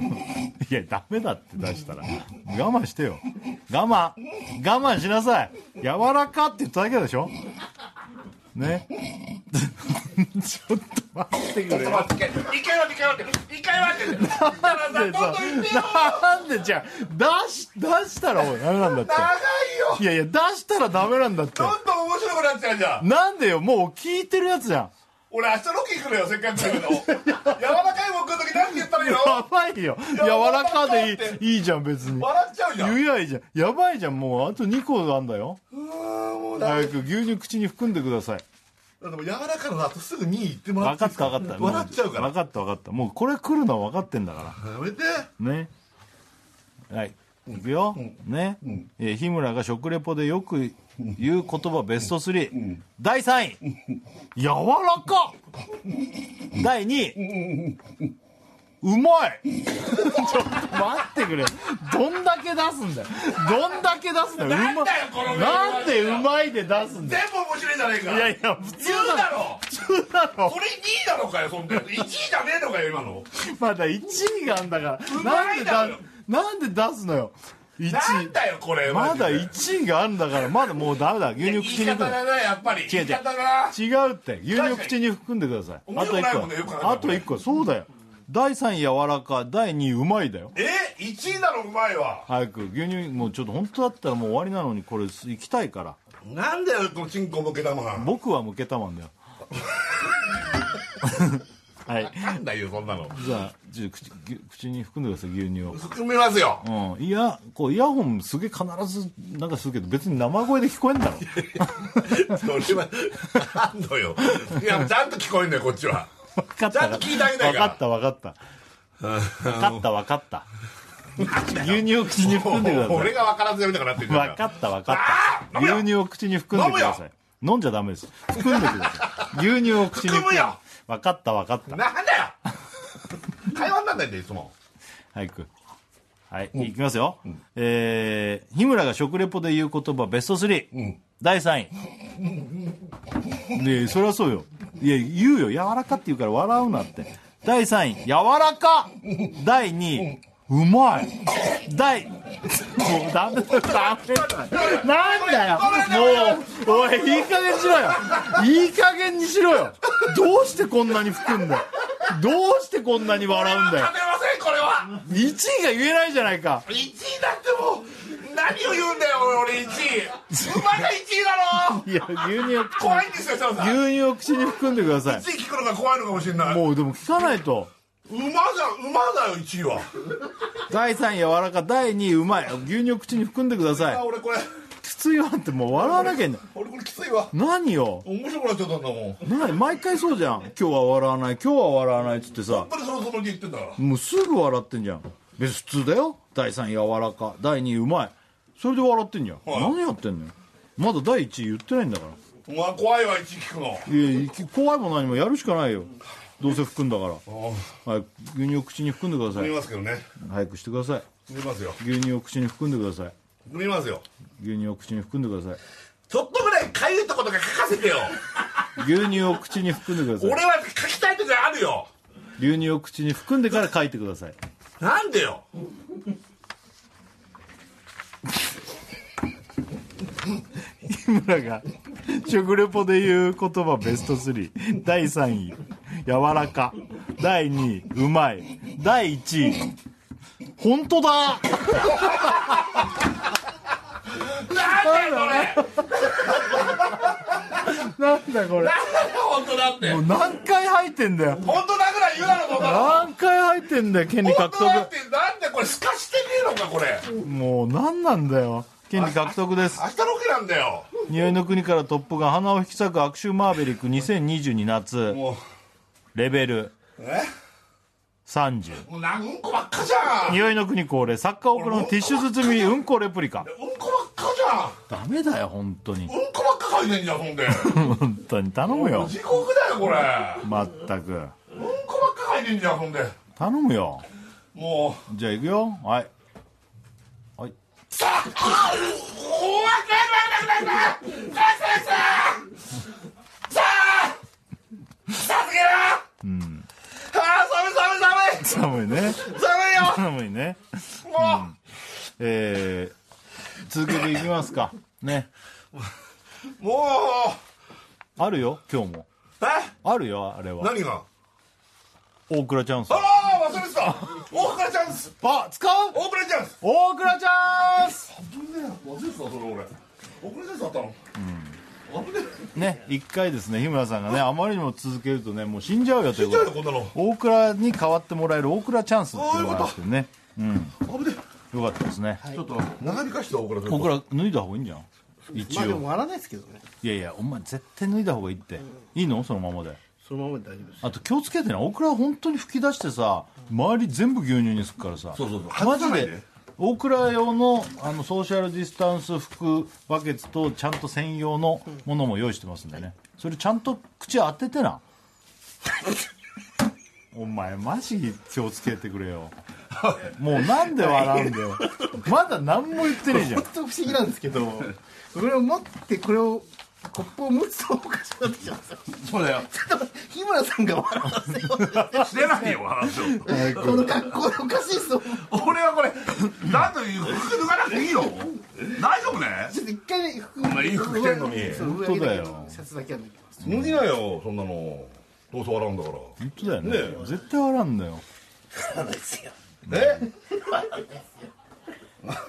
Speaker 4: ね いやダメだって出したら我慢してよ我慢我慢しなさい柔らかって言っただけでしょねちょっと待ってくれよ
Speaker 2: 待って一回待って一回待って一回待って設楽さんどんどん言ってよ
Speaker 4: なんでじゃあ出し出したらもうダメなんだっ
Speaker 2: 長
Speaker 4: て
Speaker 2: いよ
Speaker 4: いやいや出したらダメなんだって
Speaker 2: どんどん面白くなっちゃうじゃん
Speaker 4: なんでよもう聞いてるやつじゃん
Speaker 2: 俺明日ロケ行くのよせっかくだ けど柔らかいもん食う時何て言ったらいいの
Speaker 4: やばいよ柔らかで
Speaker 2: だっ
Speaker 4: いいいいじゃん別に
Speaker 2: 笑っちゃうじゃんう
Speaker 4: 言えばいいじゃんやばいじゃんもうあと2個あんだよ
Speaker 2: ーんもうだ
Speaker 4: 早く牛乳口に含んでください
Speaker 2: でも柔らかの後すぐに行ってもら
Speaker 4: 分
Speaker 2: って
Speaker 4: か
Speaker 2: いい
Speaker 4: っ
Speaker 2: ですか
Speaker 4: た分かった
Speaker 2: 笑っちゃうか
Speaker 4: 分かった分かったもうこれ来るのは分かってんだから
Speaker 2: やめて
Speaker 4: らねはいいくよ、ね、えー日村が食レポでよく言う言葉ベスト3、第3位柔らか第2位うまいちょっと待ってくれどんだけ出すんだよどんだけ出すんだようま
Speaker 2: なんだよこのメールは
Speaker 4: なんでうまいで出すんだよ
Speaker 2: 全部面白いじゃねえか
Speaker 4: いやいや普通
Speaker 2: 言うだ
Speaker 4: だろ
Speaker 2: ろ
Speaker 4: 普通だろ
Speaker 2: これ2位なのかよそんな1位じゃねえのかよ今の
Speaker 4: まだ1位があんだから
Speaker 2: うまいだろ
Speaker 4: なんでだなんで出すのよ1
Speaker 2: なんだよこれ
Speaker 4: 位まだ
Speaker 2: 1
Speaker 4: 1位があんだからまだもうダメだ牛
Speaker 2: 言
Speaker 4: 乳
Speaker 2: い
Speaker 4: 口に
Speaker 2: 方
Speaker 4: 含
Speaker 2: だ
Speaker 4: む
Speaker 2: なやっぱり
Speaker 4: 違う
Speaker 2: 言
Speaker 4: 違う
Speaker 2: い方だな
Speaker 4: 違うって牛乳口に含んでくださいあ
Speaker 2: 面
Speaker 4: と
Speaker 2: 白くない
Speaker 4: 1
Speaker 2: もんねよく考えた
Speaker 4: 個
Speaker 2: ら
Speaker 4: あと1個そうだよ第3位柔らか第2位うまいだよ
Speaker 2: え1位なのうまいわ
Speaker 4: 早く牛乳もうちょっと本当だったらもう終わりなのにこれ行きたいから
Speaker 2: なんだよこのチンコボケ玉わ
Speaker 4: 僕は向けた まんだよはい
Speaker 2: かんないよそんなの
Speaker 4: じゃあちょっと口ぎゅ口に含んでください牛乳を
Speaker 2: 含みますよ
Speaker 4: うん、いやこうイヤホンすげえ必ずなんかするけど別に生声で聞こえんだろ
Speaker 2: それはあんのよいやちゃんと聞こえんのよこっちは
Speaker 4: 分かっ
Speaker 2: ちゃんと聞いてあげないか
Speaker 4: 分からった分かった分かった分かった牛乳を口に 含んでくださ
Speaker 2: 俺
Speaker 4: い
Speaker 2: が分からずやめたからって言
Speaker 4: 分
Speaker 2: んだ
Speaker 4: か
Speaker 2: よ
Speaker 4: った分か
Speaker 2: あ
Speaker 4: った
Speaker 2: ー飲むよ
Speaker 4: 牛乳を口に含んでください飲んじゃダメです含んでください牛乳を口に
Speaker 2: 含むよ
Speaker 4: 分かった分かった
Speaker 2: なんだよ会話になんないんだよいつも
Speaker 4: 早くはい、いきますよ、えー、日村が食レポで言う言葉ベスト3、第3位ねえそりゃそうよいや言うよ柔らかって言うから笑うなって第3位柔らか第2位うまい第もうダメだダメだなんだよもうおいいい加減にしろよいい加減にしろよどうしてこんなに吹くんだよどうしてこんなに笑うんだよ
Speaker 2: 勝てませんこれは
Speaker 4: 1位が言えないじゃないか
Speaker 2: 1位だってもう何を言うんだよ俺俺1位馬が1位だろ
Speaker 4: いや牛乳を口に
Speaker 2: 怖いんですよ設楽さん
Speaker 4: 牛乳を口に含んでください
Speaker 2: 1位聞くのが怖いのかもしれない
Speaker 4: もうでも聞かないと
Speaker 2: 馬じゃ馬だよ1位は
Speaker 4: 第3位柔らか第2位うまい牛乳を口に含んでくださ
Speaker 2: あ
Speaker 4: い
Speaker 2: 俺これ
Speaker 4: きついわってもう笑わなきゃいけない
Speaker 2: 俺これきついわ
Speaker 4: 何よ
Speaker 2: 面白くなっちゃったんだもんやっ
Speaker 4: 何毎回そうじゃん今日は笑わない今日は笑わないっつってさ
Speaker 2: ぱりそのつもりで言ってんだから
Speaker 4: もうすぐ笑ってんじゃん別に普通だよ第3位柔らか第2位うまいそれで笑ってんじゃん、
Speaker 2: はい
Speaker 4: 何やってんのよまだ第1位言ってないんだから
Speaker 2: お前怖いわ1位聞くの
Speaker 4: いや怖いも何もやるしかないよどうせ含んだから、はい、牛乳を口に含んでくださ
Speaker 2: 見
Speaker 4: い
Speaker 2: ますけどね
Speaker 4: 早くしてください
Speaker 2: 見ますよ
Speaker 4: 牛乳を口に含んでください
Speaker 2: 見ますよ
Speaker 4: 牛乳を口に含んでくださ
Speaker 2: ちょっとぐらいかゆいとことか書かせてよ
Speaker 4: い牛乳を口に含んでください
Speaker 2: 俺は書きたいときあるよ
Speaker 4: 牛乳を口に含んでから書いてください
Speaker 2: なんでよ
Speaker 4: 日村が食レポで言う言葉ベスト3第3位柔らか第2位うまい第1位本当だ
Speaker 2: なんだよこれ
Speaker 4: なんだこ
Speaker 2: なんだ
Speaker 4: れ
Speaker 2: よ本当だって
Speaker 4: もう何回入ってんだよ
Speaker 2: 本当だぐらい言うなのそんなの
Speaker 4: 何回入ってんだよ権利
Speaker 2: 本
Speaker 4: 獲
Speaker 2: 当だ
Speaker 4: 得
Speaker 2: ってなんでこれすかしてねえのかこれ
Speaker 4: もう何なんだよ権利獲得です
Speaker 2: 明日ロケなんだよ
Speaker 4: 匂いの国からトップが鼻を引き裂く悪臭マーベリック2022夏
Speaker 2: もう
Speaker 4: レベル
Speaker 2: え
Speaker 4: 30
Speaker 2: もうなんうんこばっかじゃん
Speaker 4: 匂いの国恒例サッカーオプロのティッシュ包みうんこレプリカ
Speaker 2: うんこばっかじゃん
Speaker 4: ダメだよ本当に
Speaker 2: うんこばっか書いてんじゃんほんで
Speaker 4: 本当に頼むよ
Speaker 2: 地獄だよこれうん
Speaker 4: まったく
Speaker 2: こばっか書いてんじゃんほんで
Speaker 4: 頼むよ
Speaker 2: もう
Speaker 4: じゃあ行くよはいはい
Speaker 2: さあおわかんないくなくなさあさあさあさすげえなあー寒い寒い
Speaker 4: 寒いね
Speaker 2: 寒い寒
Speaker 4: 寒いね
Speaker 2: いよも
Speaker 4: えー、続けていきますかね
Speaker 2: うもう
Speaker 4: あるよ今日も
Speaker 2: え
Speaker 4: あるよあれは
Speaker 2: 何が
Speaker 4: 大倉チャンス
Speaker 2: ああ忘れてた大倉チャンス
Speaker 4: あ使う
Speaker 2: 大倉チャンス
Speaker 4: 大倉チャンス
Speaker 2: 危ねえ忘れてたそれ俺大倉チャンスあったのうん危ねえ
Speaker 4: ね一回ですね日村さんがねあまりにも続けるとねもう死んじゃうよとい
Speaker 2: 死
Speaker 4: うんこ
Speaker 2: じゃう
Speaker 4: と
Speaker 2: よこ
Speaker 4: で
Speaker 2: んなの
Speaker 4: 大倉に代わってもらえる大倉チャンスっていうのがあるんですけどね
Speaker 2: 危ね
Speaker 4: よかったですね、
Speaker 2: えちょっと長引かして大倉チャ
Speaker 4: 大
Speaker 2: ンス
Speaker 4: 倉脱いだ方がいいんじゃん一
Speaker 3: まあで
Speaker 4: 応
Speaker 3: も割らないですけどね
Speaker 4: いやいやお前絶対脱いだ方がいいっていいのそのままで
Speaker 3: そのままで大丈夫です
Speaker 4: あと気をつけてね大倉本当に吹き出してさ周り全部牛乳にすっからさ
Speaker 2: そうそうそう
Speaker 4: マ
Speaker 2: 外さ
Speaker 4: ジ
Speaker 2: ない
Speaker 4: で
Speaker 2: で
Speaker 4: 大倉用のあのソーシャルディスタンス服バケツとちゃんと専用のものも用意してますんでね、それちゃんと口当 ててなお前マジ気をつけてくれよもうなんで笑うんだよまだ何も言ってねえじゃん
Speaker 3: 本当不思議なんですけど これを持ってこれをコップを持つとおかしくなってきちゃうんですよ
Speaker 2: そうだよ
Speaker 3: ちょっと日村さんが笑わせようと
Speaker 2: してないよ話を
Speaker 3: してこの格好でおかしいですよ
Speaker 2: 俺はこれなんという服脱がなくていいの大丈夫ね
Speaker 3: ちょっと一回ね服
Speaker 2: 前いい服着てんのに
Speaker 3: そう上
Speaker 4: 本当だよ
Speaker 3: けのシャツだけは脱ぎます
Speaker 2: 脱ぎなよそんなのどうせ笑うんだから
Speaker 4: 本当だよね
Speaker 2: ねえ
Speaker 4: 絶対笑うんだよ
Speaker 2: え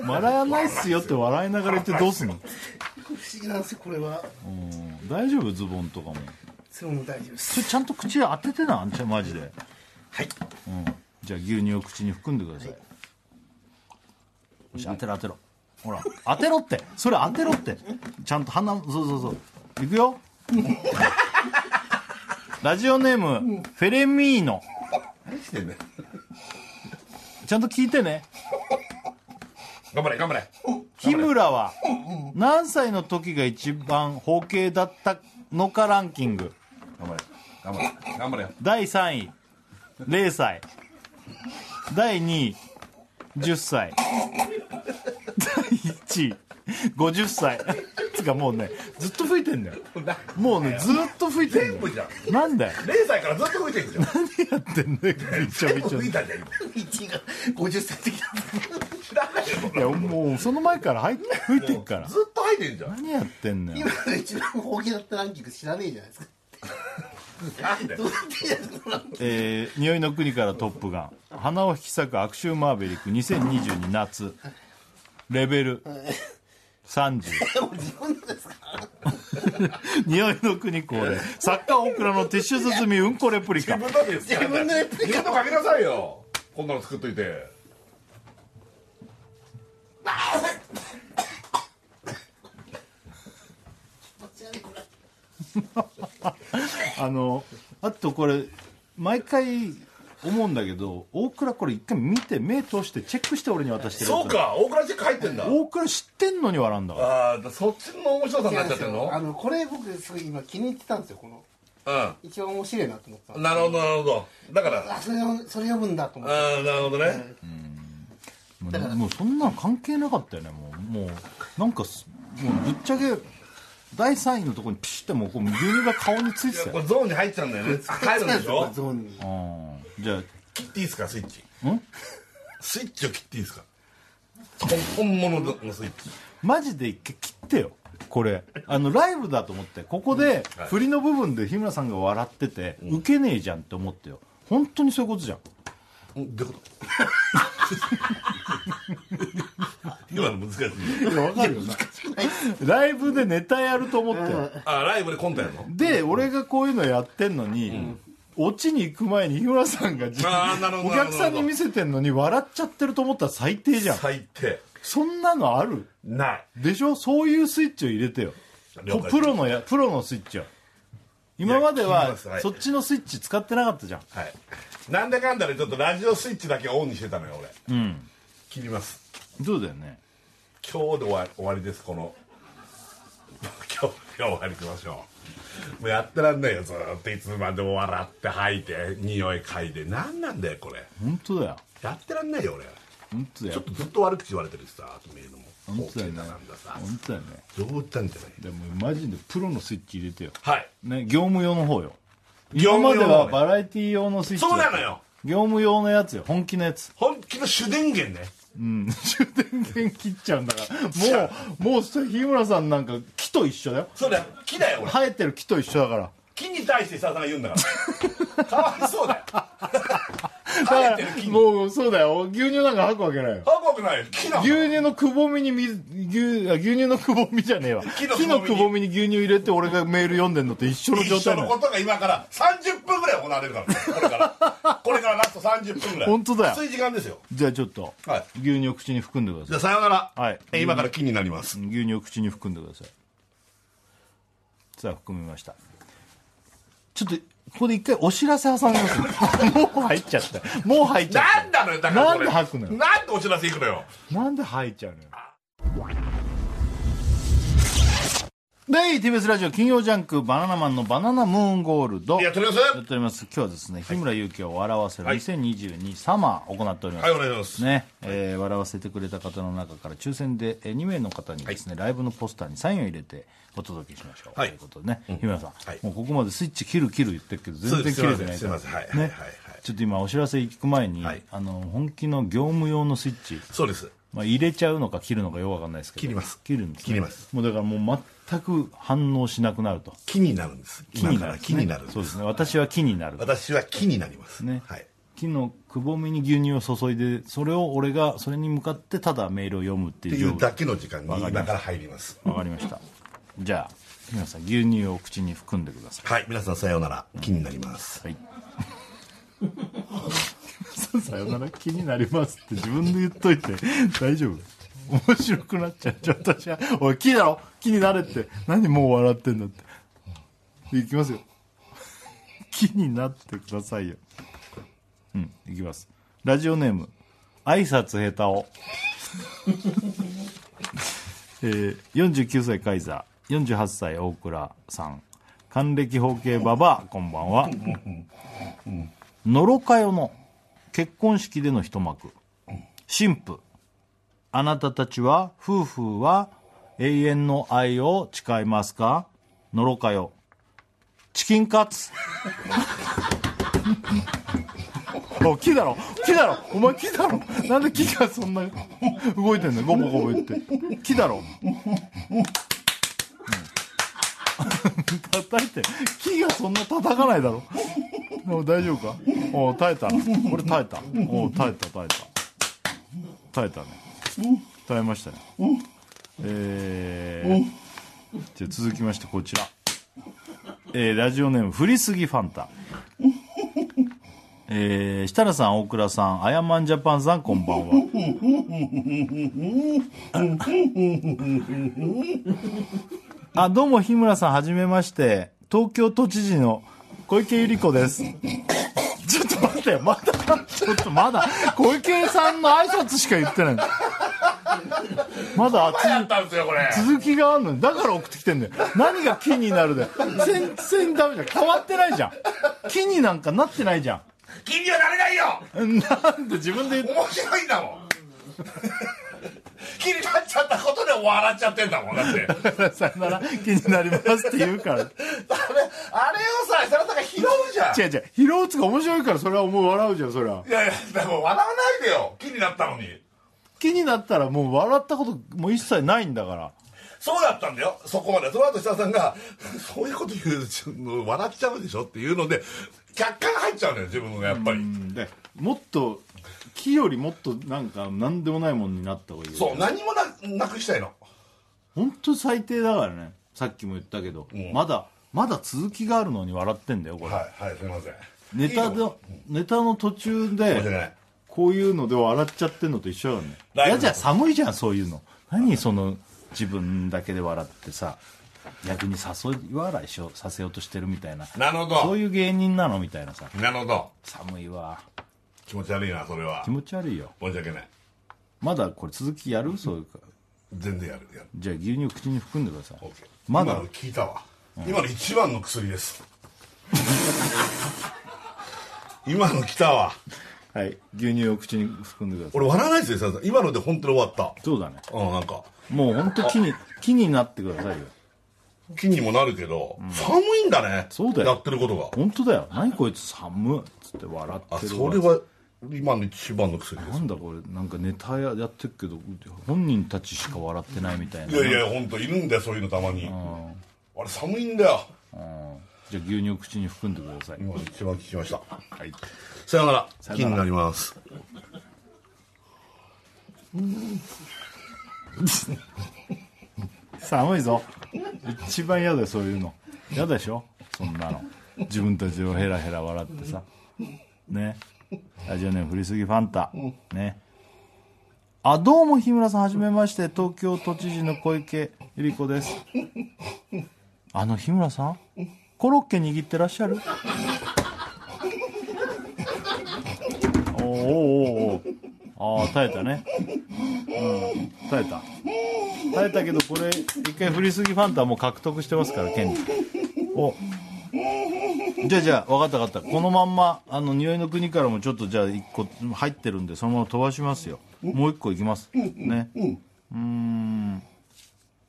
Speaker 4: 笑わないっすよって笑いながら言ってどうすんの
Speaker 3: 不思議なんですよこれは
Speaker 4: うん大丈夫ズボンとかも
Speaker 3: それも大丈夫です
Speaker 4: それちゃんと口当ててなあんちゃんマジではい、うん、じゃあ牛乳を口に含んでください、よし当てろ当てろほら当てろってそれ当てろってちゃんと鼻そうそうそういく よラジオネーム、フェレミーノ
Speaker 2: 何してんね
Speaker 4: ちゃんと聞いてね
Speaker 2: 頑張れ頑張れ
Speaker 4: 日村は何歳の時が一番包茎だったのかランキング
Speaker 2: 頑張れ頑張れ頑張れよ
Speaker 4: 第3位0歳第2位10歳第1位50歳つかもうねずっと吹いてんだよもうねずっと吹いてん
Speaker 2: 全
Speaker 4: だ
Speaker 2: 部
Speaker 4: よ
Speaker 2: じゃん
Speaker 4: なんだよ
Speaker 2: 0歳からずっと吹いてんじゃん
Speaker 4: 何やってんだよびちょびちょ
Speaker 2: 吹い
Speaker 4: い
Speaker 2: たじゃん今
Speaker 3: 1位が50歳的なんです
Speaker 2: 知らないよそんな
Speaker 4: やもうその前から入って吹いてっから
Speaker 2: ずっと吐いてんじゃん
Speaker 4: 何やってんのよ
Speaker 3: 日村が一番方形だったランキング知らねえじゃないですか
Speaker 2: なんで
Speaker 3: どうやってやるのなんて
Speaker 4: えー匂いの国からトップガン花を引き裂く悪臭マーベリック2022夏レベル30
Speaker 3: もう自分ですか
Speaker 4: 匂いの国恒例作家大倉のティッシュ包みうんこレプリカ
Speaker 2: 自分だって
Speaker 3: 自分のやつ
Speaker 2: 自分のかけなさいよこんなの作っといて
Speaker 4: あのあとこれ毎回思うんだけど大倉これ一回見て目通してチェックして俺に渡してるやつ
Speaker 2: そうか大倉チェック入ってんだ
Speaker 4: 大倉知ってんのに笑うんだから
Speaker 2: ああそっちの面白さになっちゃってる
Speaker 3: あ
Speaker 2: の
Speaker 3: のこれ僕すごい今気に入ってたんですよこの一番面白いなと思った
Speaker 2: うん
Speaker 3: で
Speaker 2: なるほどなるほどだから
Speaker 3: あそれをそれ読むんだと思って
Speaker 2: ああなるほどね
Speaker 4: もうもうそんなの関係なかったよねもうもうなんかすもうぶっちゃけ第3位のところにピシッてもうこう牛乳が顔についてた
Speaker 2: こ
Speaker 4: よ
Speaker 2: れゾーンに入っちゃうんだよね入るんでしょ
Speaker 3: ゾーンに
Speaker 4: うんじゃあ
Speaker 2: 切っていいですかスイッチスイッチを切っていいですか本本物のスイッチ
Speaker 4: マジで一回切ってよこれあのライブだと思ってここで振りの部分で日村さんが笑ってて、受けねえじゃんって思ってよ本当にそういうことじゃん
Speaker 2: うんどういうこと 今の難しい
Speaker 4: いやわかるよなライブでネタやると思ってよ
Speaker 2: あライブでコントやるの
Speaker 4: で俺がこういうのやってんのに、落ちに行く前に日村さんが自
Speaker 2: あーなるほど
Speaker 4: お客さんに見せてんのに笑っちゃってると思ったら最低じゃん
Speaker 2: 最低
Speaker 4: そんなのある
Speaker 2: ない
Speaker 4: でしょそういうスイッチを入れてよ
Speaker 2: 了解
Speaker 4: プロのやプロのスイッチを今まで
Speaker 2: いや聞き
Speaker 4: は
Speaker 2: ますはい
Speaker 4: そっちのスイッチ使ってなかったじゃん
Speaker 2: はいなんだかんだでちょっとラジオスイッチだけオンにしてたのよ俺切ります
Speaker 4: そうだよね
Speaker 2: 今日で終わり終わりですこの 今日で終わりしましょうもうやってらんないよずーっといつまでも笑って吐いて匂い嗅いで何なんだよこれ
Speaker 4: 本当だよ
Speaker 2: やってらんないよ俺
Speaker 4: 本当だ
Speaker 2: ちょ
Speaker 4: よ
Speaker 2: っとずっと悪口言われてるしさメールも
Speaker 4: 本当だよね
Speaker 2: だなんださ
Speaker 4: 本当だよね
Speaker 2: 冗談じゃない
Speaker 4: でもマジでプロのスイッチ入れてよ
Speaker 2: はい
Speaker 4: ね業務用の方よ
Speaker 2: 業務用の方ね
Speaker 4: 今まではバラエティ用のスイッチだ
Speaker 2: そ
Speaker 4: っ
Speaker 2: う
Speaker 4: た
Speaker 2: なのよ
Speaker 4: 業務用のやつよ本気のやつ
Speaker 2: 本気の主電源ね
Speaker 4: うん終電源切っちゃうんだからもうもうそれ日村さんなんか切と一緒だよ
Speaker 2: そうだよ木だよ俺
Speaker 4: 生えてる木と一緒だから
Speaker 2: 木に対して設楽さんが言うんだ からかわいそうだよ生え
Speaker 4: だか
Speaker 2: てる木
Speaker 4: ら
Speaker 2: に
Speaker 4: もうそうだよ牛乳なんか吐くわけないよ
Speaker 2: 歯怖くないよ木なの
Speaker 4: 牛乳のくぼみに水牛あ牛乳のくぼみじゃねえわ
Speaker 2: 木のくぼみに
Speaker 4: 木のくぼみに牛乳入れて俺がメール読んでんのと一緒の
Speaker 2: 一
Speaker 4: 状
Speaker 2: 緒
Speaker 4: 態
Speaker 2: の
Speaker 4: だ
Speaker 2: こ
Speaker 4: よ
Speaker 2: とが今から30分ぐらい行われるからこれからこれからラスト30分ぐらい
Speaker 4: 本当だよ
Speaker 2: きつい時間ですよ
Speaker 4: じゃあちょっと、
Speaker 2: はい
Speaker 4: 牛乳を口に含んでくだ
Speaker 2: じ
Speaker 4: さ
Speaker 2: ゃあさようなら、
Speaker 4: はい
Speaker 2: え今から木になります
Speaker 4: い牛乳を口に含んでくださいさあ含みましたちょっとここで一回お知らせ挟みます もう入っちゃったもう入っちゃっ
Speaker 2: なんなのよだからこれ
Speaker 4: なんで吐くのよ
Speaker 2: なんでお知らせ行くのよ
Speaker 4: たなんで入っちゃうのよで TBS ラジオ金曜ジャンク「バナナマンのバナナムーンゴールド」
Speaker 2: いやとりあえず
Speaker 4: やっております今日はですね日村勇紀を笑わせる2022サマーを行っております、
Speaker 2: はいお願いします、
Speaker 4: ねえー笑わせてくれた方の中から抽選でえー2名の方にですね、ライブのポスターにサインを入れてお届けしましょう、
Speaker 2: はい
Speaker 4: ということでね、日村さん、
Speaker 2: はい
Speaker 4: もうここまでスイッチ切る切る言ってるけど全然切
Speaker 2: そうです
Speaker 4: れてない
Speaker 2: すいませんすいませんはい
Speaker 4: ね
Speaker 2: はいはいはい
Speaker 4: ちょっと今お知らせ行く前に、
Speaker 2: はい
Speaker 4: あの本気の業務用のスイッチ、
Speaker 2: そうです
Speaker 4: まあ、入れちゃうのか切るのかよくわかんないですけど
Speaker 2: 切ります
Speaker 4: 切るんです、ね、
Speaker 2: 切ります
Speaker 4: もうだからもう全く反応しなくなると
Speaker 2: 木になるんです
Speaker 4: 木
Speaker 2: 今
Speaker 4: に
Speaker 2: か
Speaker 4: な
Speaker 2: ら
Speaker 4: るんですね、
Speaker 2: 木になるんです
Speaker 4: そうですね私は木になる
Speaker 2: 私は木になります
Speaker 4: ね
Speaker 2: はい
Speaker 4: 木のくぼみに牛乳を注いでそれを俺がそれに向かってただメールを読むって
Speaker 2: って
Speaker 4: いう
Speaker 2: い
Speaker 4: 状
Speaker 2: うだ
Speaker 4: 態
Speaker 2: けの時間に今から入ります
Speaker 4: わかりましたじゃあ皆さん牛乳を口に含んでくださ
Speaker 2: はい皆さんさようなら気になります
Speaker 4: いはい さよなら気になりますって自分で言っといて大丈夫 面白くなっちゃうじゃ私はおい木だろ木になれって何もう笑ってんだっていきますよ 木になってくださいようんいきますラジオネーム挨拶下手を えー49歳カイザー48歳大倉さん還暦法系ババアこんばんはのろかよの結婚式での一幕新婦あなたたちは夫婦は永遠の愛を誓いますかのろかよチキンカツ お木だろ木だろお前木だろなんで木がそんな動いてんのゴボゴボ言って木だろ、うん、叩いて木がそんな叩かないだろもう大丈夫かおう耐えたこれ耐えたおう耐えた耐えた耐えたね耐えましたねえー、じゃあ続きましてこちらえーラジオネーム振りすぎファンタえー、設楽さん大倉さんあやまんジャパンさんこんばんはあどうも日村さんはじめまして東京都知事の小池百合子ですちょっと待ってまだちょっとまだ小池さんの挨拶しか言ってないまだ熱い
Speaker 2: やったんですよこれ
Speaker 4: 続きがあるのにだから送ってきてんだよ何が木になるだよ全然ダメじゃん変わってないじゃん木になんかなってないじゃ
Speaker 2: 気にはなれないよ
Speaker 4: んなんで自分で言って
Speaker 2: 面白いんだもん 気になっちゃったことで笑っちゃってんだもんだって
Speaker 4: さよなら気になりますって言うから
Speaker 2: あれあれをさ設楽さんが拾うじゃん
Speaker 4: 違う違う拾うつが面白いからそれはもう笑うじゃんそれはい
Speaker 2: やいやでも笑わないでよ気になったのに
Speaker 4: 気になったらもう笑ったこともう一切ないんだから
Speaker 2: そうだったんだよそこまでその後設楽さんがそういうこと言うちょっと笑っちゃうでしょっていうので客観入っちゃうのよ自分がやっぱり
Speaker 4: でもっと木よりもっとなんか何でもないもんになった方がいいよ
Speaker 2: そう何もななくしたいの
Speaker 4: 本当最低だからねさっきも言ったけど、まだまだ続きがあるのに笑ってんだよこれ、
Speaker 2: はいはいすいません
Speaker 4: ネタ
Speaker 2: いいよ
Speaker 4: のネタの途中
Speaker 2: 申し訳な
Speaker 4: で
Speaker 2: い
Speaker 4: こういうので笑っちゃってんのと一緒だよね
Speaker 2: ライブ
Speaker 4: 嫌じゃん寒いじゃんそういうの何その自分だけで笑ってさ逆に誘い笑いしようさせようとしてるみたいな
Speaker 2: なるほど
Speaker 4: そういう芸人なのみたいなさ
Speaker 2: なるほど
Speaker 4: 寒いわ
Speaker 2: 気持ち悪いなそれは
Speaker 4: 気持ち悪いよ
Speaker 2: 申し訳ない
Speaker 4: まだこれ続きやるそういうか
Speaker 2: 全然やるやる
Speaker 4: じゃあ牛乳口に含んでください
Speaker 2: OK
Speaker 4: ま
Speaker 2: 今
Speaker 4: だ
Speaker 2: の聞いたわ、今の一番の薬です 今の来たわ
Speaker 4: はい牛乳を口に含んでください
Speaker 2: 俺笑わないですよ佐々木さん今ので本当に終わっ
Speaker 4: そうだね
Speaker 2: たうんなんか
Speaker 4: もう本当木に木になってくださいよ
Speaker 2: 気にもなるけど、寒いんだね
Speaker 4: そうだよ
Speaker 2: やってることが
Speaker 4: 本当だよ何こいつ寒いっつって笑ってるわ
Speaker 2: あそれは今の一番の薬です
Speaker 4: なんだこれなんかネタやってるけど本人たちしか笑ってないみたいない
Speaker 2: やいや本当いるんだよそういうのたまにあれ寒いんだよ
Speaker 4: じゃあ牛乳を口に含んでください
Speaker 2: 今一番聞きましたはいさよなら気になります
Speaker 4: 寒いぞ一番嫌だよそういうの嫌でしょそんなの自分たちをヘラヘラ笑ってさねラジオネーム振りすぎファンタ、ねあどうも日村さんはじめまして東京都知事の小池百合子ですあの日村さんコロッケ握ってらっしゃるおーおーおおああ耐えたねうん耐えた耐えたけどこれ一回振りすぎファンタはもう獲得してますから権利おじゃあじゃあ分かった分かったこのまんまあの匂いの国からもちょっとじゃあ1個入ってるんでそのまま飛ばしますよもう1個いきますねうーん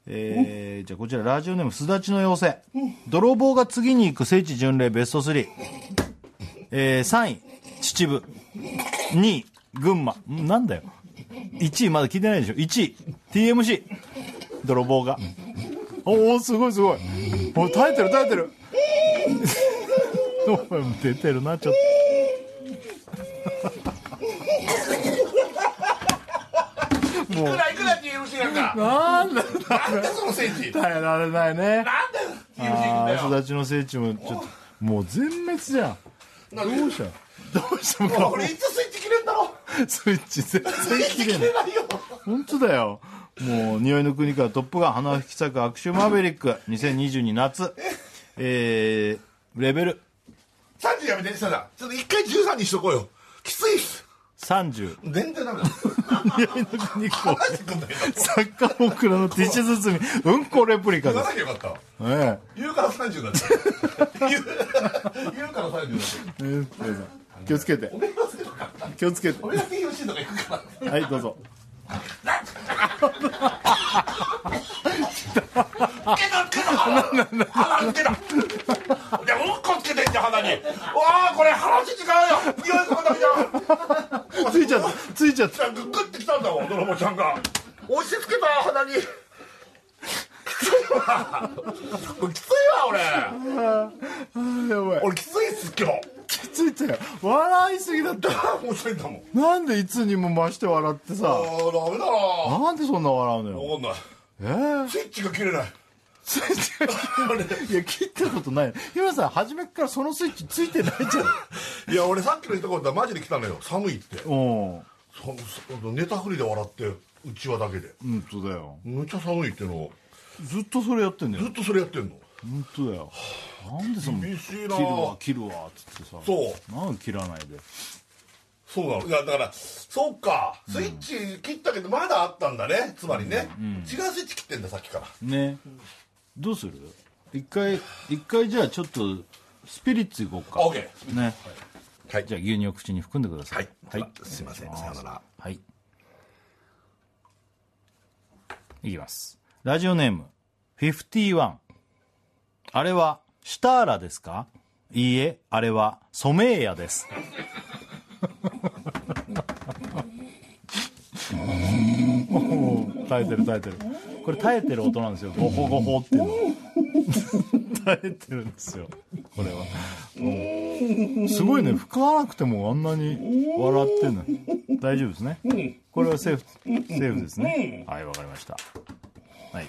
Speaker 4: えー、じゃあこちらラジオネームすだちの妖精泥棒が次に行く聖地巡礼ベスト3、えー、3位秩父2位群馬んなんだよ1位まだ聞いてないでしょ1位 TMC 泥棒がおおすごいすごいお耐えてる耐えてる お前出てるなちょっ
Speaker 2: いくらいくら TMC なんか
Speaker 4: となんだ
Speaker 2: なんでその聖地
Speaker 4: 耐えられない
Speaker 2: な
Speaker 4: ね
Speaker 2: んで TMC 行くん
Speaker 4: あ
Speaker 2: だ
Speaker 4: あ
Speaker 2: よ
Speaker 4: 育ちの聖地もちょっともう全滅じゃん
Speaker 2: なんで
Speaker 4: どうしたどうしたも
Speaker 2: 俺いつスイッチ切れんだろ
Speaker 4: うスイッチ全然切れ
Speaker 2: 切
Speaker 4: ない
Speaker 2: れないよ
Speaker 4: 本当だよもう匂いの国からトップガン花を引き裂く悪臭マーベリック2022夏えー、レベル
Speaker 2: 30やめてしたらちょっと一回13にしとこうよきついっす
Speaker 4: 30
Speaker 2: 全然ダメだ
Speaker 4: 匂いの国 校
Speaker 2: 話してくんだよ
Speaker 4: サッカーオクラのティッシュ包みうんこレプリカ
Speaker 2: 言わ
Speaker 4: です
Speaker 2: なきゃよかった
Speaker 4: え
Speaker 2: 言うから30だ って言う言うから30だって
Speaker 4: えええ皆さん気をつけて
Speaker 2: 俺忘れなかった
Speaker 4: 気をつけて
Speaker 2: 俺だけ TMC とか行くから
Speaker 4: はいどうぞ
Speaker 2: つけたつけた鼻つけたいやうんこつけてんじゃん鼻にわあこれ話違うよ匂いとかダメじゃん
Speaker 4: ついちゃったついちゃった
Speaker 2: たググってきたんだもん泥棒ちゃんが押し付けた鼻にきついわこれきついわ俺
Speaker 4: やばい
Speaker 2: 俺きついっす今日
Speaker 4: ついちゃうよ笑いすぎだった
Speaker 2: 面白いんだもん
Speaker 4: なんでいつにも増して笑って
Speaker 2: あ
Speaker 4: さ
Speaker 2: ーダメだな
Speaker 4: なんでそんな笑うのよ
Speaker 2: 分かんない
Speaker 4: えー
Speaker 2: スイッチが切れない
Speaker 4: スイッチいや切ったことない日村さん初めからそのスイッチついてないじゃん
Speaker 2: いや俺さっきの言ったことはマジで来たのよ寒いって
Speaker 4: うん
Speaker 2: そそネタフリで笑ってうちわだけで
Speaker 4: 本当だよ
Speaker 2: めっちゃ寒いっていうのを
Speaker 4: ずっとそれやってんだ
Speaker 2: ず
Speaker 4: よ
Speaker 2: っとそれやってんの
Speaker 4: 本当だよなんでその切
Speaker 2: 厳しいな
Speaker 4: るわ切るわっつってさ
Speaker 2: そう
Speaker 4: なんで切らないで
Speaker 2: そうなのいやだからそうかスイッチ切ったけどまだあったんだねつまりね、違うスイッチ切ってんださっきから
Speaker 4: ねどうする一回一回じゃあちょっとスピリッツいこうか
Speaker 2: オッケ
Speaker 4: ね
Speaker 2: ーはい
Speaker 4: じゃあ牛乳を口に含んでください
Speaker 2: はいすいませんさよなら
Speaker 4: はい。いきます。ラジオネーム、51。あれは、シターラですかいいえ、あれは、ソメイヤです。おー 耐えてる耐えてるこれ耐えてる音なんですよゴホゴホっていうの 耐えてるんですよこれはすごいね吹かなくてもあんなに笑ってんの大丈夫ですねこれはセーフセーフですねはいわかりましたはい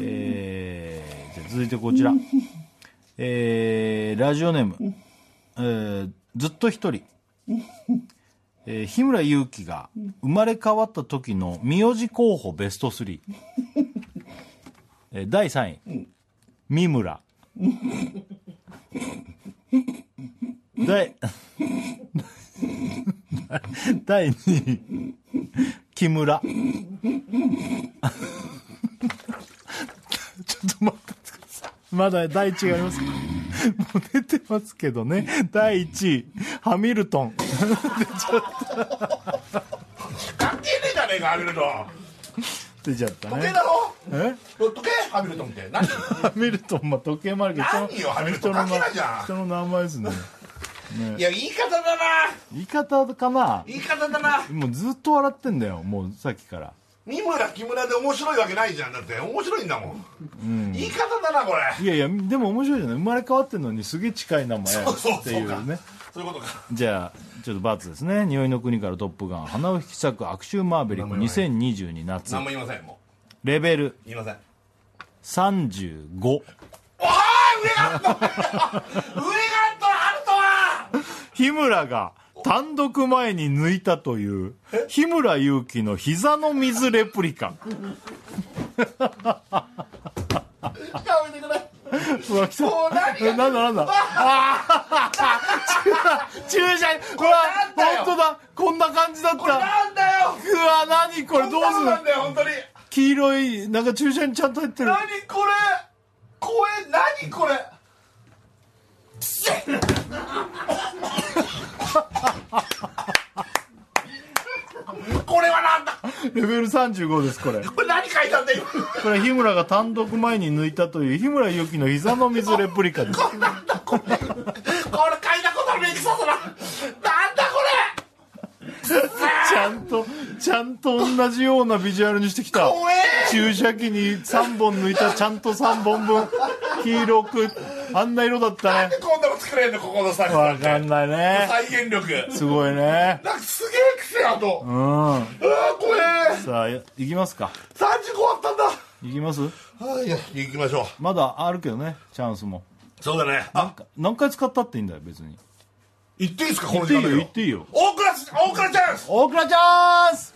Speaker 4: えー、じゃあ続いてこちらえー、ラジオネーム、えー、ずっと一人えー日村勇紀が生まれ変わった時の名字候補ベスト3、えー第3位、三村第第2位木村ちょっと待ってくださいまだ第1位がありますもう出てますけどね第1位ハミルトン
Speaker 2: 関係ねえじゃねえかハミルトン
Speaker 4: 出ちゃった
Speaker 2: 時計
Speaker 4: ね
Speaker 2: だろ
Speaker 4: え
Speaker 2: 時計ハミルトンって何
Speaker 4: ハミルトンまあ時計もあるけど人の
Speaker 2: 何よハミルトン
Speaker 4: 人の
Speaker 2: 関係ないじゃん
Speaker 4: 人の名前ですね
Speaker 2: いや言い方だな
Speaker 4: 言い方かな
Speaker 2: 言い方だな
Speaker 4: もうずっと笑ってんだよもうさっきから
Speaker 2: 三村木村で面白いわけないじゃんだって面白いんだもん、言い方だなこれ
Speaker 4: いやいやでも面白いじゃない生まれ変わってんのにすげえ近い名前
Speaker 2: そうそう
Speaker 4: ってい
Speaker 2: そうか
Speaker 4: うね
Speaker 2: そういうことか
Speaker 4: じゃあちょっとバツですね「匂いの国からトップガン花を引き裂く悪臭マーベリック2022夏
Speaker 2: 何も言いませんも」
Speaker 4: レベル
Speaker 2: う言いません
Speaker 4: 35
Speaker 2: おー上がった上がったハルトは
Speaker 4: 日村が単独前に抜いたという日村勇紀の膝の水レプリカ
Speaker 2: やめてくれ
Speaker 4: うわ来た
Speaker 2: もう何が
Speaker 4: えなんだな んだあー駐車うわ
Speaker 2: これなんだよ
Speaker 4: 本当だこんな感じだったう
Speaker 2: これなんだよ
Speaker 4: わ何これどう
Speaker 2: こん
Speaker 4: す
Speaker 2: なのな
Speaker 4: る
Speaker 2: んだよ本当に
Speaker 4: 黄色いなんか駐車にちゃんと入ってる
Speaker 2: 何これ怖え何これこれはなんだ
Speaker 4: レベル35ですこれ
Speaker 2: これ何書いたんだよ
Speaker 4: これは日村が単独前に抜いたという日村勇紀の膝の水レプリカです
Speaker 2: これなんだこれこれ書いたことあるエクサだななんだこれ
Speaker 4: ちゃんとちゃんと同じようなビジュアルにしてきた
Speaker 2: 怖え
Speaker 4: 注射器に3本抜いたちゃんと3本分黄色くあんな色だったね
Speaker 2: こんなの作れんのここの作
Speaker 4: わかん
Speaker 2: 品
Speaker 4: ないね
Speaker 2: 再現力
Speaker 4: すごいね
Speaker 2: なんかすげえ癖あと
Speaker 4: うん
Speaker 2: うわ怖え
Speaker 4: さあやいきますか
Speaker 2: 35あったんだ
Speaker 4: いきます
Speaker 2: はいや行きましょ
Speaker 4: まだあるけどねチャンスも
Speaker 2: うそうだねあ
Speaker 4: 何回使ったっていいんだよ別に
Speaker 2: 言っていいですかこの時
Speaker 4: 言
Speaker 2: 間
Speaker 4: って
Speaker 2: だ
Speaker 4: い
Speaker 2: けど
Speaker 4: いよ言っていいよ
Speaker 2: 大倉チ大倉チャンス
Speaker 4: 大倉チャンス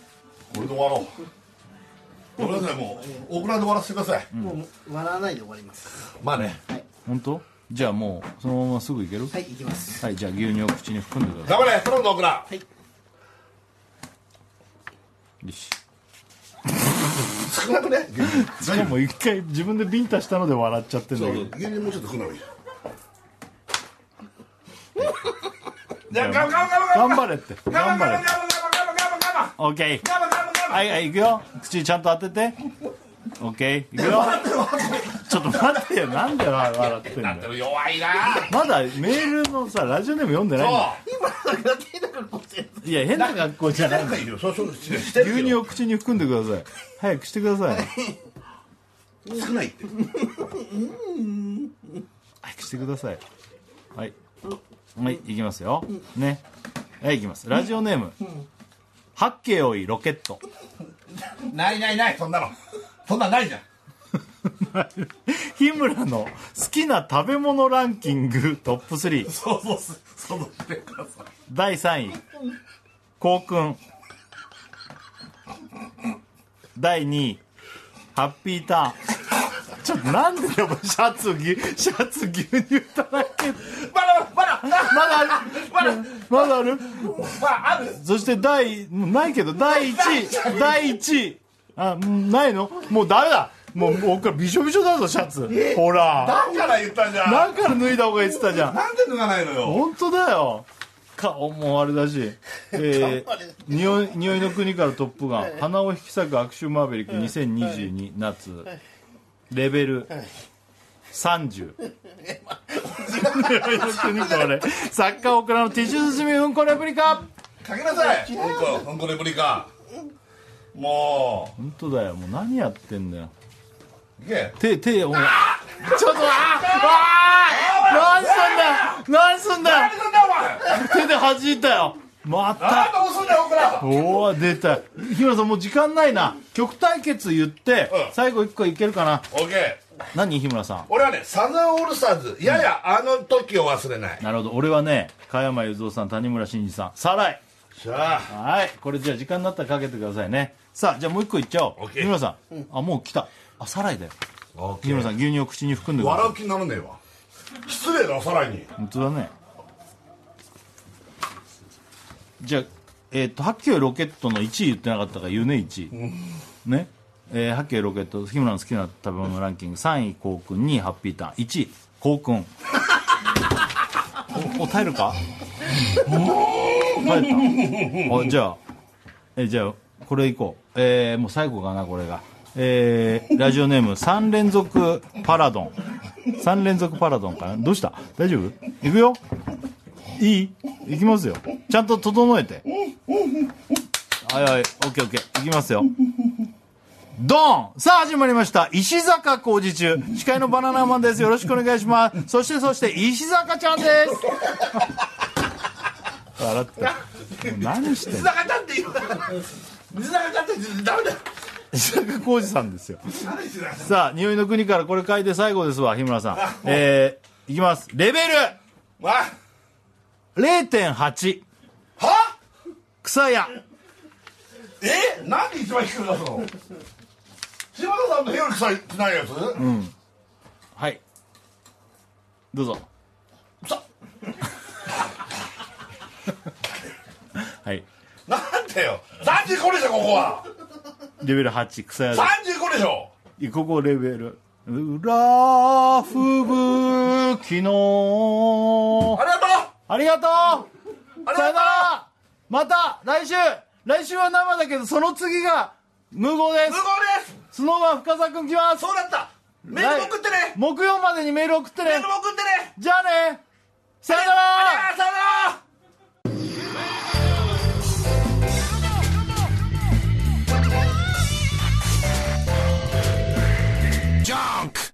Speaker 2: これで終わろうごめんなさいもう大倉で終わらせてください、
Speaker 3: もう笑わないで終わります
Speaker 2: まあね
Speaker 4: 本当じゃあもうそのまますぐいける
Speaker 3: はい行きます
Speaker 4: はいじゃあ牛乳を口に含んでくださ
Speaker 2: 頑張れ頼むぞ大倉、
Speaker 4: いよし
Speaker 2: 少なくね牛乳
Speaker 4: しかも一回自分でビンタしたので笑っちゃってんだ
Speaker 2: そ
Speaker 4: け
Speaker 2: う
Speaker 4: ど
Speaker 2: そう牛乳もうちょっと食うのがいいじゃあ頑張れ
Speaker 4: 頑張れって頑
Speaker 2: 頑張
Speaker 4: 張
Speaker 2: れ
Speaker 4: れ
Speaker 2: 頑張
Speaker 4: オッケー
Speaker 2: れ
Speaker 4: はいはいいくよ口ちゃんと当ててオッケーいくよちょっと待ってよなんで笑笑ってんだよ
Speaker 2: でも弱いな
Speaker 4: まだメールのさラジオネーム読んでないんだ
Speaker 2: そう
Speaker 4: いや変な格好じゃない
Speaker 2: なんかいいよそうそうしてる
Speaker 4: 牛乳を口に含んでください早くしてください
Speaker 2: けど少ないって
Speaker 4: 早くしてくださいはいはいいきますよねはいいきますラジオネーム八景おいロケット
Speaker 2: ないないないそんなのそんなんないじゃん
Speaker 4: 日村の好きな食べ物ランキングトップ3
Speaker 2: そうそうそうそうしてください
Speaker 4: 第3位幸君第2位ハッピーターンちょっとなんででもシャツぎシャツ牛乳だらけ
Speaker 2: まだまだまだ
Speaker 4: まだある
Speaker 2: まだ
Speaker 4: まだある
Speaker 2: まあある
Speaker 4: そして第ないけど第1位第1位あうんないのもうダメだもう僕らびしょびしょだぞシャツほら
Speaker 2: だから言ったじゃん
Speaker 4: だから脱いだ方がいいって言ったじゃん
Speaker 2: なんで脱がないのよ
Speaker 4: 本当だよ顔もあれだし、えー、匂い匂いの国からトップガン鼻を引き裂く悪臭マーベリック2022夏レベル30匂いの国からサッカーオクラのティッシュ包みうんこレプリカ
Speaker 2: かけなさいうんこうんこレプリカも
Speaker 4: 本当だよもう何やってんだよ
Speaker 2: ういけ
Speaker 4: 手手お前ちょっとあああー何す
Speaker 2: 何
Speaker 4: んだよ何すんだよ
Speaker 2: すんだお前
Speaker 4: 手で弾いたよまた
Speaker 2: 何とすんだよ僕ら
Speaker 4: おお出た日村さんもう時間ないな曲対決言って、
Speaker 2: うん
Speaker 4: 最後一個いけるかな
Speaker 2: オッケー
Speaker 4: 何日村さん
Speaker 2: 俺はねサザンオールスターズややあの時を忘れない
Speaker 4: なるほど俺はね加山雄三さん谷村新司さんさらい
Speaker 2: じゃあ
Speaker 4: はいこれじゃあ時間になったらかけてくださいねさあじゃあもう一個いっちゃおう
Speaker 2: オッケー
Speaker 4: 日村さん、あもう来たあさらいだよ
Speaker 2: オッ
Speaker 4: 日村さん牛乳を口に含んでくださ
Speaker 2: 笑
Speaker 4: いう
Speaker 2: 気にならねえわ失礼ださらに
Speaker 4: 本当だねじゃあえっ、と八景ロケットの1位言ってなかったから言うね1位ねえー、八景ロケット日村の好きな食べ物ランキング3位幸君2位ハッピーターン1位幸君おお耐えるか耐えたあじゃあえーじゃあこれいこうえー、もう最後かなこれがえー、ラジオネーム3連続パラドン3連続パラドンかなどうした大丈夫いくよいいいきますよちゃんと整えてはいはいオッケーオッケーいきますよドンさあ始まりました石坂工事中司会のバナナマンですよろしくお願いしますそしてそして石坂ちゃんです笑った何してんの
Speaker 2: 水坂ちゃんって言う水坂ちゃんってダメだよ
Speaker 4: 石坂浩二さんですよ
Speaker 2: 何水坂ちゃん
Speaker 4: さあ匂いの国からこれ書いて最後ですわ日村さんえー、いきますレベ
Speaker 2: あ
Speaker 4: ル0.8
Speaker 2: は
Speaker 4: 草屋
Speaker 2: えなんで一番低く出すの柴田さんの部屋より臭いくないやつ、
Speaker 4: はいどうぞ
Speaker 2: さ
Speaker 4: はい
Speaker 2: なんだよ35でしょここは
Speaker 4: レベル8草屋です
Speaker 2: 35でしょ
Speaker 4: ここレベル裏吹雪の
Speaker 2: ありがと
Speaker 4: ありが
Speaker 2: う
Speaker 4: と
Speaker 2: あ
Speaker 4: う
Speaker 2: り
Speaker 4: さ
Speaker 2: がとう
Speaker 4: よならまた来週来週は生だけどその次が無言で
Speaker 2: 無
Speaker 4: す
Speaker 2: 効です
Speaker 4: スノーマン深澤君来ます
Speaker 2: そうだったメールも送ってね
Speaker 4: 木曜までにメール送ってね
Speaker 2: メールも送ってね
Speaker 4: じゃあねさよなら
Speaker 2: ありがとうさよなら
Speaker 5: junk.